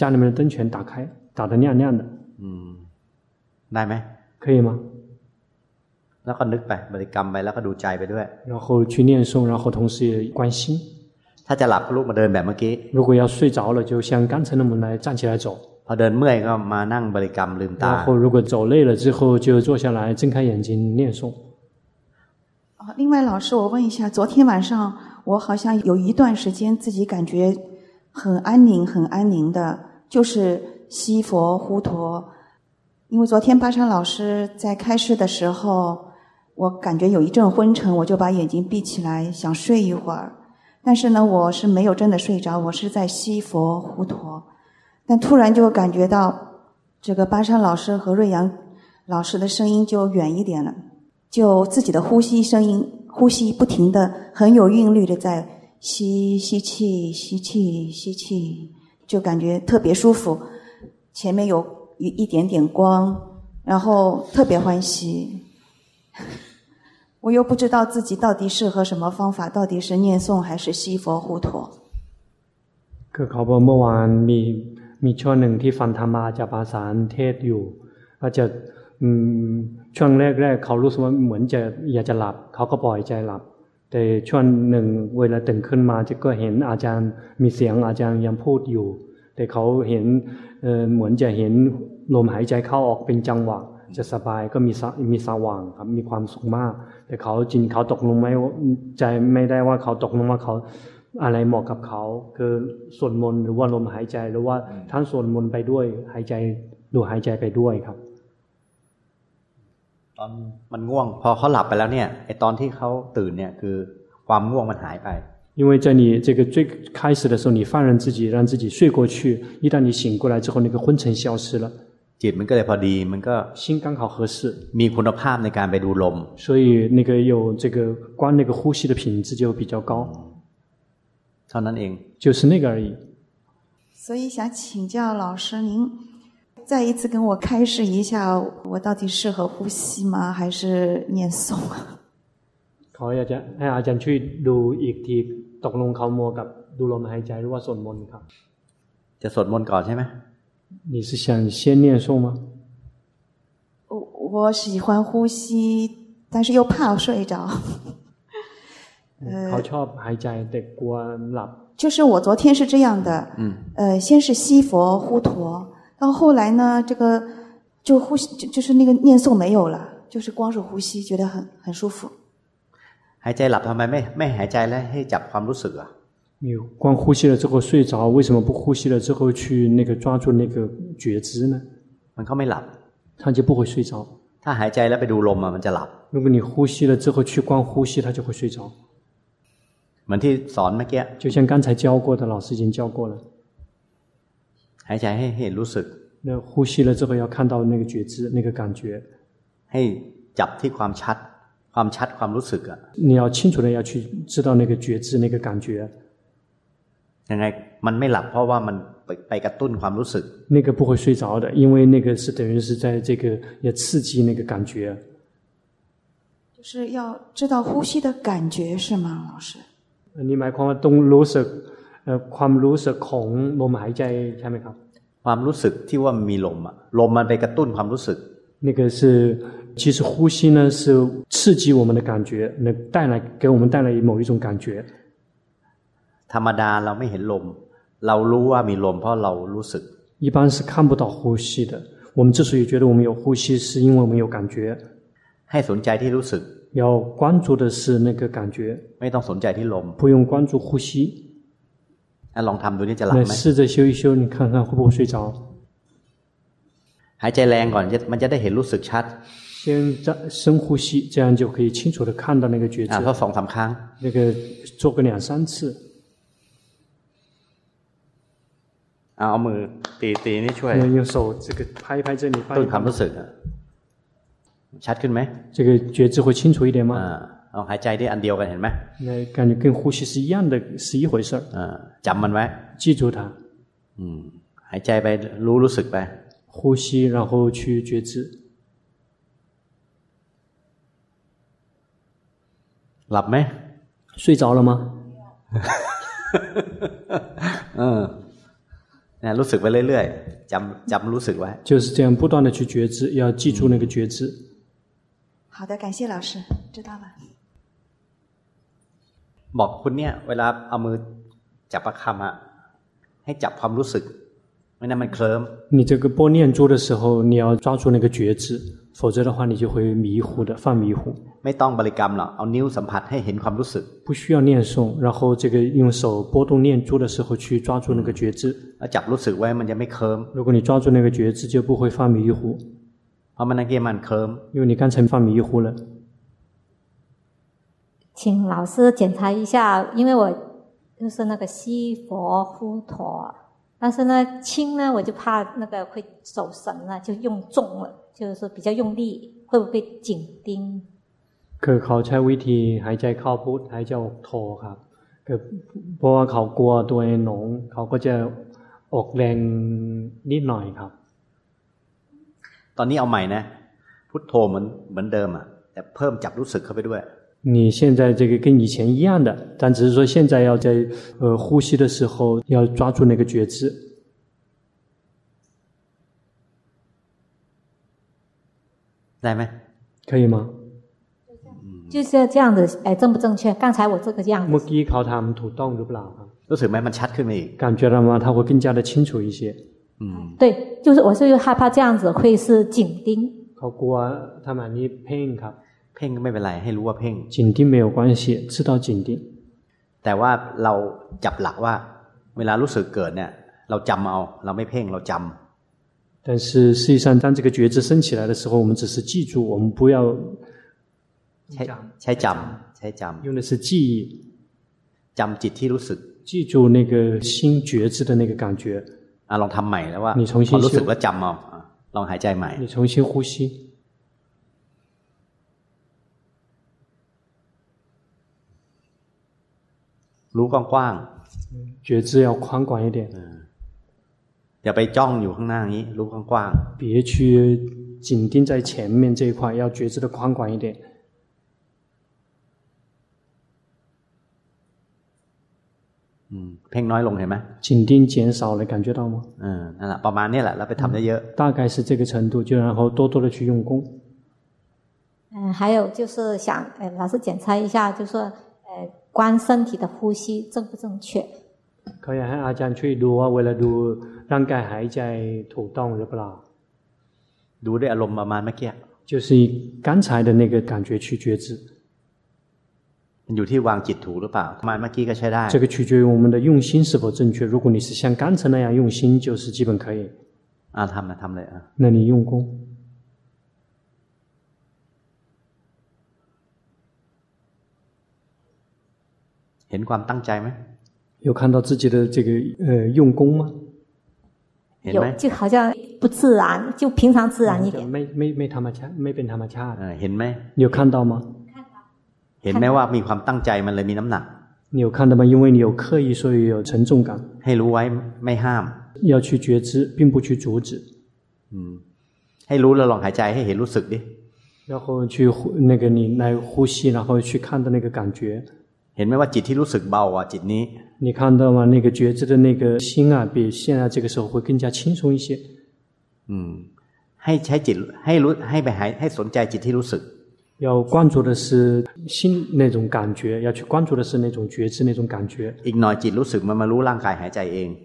[SPEAKER 2] 家里面的灯全打开，打得亮亮的，
[SPEAKER 1] อืม ได้ไหม
[SPEAKER 2] 可以吗？
[SPEAKER 1] แล้วก็นึกไปบริกรรมไปแล้วก็ดูใจไปด้วย
[SPEAKER 2] 然后去念诵，然后同时也关心。
[SPEAKER 1] ถ้าจะหลับก็ลุกมาเดินแบบเมื่อกี้
[SPEAKER 2] 如果要睡着了，就像刚才那么来站起来走。
[SPEAKER 1] พอเดินเมื่อยก็มานั่งบริกรรมลืมตา
[SPEAKER 2] 然后如果走累了之后，就坐下来，睁开眼睛念诵。
[SPEAKER 11] 啊，另外老师，我问一下，昨天晚上我好像有一段时间自己感觉很安宁、很安宁的，就是西佛呼陀。因为昨天巴山老师在开示的时候，我感觉有一阵昏沉，我就把眼睛闭起来，想睡一会儿。但是呢，我是没有真的睡着，我是在西佛呼陀。但突然就感觉到这个巴山老师和瑞阳老师的声音就远一点了，就自己的呼吸声音，呼吸不停的，很有韵律的在吸吸气、吸气、吸气，就感觉特别舒服。前面有一一点点光，然后特别欢喜。 我又不知道自己到底适合什么方法，到底是念诵还是西佛护陀。
[SPEAKER 2] คือเขาบอกเมื่อวานมีมีช่วงหนึ่งที่ฟังธรรมาจากภาษาเทศอยู่ ก็จะอืมช่วงแรกๆเขารู้สึกว่าเหมือนจะอยากจะหลับ เขาก็ปล่อยใจหลับ แต่ช่วงหนึ่งเวลาตื่นขึ้นมาจะก็เห็นอาจารย์มีเสียงอาจารย์ยังพูดอยู่ แต่เขาเห็นเอ่อเหมือนจะเห็นลมหายใจเข้าออกเป็นจังหวะ จะสบายก็มีสะมีสว่างครับมีความสุขมาก แต่เขาจริงเขาตกลงไม่ใจไม่ได้ว่าเขาตกลงว่าเขา อะไรเหมาะกับเขาคือสวดมนต์หรือว่าลมหายใจหรือว่าทั้งสวดมนต์ไปด้วยหายใจดูหายใจไปด้วยครับ
[SPEAKER 1] ตอนมันง่วง พอเขาหลับไปแล้วเนี่ยไอตอนที่เขาตื่นเนี่ยคือความง่วงมันหายไป
[SPEAKER 2] 因为在你这个最开始的时候，你放任自己，让自己睡过去。一旦你醒过来之后，那个昏沉消失了，
[SPEAKER 1] จิตมันก็เลยพอดีมันก็
[SPEAKER 2] 心刚好合适
[SPEAKER 1] มีคุณภาพในการไปดูลม
[SPEAKER 2] 所以那个有这个观那个呼吸的品质就比较高。
[SPEAKER 1] เท่านั้นเอง
[SPEAKER 2] 就是那个而已。
[SPEAKER 11] 所以想请教老师，您再一次跟我开示一下，我到底适合呼吸吗，还是念诵啊？
[SPEAKER 2] ขออยากจะให้อาจารย์ช่วยดูอีกทีตกลงเขามัวกับดูลมหายใจหรือว่าสวดมนต์ครับ
[SPEAKER 1] จะสวดมนต์ก่อนใช่ไหม
[SPEAKER 2] 你是想先念诵吗？
[SPEAKER 11] 我我喜欢呼吸，但是又怕睡着。
[SPEAKER 2] เขา
[SPEAKER 11] 呃，
[SPEAKER 2] ชอบหายใจแต่กลัวหลับ
[SPEAKER 11] 就是我昨天是这样的，
[SPEAKER 1] 嗯，
[SPEAKER 11] 呃，先是西佛呼陀，到后来呢，这个就呼吸就就是那个念诵没有了，就是光是呼吸，觉得很很舒服。
[SPEAKER 1] หายใจหลับทำไมไม่ไม่หายใจแล้วให้จับความรู้สึกอ่ะ
[SPEAKER 2] 你光呼吸了之后睡着，为什么不呼吸了之后去那个抓住那个觉知呢？
[SPEAKER 1] มันก็ไม่หลับ
[SPEAKER 2] 他就不会睡着。
[SPEAKER 1] ถ้าหายใจแล้วไปดูลมอ่ะมันจะหลับ
[SPEAKER 2] 如果你呼吸了之后去光呼吸，他就会睡着。
[SPEAKER 1] เหมือนที่สอนเมื่อกี้
[SPEAKER 2] 就像刚才教过的，老师已经教过了。
[SPEAKER 1] หายใจให้เห็นรู้สึก
[SPEAKER 2] 那呼吸了之后要看到那个觉知，那个感觉，
[SPEAKER 1] ให้จับที่ความชัด ความชัดความรู้สึกอ่ะ
[SPEAKER 2] 你要清楚的要去知道那个觉知，那个感觉，
[SPEAKER 1] ยังไงมันไม่หลับเพราะว่ามันไปไปกระตุ้นความรู้สึก
[SPEAKER 2] 那个不会睡着的，因为那个是等于是在这个要刺激那个感觉。
[SPEAKER 11] 就是要知道呼吸的感觉是吗，老师？
[SPEAKER 2] 呃你买ความว่าต้องรู้สึกเอ่อความรู้สึกของลมหายใจใช่ไหมครับ
[SPEAKER 1] ความรู้สึกที่ว่ามันมีลมอ่ะลมมันไปกระตุ้นความรู้สึก
[SPEAKER 2] 那个是，其实呼吸呢是刺激我们的感觉，能带来给我们带来某一种感觉。
[SPEAKER 1] ธรรมดาเราไม่เห็นลม เรารู้ว่ามีลมเพราะเรารู้สึก
[SPEAKER 2] 一般是看不到呼吸的。我们之所以觉得我们有呼吸，是因为我们有感觉。
[SPEAKER 1] ให้สนใจที่รู้สึก
[SPEAKER 2] 要关注的是那个感觉，
[SPEAKER 1] ไม่ต้องสนใจที่ลม
[SPEAKER 2] 不用关注呼吸。
[SPEAKER 1] อ่ะลองทำดูนี่จะหลับ
[SPEAKER 2] 那
[SPEAKER 1] ไหม
[SPEAKER 2] 试着修一修，你看看会不会睡着？
[SPEAKER 1] หายใจแรงก่อนจะมันจะได้เห็นรู้สึกชัด
[SPEAKER 2] 先在深呼吸，这样就可以清楚的看到那个觉知
[SPEAKER 1] อ่ะ。ทดสองสามครั้ง
[SPEAKER 2] 那个做个两三次，
[SPEAKER 1] เอาเอามือตีตีนี่ช่วย
[SPEAKER 2] 要用手这个拍一拍这里，
[SPEAKER 1] กระ
[SPEAKER 2] 拍
[SPEAKER 1] ตุ้
[SPEAKER 2] 一
[SPEAKER 1] นความ
[SPEAKER 2] 拍，
[SPEAKER 1] รู้สึกอ่ะชัดขึ้นไหม
[SPEAKER 2] 这个觉知会清楚一点吗？
[SPEAKER 1] อ่าเอาหายใจได้อันเดียวกันเห็นไหม
[SPEAKER 2] 那感觉跟呼吸是一样的，是一回事儿。
[SPEAKER 1] อ่าจำมันไว้
[SPEAKER 2] 记住它，
[SPEAKER 1] อืมหายใจไปรู้รู้สึกไป
[SPEAKER 2] 呼吸，然后去觉知。
[SPEAKER 1] หลับไหม
[SPEAKER 2] 睡着了吗？
[SPEAKER 1] เออเนี่ยรู้สึกไปเรื่อยๆจำจำรู้สึกไว้
[SPEAKER 2] 就是这样，不断的去觉知，要记住那个觉知。
[SPEAKER 11] 好的，感谢老师，知道了。
[SPEAKER 1] บอกคุณเนี่ย เวลาเอามือจับประคำอะให้จับความรู้สึก เ ไม่นั้นมันเคลิ้ม
[SPEAKER 2] 你这个拨念珠的时候，你要抓住那个觉知，否则的话你就会迷糊的，犯迷糊。
[SPEAKER 1] ไม่ต้องบริกรรมหรอกเอานิ้วสัมผัสให้เห็นความรู้สึก
[SPEAKER 2] 不需要念诵，然后这个用手拨动念珠的时候去抓住那个觉知。
[SPEAKER 1] แล้วจับรู้สึกไว้มันจะไม่เคลิ้ม
[SPEAKER 2] 如果你抓住那个觉知，就不会犯迷糊，
[SPEAKER 1] เพราะมันนั่งเกียมันเคลิ้ม
[SPEAKER 2] 因为你刚才犯迷糊了。
[SPEAKER 12] 请老师检查一下，因为我就是那个西佛呼陀，但是呢轻呢我就怕那个会走神了，就用重了，就是说比较用力，会不会紧盯？
[SPEAKER 2] คือเขาใช้วิธีหายใจเข้าพุทหายใจออกโทครับคือเพราะว่าเขากลัวตัวเองหนงเขาก็จะออกแรงนิดหน่อยครับ
[SPEAKER 1] ตอนนี้เอาใหม่นะ พุทโธเหมือนเหมือนเดิมอ่ะแต่เพิ่มจับรู้สึกเข้าไปด้วย
[SPEAKER 2] 你现在这个跟以前一样的，但只是说现在要在呃呼吸的时候要抓住那个觉知。
[SPEAKER 1] 来没？
[SPEAKER 2] 可以吗？
[SPEAKER 12] 就是要这样子，哎，正不正确？刚才我这个样
[SPEAKER 2] 木吉考他们土动对不啦？
[SPEAKER 1] รู้สึกไหมมันชัดขึ้นมาอีก
[SPEAKER 2] 感觉到吗？它会更加的清楚一些。
[SPEAKER 12] 子，对，就是我是害怕这样子会是紧盯，
[SPEAKER 2] 考过他们你拼卡，
[SPEAKER 1] เพ่งก็ไม่เป็นไรให้รู้ว่าเพ่ง
[SPEAKER 2] 紧盯没有关系，知道紧盯。
[SPEAKER 1] แต่ว่าเราจับหลักว่า เวลารู้สึกเกิดเนี่ย เราจำเอา เราไม่เพ่งเราจำ
[SPEAKER 2] 但是实际上，当这个觉知升起来的时候，我们只是记住，我们不要
[SPEAKER 1] ใช้ใช้จำใช้จำ
[SPEAKER 2] 用的是记忆，
[SPEAKER 1] จำจิตที่รู้สึก
[SPEAKER 2] 记住那个心觉知的那个感觉。
[SPEAKER 1] อ่ะลองทำใหม่แล้วว่า
[SPEAKER 2] นี่ชงชิ่
[SPEAKER 1] พ
[SPEAKER 2] ง
[SPEAKER 1] อรู้สึกแล้วจำเอาอ่ะลองหายใจใหม่
[SPEAKER 2] 你重新呼吸，
[SPEAKER 1] รู้กว้าง
[SPEAKER 2] 觉知要宽广一点，
[SPEAKER 1] 嗯 ๆอย่าไปจ้องอยู่ข้างหน้านี้ รู้กว้าง
[SPEAKER 2] 别去紧盯在前面这一块，要觉知的宽广一点。
[SPEAKER 1] ๆอืมเพ่งน้อยลงเห็นไหม
[SPEAKER 2] 紧盯减少了，感觉到吗？
[SPEAKER 1] เออนั่นแหละประมาณนี้แหละเราไปทำเยอะ
[SPEAKER 2] 嗯大概是这个程度，就然后多多的去用功。
[SPEAKER 12] 嗯，还有就是想，呃，老师检查一下，就说，呃，观身体的呼吸正不正确？
[SPEAKER 2] เขาอยากให้อาจารย์ช่วยดูว่าเวลาดูร่างกายหายใจถูกต้องหรือเปล่า
[SPEAKER 1] ๆดูด้วยอารมณ์ประมาณเมื่อกี้
[SPEAKER 2] 就是以刚才的那个感觉去觉知，
[SPEAKER 1] มันอยู่ที่วางจิตถูกหรือเปล่าประมาณเมื่อกี้ก็ใช้ได้
[SPEAKER 2] 这个取决于我们的用心是否正确。如果你是像刚才那样用心，就是基本可以。
[SPEAKER 1] อ่าทำนะทำเลยอ่ะ
[SPEAKER 2] 那你用功，
[SPEAKER 1] เห็นความตั้งใจไหม
[SPEAKER 2] 有看到自己的这个呃用功吗？
[SPEAKER 1] เห็น
[SPEAKER 12] 有
[SPEAKER 1] ไหม，
[SPEAKER 12] 就好像不自然，就平常自然一点。
[SPEAKER 2] 没没没他妈掐，没变他妈掐
[SPEAKER 1] เอ。อเห็นไหม
[SPEAKER 2] 你有看到吗？
[SPEAKER 1] เห็นไหมว่ามีความตั้งใจมันเลยมีน้ำหนัก
[SPEAKER 2] 你有看到吗？因为你有刻意，所以有沉重感。
[SPEAKER 1] ให้รู้ไว้ไม่ห้าม
[SPEAKER 2] 要去觉知，并不去阻止，
[SPEAKER 1] อืม ให้รู้แล้วลองหายใจให้เห็นรู้สึกดิ
[SPEAKER 2] 然后去呼那个你来呼吸，然后去看到那个感觉。
[SPEAKER 1] เห็นไหมว่าจิตที่รู้สึกเบาอ่ะจิตนี้
[SPEAKER 2] 你看到吗？那个觉知的那个心啊，比现在这个时候会更加轻松一些。
[SPEAKER 1] อืม ให้ใช้จิตให้รู้ให้ไปหายให้สนใจจิตที่รู้สึก
[SPEAKER 2] 要关注的是心那种感觉，要去关注的是那种觉知那种感觉。
[SPEAKER 1] อีกหน่อยจิตรู้สึกมันมารู้ร่างกายหายใจเอง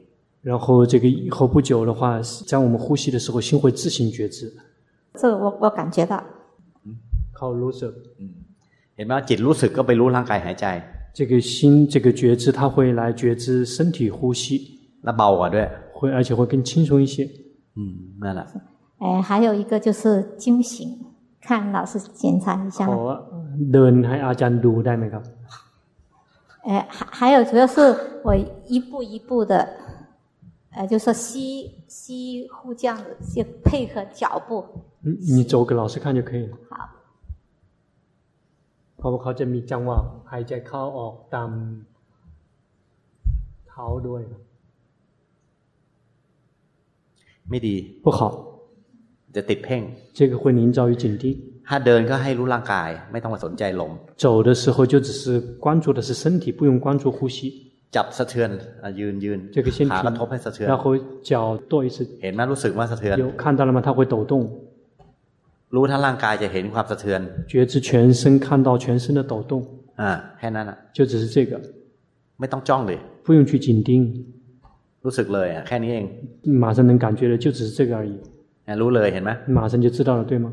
[SPEAKER 2] 然后这个以后不久的话，在我们呼吸的时候，心会自行觉知。
[SPEAKER 12] 这个我我感觉到，
[SPEAKER 2] 靠 loser，
[SPEAKER 1] เห็นไหมว่าจิตรู้สึกก็ไปรู้ร่างกายหายใจ
[SPEAKER 2] 这个心这个觉知，它会来觉知身体呼吸，
[SPEAKER 1] แล้วเบากว่าด้วย
[SPEAKER 2] 会而且会更轻松一些。
[SPEAKER 1] อืมนั่นแหละ
[SPEAKER 12] 哎，还有一个就是惊醒，看老师检查一下。
[SPEAKER 2] 好啊，เดินให้อาจารย์ดูได้ไหมครับ
[SPEAKER 12] 哎，还还有主要是我一步一步的，呃，就说吸吸呼这样子，就配合脚步。
[SPEAKER 2] 你你走给老师看就可以了。
[SPEAKER 12] 好。
[SPEAKER 2] เพราะว่าเขาจะมีจังหวะหายใจเข้าออกตามเท้าด้วยครับ
[SPEAKER 1] ไม่ดี
[SPEAKER 2] 不好，
[SPEAKER 1] จะติดเพ่ง
[SPEAKER 2] 这个会营造于紧盯。
[SPEAKER 1] ถ้าเดินก็ให้รู้ร่างกาย ไม่ต้องมาสนใจลม
[SPEAKER 2] 走的时候就只是关注的是身体，不用关注呼吸。
[SPEAKER 1] จับสะเทือนอ่ะยืนยืน
[SPEAKER 2] 这个身体
[SPEAKER 1] ขากระทบให้สะเทือน
[SPEAKER 2] 然后脚跺一次，
[SPEAKER 1] เห็นไหมรู้สึกว่าสะเทือน
[SPEAKER 2] 有看到了吗？它会抖动，
[SPEAKER 1] รู้ทั้งร่างกายจะเห็นความสะเทือน
[SPEAKER 2] 觉知全身，看到全身的抖动，
[SPEAKER 1] อ่าแค่นั้นอ่ะ
[SPEAKER 2] 就只是这个，
[SPEAKER 1] ไม่ต้องจ้องเลย
[SPEAKER 2] 不用去紧盯。
[SPEAKER 1] รู้สึกเลยอ่ะแค่นี้เอง
[SPEAKER 2] 马上能感觉的就只是这个而已，
[SPEAKER 1] นะรู้เลยเห็นไหม
[SPEAKER 2] 马上就知道了，对吗？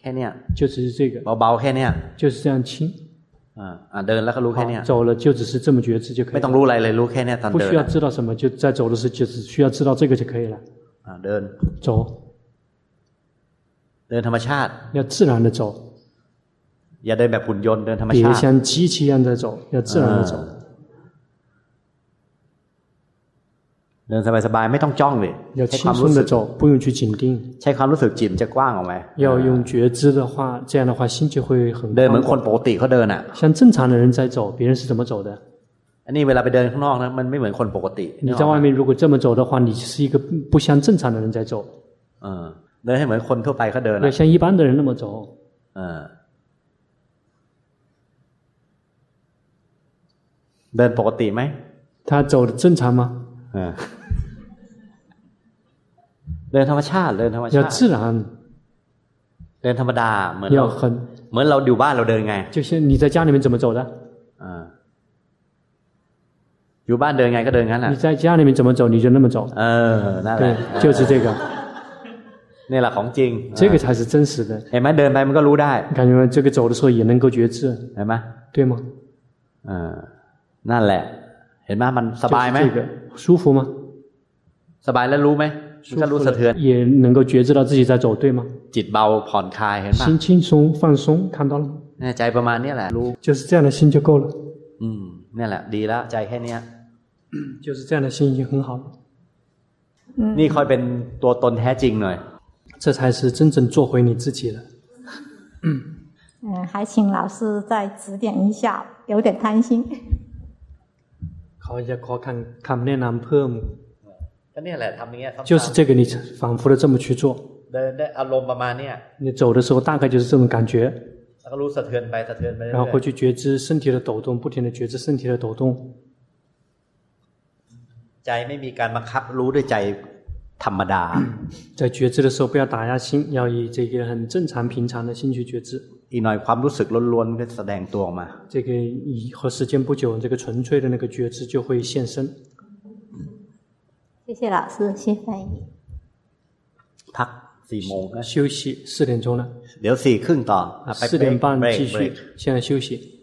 [SPEAKER 1] แค่เนี้ย
[SPEAKER 2] 就只是这个，
[SPEAKER 1] เบาๆแค่เนี้ย
[SPEAKER 2] 就是这样轻，
[SPEAKER 1] อ่าอ่าเดินแล้วก็รู้แค่เนี้ย
[SPEAKER 2] 走了就只是这么觉知就可以
[SPEAKER 1] ไม่ต้องรู้อะไรเลยรู้แค่เนี้ยตอน
[SPEAKER 2] 不
[SPEAKER 1] เดิน
[SPEAKER 2] 需要
[SPEAKER 1] อะ
[SPEAKER 2] 知道什么，就在走的时候就只需要知道这个就可以了。
[SPEAKER 1] อ่าเดิน
[SPEAKER 2] 走，
[SPEAKER 1] เดินธรรมชาติ
[SPEAKER 2] 要自然的走，
[SPEAKER 1] อย่าเดินแบบหุ่นยนต์เดินธรรม
[SPEAKER 2] 别
[SPEAKER 1] ชาติ
[SPEAKER 2] 像机器一样在走，要自然的走。
[SPEAKER 1] เดินสบายๆไม่ต้องจ้องเลย
[SPEAKER 2] 要轻松的走，不用去紧盯。
[SPEAKER 1] ใช้ความรู้สึกจิตมันจะกว้างออกไหม
[SPEAKER 2] 要用觉知的话，这样的话心就会很
[SPEAKER 1] เดินเหมือ
[SPEAKER 2] 宽
[SPEAKER 1] นคน
[SPEAKER 2] 广。
[SPEAKER 1] ปกติเขาเดินอ่ะ
[SPEAKER 2] 像正常的人在走，别人是怎么走的？
[SPEAKER 1] อันนี้เวลาไปเดินข้างนอกนะมันไม่เหมือนคนปกติ
[SPEAKER 2] 你
[SPEAKER 1] นึกอ
[SPEAKER 2] 在
[SPEAKER 1] อกไหม
[SPEAKER 2] 外面如果这么走的话，你是一个不不像正常的人在走，
[SPEAKER 1] เออเดินให้เหมือนคนทั่วไปเขาเดิน
[SPEAKER 2] 要
[SPEAKER 1] อะ
[SPEAKER 2] 像一般的人那么走。
[SPEAKER 1] เออเดินปกติไหม
[SPEAKER 2] 他走的正常吗？
[SPEAKER 1] เออเดินธรรมชาติเดินธรรม
[SPEAKER 2] 要
[SPEAKER 1] ชาติ
[SPEAKER 2] 自然，
[SPEAKER 1] เดินธรรมดาเหมือน
[SPEAKER 2] 要
[SPEAKER 1] เรา
[SPEAKER 2] 很，
[SPEAKER 1] เหมือนเราอยู่บ้านเราเดินไง
[SPEAKER 2] 就像你在家里面怎么走的？
[SPEAKER 1] เอออยู่บ้านเดินไงก็เดินงั้นแหละ
[SPEAKER 2] 你在家里面怎么走，你就嗯那么走。
[SPEAKER 1] เออนั่นแห
[SPEAKER 2] 对
[SPEAKER 1] ละ ，
[SPEAKER 2] 就是这个，
[SPEAKER 1] นี่แหละของจริง
[SPEAKER 2] 这个才是真实的。
[SPEAKER 1] เห็นไหมเดินไปมันก็รู้ได้
[SPEAKER 2] 感觉吗？这个走的时候也能够觉知，
[SPEAKER 1] เห็นไหม
[SPEAKER 2] 对吗？
[SPEAKER 1] เออนั่นแหละ เห็นไหมมันสบายไหม
[SPEAKER 2] 就是这个舒服吗？
[SPEAKER 1] สบายแล้วรู้ไหมมัน
[SPEAKER 2] 舒
[SPEAKER 1] ก็รู้
[SPEAKER 2] 服
[SPEAKER 1] สะเทือน
[SPEAKER 2] 了也能够觉知到自己在走，对吗？
[SPEAKER 1] จิตเบาผ่อนคลายเห็นไหม
[SPEAKER 2] 心轻松放松，看到了吗？
[SPEAKER 1] เนี่ยใจประมาณเนี้ยแหละรู้
[SPEAKER 2] 就是这样的心就够了，
[SPEAKER 1] อืมเนี่ยแหละ ดีแล้วใจแค่เนี้ย
[SPEAKER 2] 就是这样的心已经很好了。
[SPEAKER 12] 嗯
[SPEAKER 1] นี่ค่อยเป็นตัวตนแท้จริงหน่อย
[SPEAKER 2] 这才是真正做回你自己了。
[SPEAKER 12] 嗯，还请老师再指点一下，有点贪心。
[SPEAKER 2] 考一下，考看看那南破姆，
[SPEAKER 1] ก็เนี่ยแหละทำอย่างเงี้ยซ้ำๆ
[SPEAKER 2] 就是这个，你反复的这么去做，
[SPEAKER 1] เดินได้อารมณ์ประมาณเนี้ย
[SPEAKER 2] 你走的时候大概就是这种感觉，
[SPEAKER 1] แล้วก็รู้สะเทือนไปสะเทือนไปเรื่
[SPEAKER 2] 然后会
[SPEAKER 1] อย
[SPEAKER 2] 去觉知身体的抖动，不停的觉知身体的抖动，
[SPEAKER 1] ๆใจไม่มีการบังคับรู้ด้วยใจธรรม ดา
[SPEAKER 2] 在觉知的时候不要打压心，要以这个很正常平常的心去觉知。
[SPEAKER 1] อีกหน่อยความรู้สึกล้วนๆก็แสดงตัวออกมา
[SPEAKER 2] 这个以和时间不久，这个纯粹的那个觉知就会现身。
[SPEAKER 12] 谢谢老师，谢谢翻译。
[SPEAKER 1] พักสี่โมงนะ
[SPEAKER 2] 休息四点钟了，
[SPEAKER 1] เดี๋ยวสี่ครึ่งต่ออ่ะไป
[SPEAKER 2] 四点半
[SPEAKER 1] break
[SPEAKER 2] 继
[SPEAKER 1] break
[SPEAKER 2] 续，现在休息。